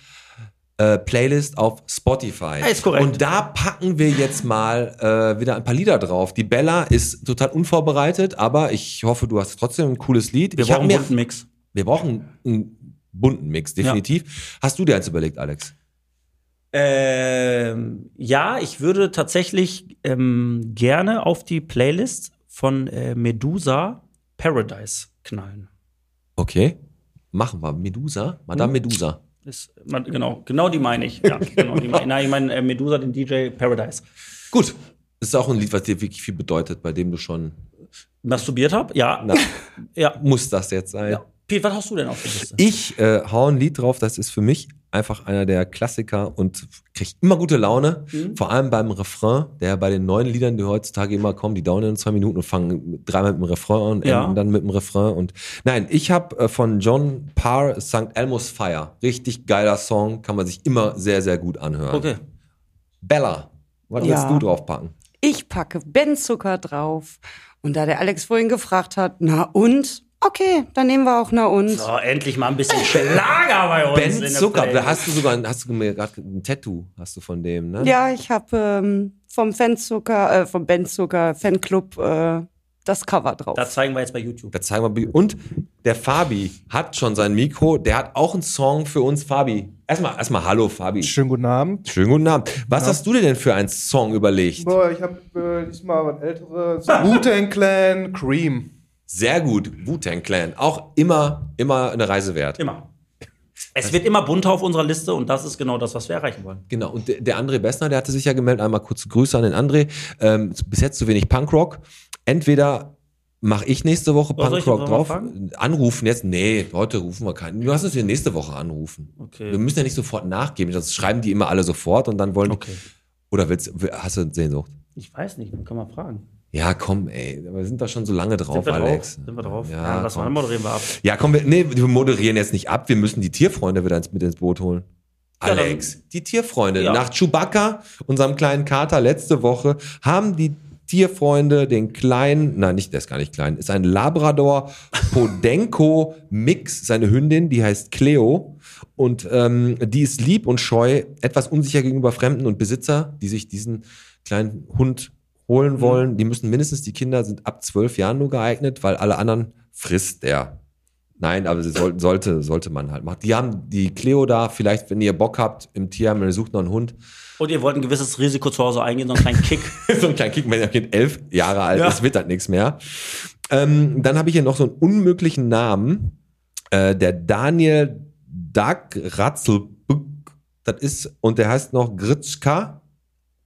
[SPEAKER 2] äh, Playlist auf Spotify.
[SPEAKER 4] Ja, ist korrekt.
[SPEAKER 2] Und da packen wir jetzt mal äh, wieder ein paar Lieder drauf. Die Bella ist total unvorbereitet, aber ich hoffe, du hast trotzdem ein cooles Lied.
[SPEAKER 4] wir
[SPEAKER 2] ich hab
[SPEAKER 4] brauchen einen
[SPEAKER 2] mir,
[SPEAKER 4] guten Mix.
[SPEAKER 2] wir brauchen einen bunten Mix, definitiv. Hast du dir eins überlegt, Alex?
[SPEAKER 4] Ähm, ja, ich würde tatsächlich ähm, gerne auf die Playlist von äh, Medusa Paradise knallen.
[SPEAKER 2] Okay. Machen wir. Medusa? Madame Medusa.
[SPEAKER 4] Das, man, genau, genau die meine ich. Ja, genau die meine ich. Nein, ich meine äh, Medusa, den DJ Paradise.
[SPEAKER 2] Gut. Das ist auch ein Lied, was dir wirklich viel bedeutet, bei dem du schon.
[SPEAKER 4] Masturbiert hab? Ja.
[SPEAKER 2] Na,
[SPEAKER 4] ja.
[SPEAKER 2] muss das jetzt sein?
[SPEAKER 4] ja. Piet, was hast du denn auf der Liste?
[SPEAKER 2] Ich äh, hau ein Lied drauf, das ist für mich einfach einer der Klassiker und krieg immer gute Laune.
[SPEAKER 4] Mhm.
[SPEAKER 2] Vor allem beim Refrain, der bei den neuen Liedern, die heutzutage immer kommen, die dauern in zwei Minuten und fangen dreimal mit dem Refrain an,
[SPEAKER 4] Ja.
[SPEAKER 2] enden dann mit dem Refrain. Und nein, ich habe äh, von John Parr St. Elmo's Fire. Richtig geiler Song, kann man sich immer sehr, sehr gut anhören.
[SPEAKER 4] Okay. Oh,
[SPEAKER 2] Bella, was
[SPEAKER 5] Ja.
[SPEAKER 2] willst du draufpacken?
[SPEAKER 5] Ich packe Benzucker drauf. Und da der Alex vorhin gefragt hat, na und? Okay, dann nehmen wir auch na und.
[SPEAKER 4] So, endlich mal ein bisschen Schlager bei uns. in
[SPEAKER 2] Ben
[SPEAKER 4] der
[SPEAKER 2] Zucker, da
[SPEAKER 4] Playlist.
[SPEAKER 2] hast du sogar ein- hast du mir gerade ein Tattoo hast du von dem, ne?
[SPEAKER 5] Ja, ich habe ähm, vom Fanzucker, äh, vom Benzucker Fanclub äh, das Cover drauf.
[SPEAKER 4] Das zeigen wir jetzt bei YouTube.
[SPEAKER 2] Da zeigen wir Bi- und der Fabi hat schon sein Mikro, der hat auch einen Song für uns Fabi. Erstmal erstmal hallo Fabi.
[SPEAKER 7] Schönen guten Abend.
[SPEAKER 2] Schönen guten Abend. Was hast du dir denn für einen Song überlegt?
[SPEAKER 7] Boah, ich habe äh, diesmal was älteres. Wu-Tang Clan, Cream.
[SPEAKER 2] Sehr gut, Wu-Tang Clan, auch immer immer eine Reise wert.
[SPEAKER 4] Immer. Es wird immer bunter auf unserer Liste und das ist genau das, was wir erreichen wollen.
[SPEAKER 2] Genau, und der, der André Bessner, der hatte sich ja gemeldet, einmal kurze Grüße an den André. Ähm, bis jetzt zu wenig Punkrock. Entweder mache ich nächste Woche
[SPEAKER 4] Was soll ich denn
[SPEAKER 2] Punkrock drauf.
[SPEAKER 4] noch mal
[SPEAKER 2] Anrufen jetzt, nee, heute rufen wir keinen. Du hast uns ja nächste Woche anrufen.
[SPEAKER 4] Okay.
[SPEAKER 2] Wir müssen ja nicht sofort nachgeben, sonst schreiben die immer alle sofort und dann wollen
[SPEAKER 4] Okay.
[SPEAKER 2] die. Oder willst, will- hast du Sehnsucht?
[SPEAKER 4] Ich weiß nicht, kann man fragen.
[SPEAKER 2] Ja, komm, ey, wir sind da schon so lange drauf,
[SPEAKER 4] Sind wir
[SPEAKER 2] Alex.
[SPEAKER 4] drauf? Sind wir drauf?
[SPEAKER 2] Ja,
[SPEAKER 4] lass mal,
[SPEAKER 2] komm.
[SPEAKER 4] dann moderieren wir ab.
[SPEAKER 2] Ja, komm, wir, nee, wir moderieren jetzt nicht ab. Wir müssen die Tierfreunde wieder ins, mit ins Boot holen.
[SPEAKER 4] Ja, dann-
[SPEAKER 2] Alex, die Tierfreunde.
[SPEAKER 4] Ja.
[SPEAKER 2] Nach Chewbacca, unserem kleinen Kater letzte Woche, haben die Tierfreunde den kleinen, nein, nicht, der ist gar nicht klein, ist ein Labrador Podenco Mix, seine Hündin, die heißt Cleo. Und ähm, die ist lieb und scheu, etwas unsicher gegenüber Fremden und Besitzer, die sich diesen kleinen Hund holen
[SPEAKER 4] Mhm.
[SPEAKER 2] wollen. Die müssen mindestens, die Kinder sind ab zwölf Jahren nur geeignet, weil alle anderen frisst der. Nein, aber sie sollten, sollte, sollte man halt machen. Die haben die Cleo da, vielleicht, wenn ihr Bock habt, im Tierheim, ihr sucht noch einen Hund.
[SPEAKER 4] Und ihr wollt ein gewisses Risiko zu Hause eingehen, sonst kein Kick.
[SPEAKER 2] so ein kleiner Kick, wenn ihr Kind elf Jahre alt
[SPEAKER 4] Ja.
[SPEAKER 2] ist, wird das nichts mehr. Ähm, dann habe ich hier noch so einen unmöglichen Namen. Äh, der Daniel Dag Ratzelbück, das ist, und der heißt noch Gritschka.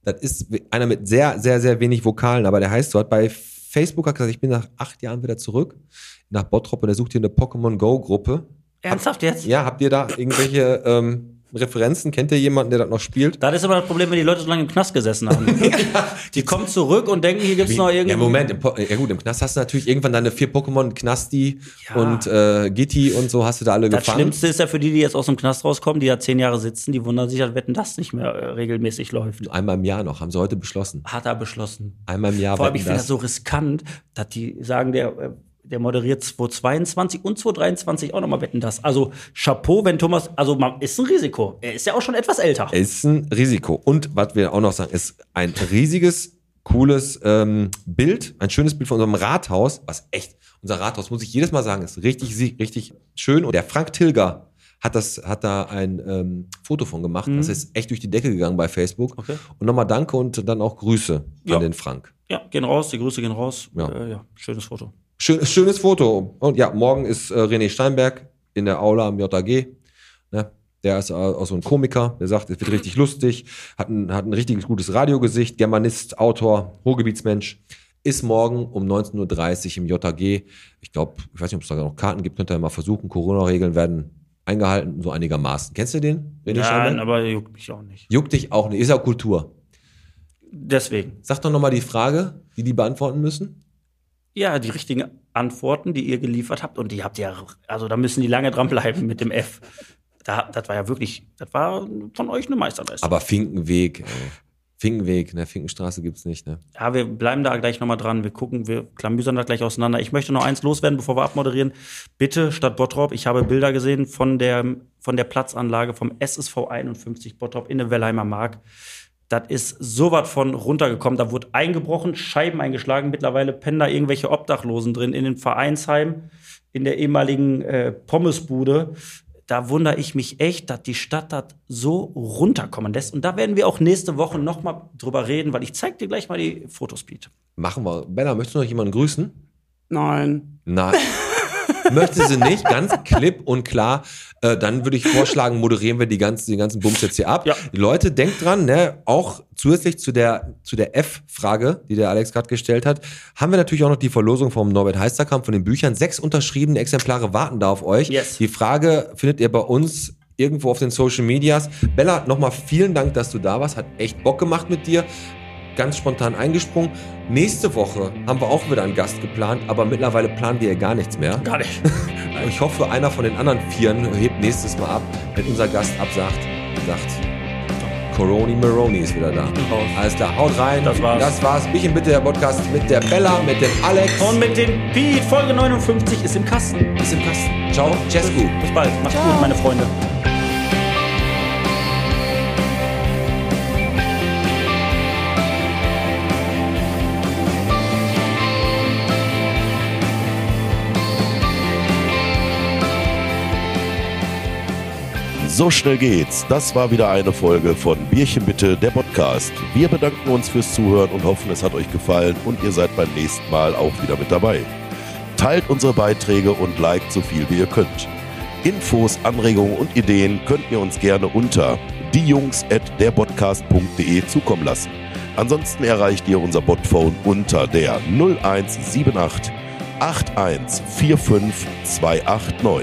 [SPEAKER 2] Das ist we- einer mit sehr, sehr, sehr wenig Vokalen, aber der heißt so, hat bei Facebook hat gesagt, ich bin nach acht Jahren wieder zurück, nach Bottrop und er sucht hier eine Pokémon Go-Gruppe.
[SPEAKER 4] Ernsthaft jetzt?
[SPEAKER 2] Ja, habt ihr da irgendwelche ähm, Referenzen? Kennt ihr jemanden, der das noch spielt?
[SPEAKER 4] Das ist immer das Problem, wenn die Leute so lange im Knast gesessen haben. Die kommen zurück und denken, hier gibt's noch irgendwie.
[SPEAKER 2] Ja, Moment, im Po- ja gut, im Knast hast du natürlich irgendwann deine vier Pokémon, Knasti
[SPEAKER 4] Ja.
[SPEAKER 2] und äh, Gitti und so hast du da alle
[SPEAKER 4] Das
[SPEAKER 2] gefangen.
[SPEAKER 4] Schlimmste ist ja für die, die jetzt aus dem Knast rauskommen, die da zehn Jahre sitzen, die wundern sich, dass Wetten das nicht mehr äh, regelmäßig läuft.
[SPEAKER 2] Einmal im Jahr noch, haben sie heute beschlossen.
[SPEAKER 4] Hat er beschlossen.
[SPEAKER 2] Einmal im Jahr
[SPEAKER 4] Vor allem,
[SPEAKER 2] Wetten,
[SPEAKER 4] ich finde das
[SPEAKER 2] dass-
[SPEAKER 4] so riskant, dass die sagen, der, äh, der moderiert 2022 und 2023 auch nochmal Wetten das. Also Chapeau, wenn Thomas, also man ist ein Risiko. Er ist ja auch schon etwas älter.
[SPEAKER 2] ist ein Risiko. Und was wir auch noch sagen, ist ein riesiges, cooles ähm, Bild, ein schönes Bild von unserem Rathaus, was echt, unser Rathaus, muss ich jedes Mal sagen, ist richtig, sie- richtig schön. Und der Frank Tilger hat, das, hat da ein ähm, Foto von gemacht. Das ist echt durch die Decke gegangen bei Facebook.
[SPEAKER 4] Mhm. Okay.
[SPEAKER 2] Und nochmal danke und dann auch Grüße
[SPEAKER 4] Ja.
[SPEAKER 2] an den Frank.
[SPEAKER 4] Ja, gehen raus, die Grüße gehen raus.
[SPEAKER 2] Ja.
[SPEAKER 4] Äh, ja schönes Foto.
[SPEAKER 2] Schön, schönes Foto. Und ja, morgen ist äh, René Steinberg in der Aula am JAG. Ne? Der ist äh, auch so ein Komiker, der sagt, es wird richtig lustig, hat ein, hat ein richtig gutes Radiogesicht, Germanist, Autor, Ruhrgebietsmensch. Ist morgen um 19.30 Uhr im JG. Ich glaube, ich weiß nicht, ob es da noch Karten gibt, könnt ihr mal versuchen. Corona-Regeln werden eingehalten, so einigermaßen. Kennst du den? René
[SPEAKER 4] Nein,
[SPEAKER 2] Steinberg?
[SPEAKER 4] aber juckt mich auch nicht.
[SPEAKER 2] Juckt dich auch nicht, ist ja Kultur.
[SPEAKER 4] Deswegen.
[SPEAKER 2] Sag doch nochmal die Frage, die die beantworten müssen.
[SPEAKER 4] Ja, die richtigen Antworten, die ihr geliefert habt, und die habt ihr, also da müssen die lange dranbleiben mit dem F. Da, das war ja wirklich, das war von euch eine Meisterleistung.
[SPEAKER 2] Aber Finkenweg, ey. Finkenweg, ne, Finkenstraße gibt's nicht, ne?
[SPEAKER 4] Ja, wir bleiben da gleich nochmal dran. Wir gucken, wir klamüsern da gleich auseinander. Ich möchte noch eins loswerden, bevor wir abmoderieren. Bitte, Stadt Bottrop, ich habe Bilder gesehen von der, von der Platzanlage vom SSV 51 Bottrop in der Wellheimer Mark. Das ist so was von runtergekommen. Da wurde eingebrochen, Scheiben eingeschlagen. Mittlerweile pennen da irgendwelche Obdachlosen drin in den Vereinsheimen, in der ehemaligen äh, Pommesbude. Da wundere ich mich echt, dass die Stadt das so runterkommen lässt. Und da werden wir auch nächste Woche noch mal drüber reden, weil ich zeig dir gleich mal die Fotos, Pete.
[SPEAKER 2] Machen wir. Bella, möchtest du noch jemanden grüßen?
[SPEAKER 5] Nein.
[SPEAKER 2] Nein. Möchte sie nicht, ganz klipp und klar. Äh, dann würde ich vorschlagen, moderieren wir die ganzen, den ganzen Bums jetzt hier ab.
[SPEAKER 4] Ja.
[SPEAKER 2] Leute, denkt dran, ne, auch zusätzlich zu der, zu der F-Frage, die der Alex gerade gestellt hat, haben wir natürlich auch noch die Verlosung vom Norbert Heisterkamp von den Büchern. Sechs unterschriebene Exemplare warten da auf euch.
[SPEAKER 4] Yes.
[SPEAKER 2] Die Frage findet ihr bei uns irgendwo auf den Social Medias. Bella, nochmal vielen Dank, dass du da warst. Hat echt Bock gemacht mit dir. Ganz spontan eingesprungen. Nächste Woche haben wir auch wieder einen Gast geplant, aber mittlerweile planen wir ja gar nichts mehr.
[SPEAKER 4] Gar nicht.
[SPEAKER 2] Ich hoffe, einer von den anderen Vieren hebt nächstes Mal ab, wenn unser Gast absagt und sagt, Coroni Maroni ist wieder da. Alles klar, haut rein.
[SPEAKER 4] Das war's.
[SPEAKER 2] Das war's. Bierchen bitte, der Podcast mit der Bella, mit dem Alex.
[SPEAKER 4] Und mit dem Pete, Folge 59 ist im Kasten.
[SPEAKER 2] bis im Kasten. Ciao, Cescu.
[SPEAKER 4] Bis bald. Macht's gut, meine Freunde.
[SPEAKER 1] So schnell geht's. Das war wieder eine Folge von Bierchen bitte, der Podcast. Wir bedanken uns fürs Zuhören und hoffen, es hat euch gefallen und ihr seid beim nächsten Mal auch wieder mit dabei. Teilt unsere Beiträge und liked so viel wie ihr könnt. Infos, Anregungen und Ideen könnt ihr uns gerne unter diejungs@derpodcast.de zukommen lassen. Ansonsten erreicht ihr unser Botphone unter der 0178 8145289.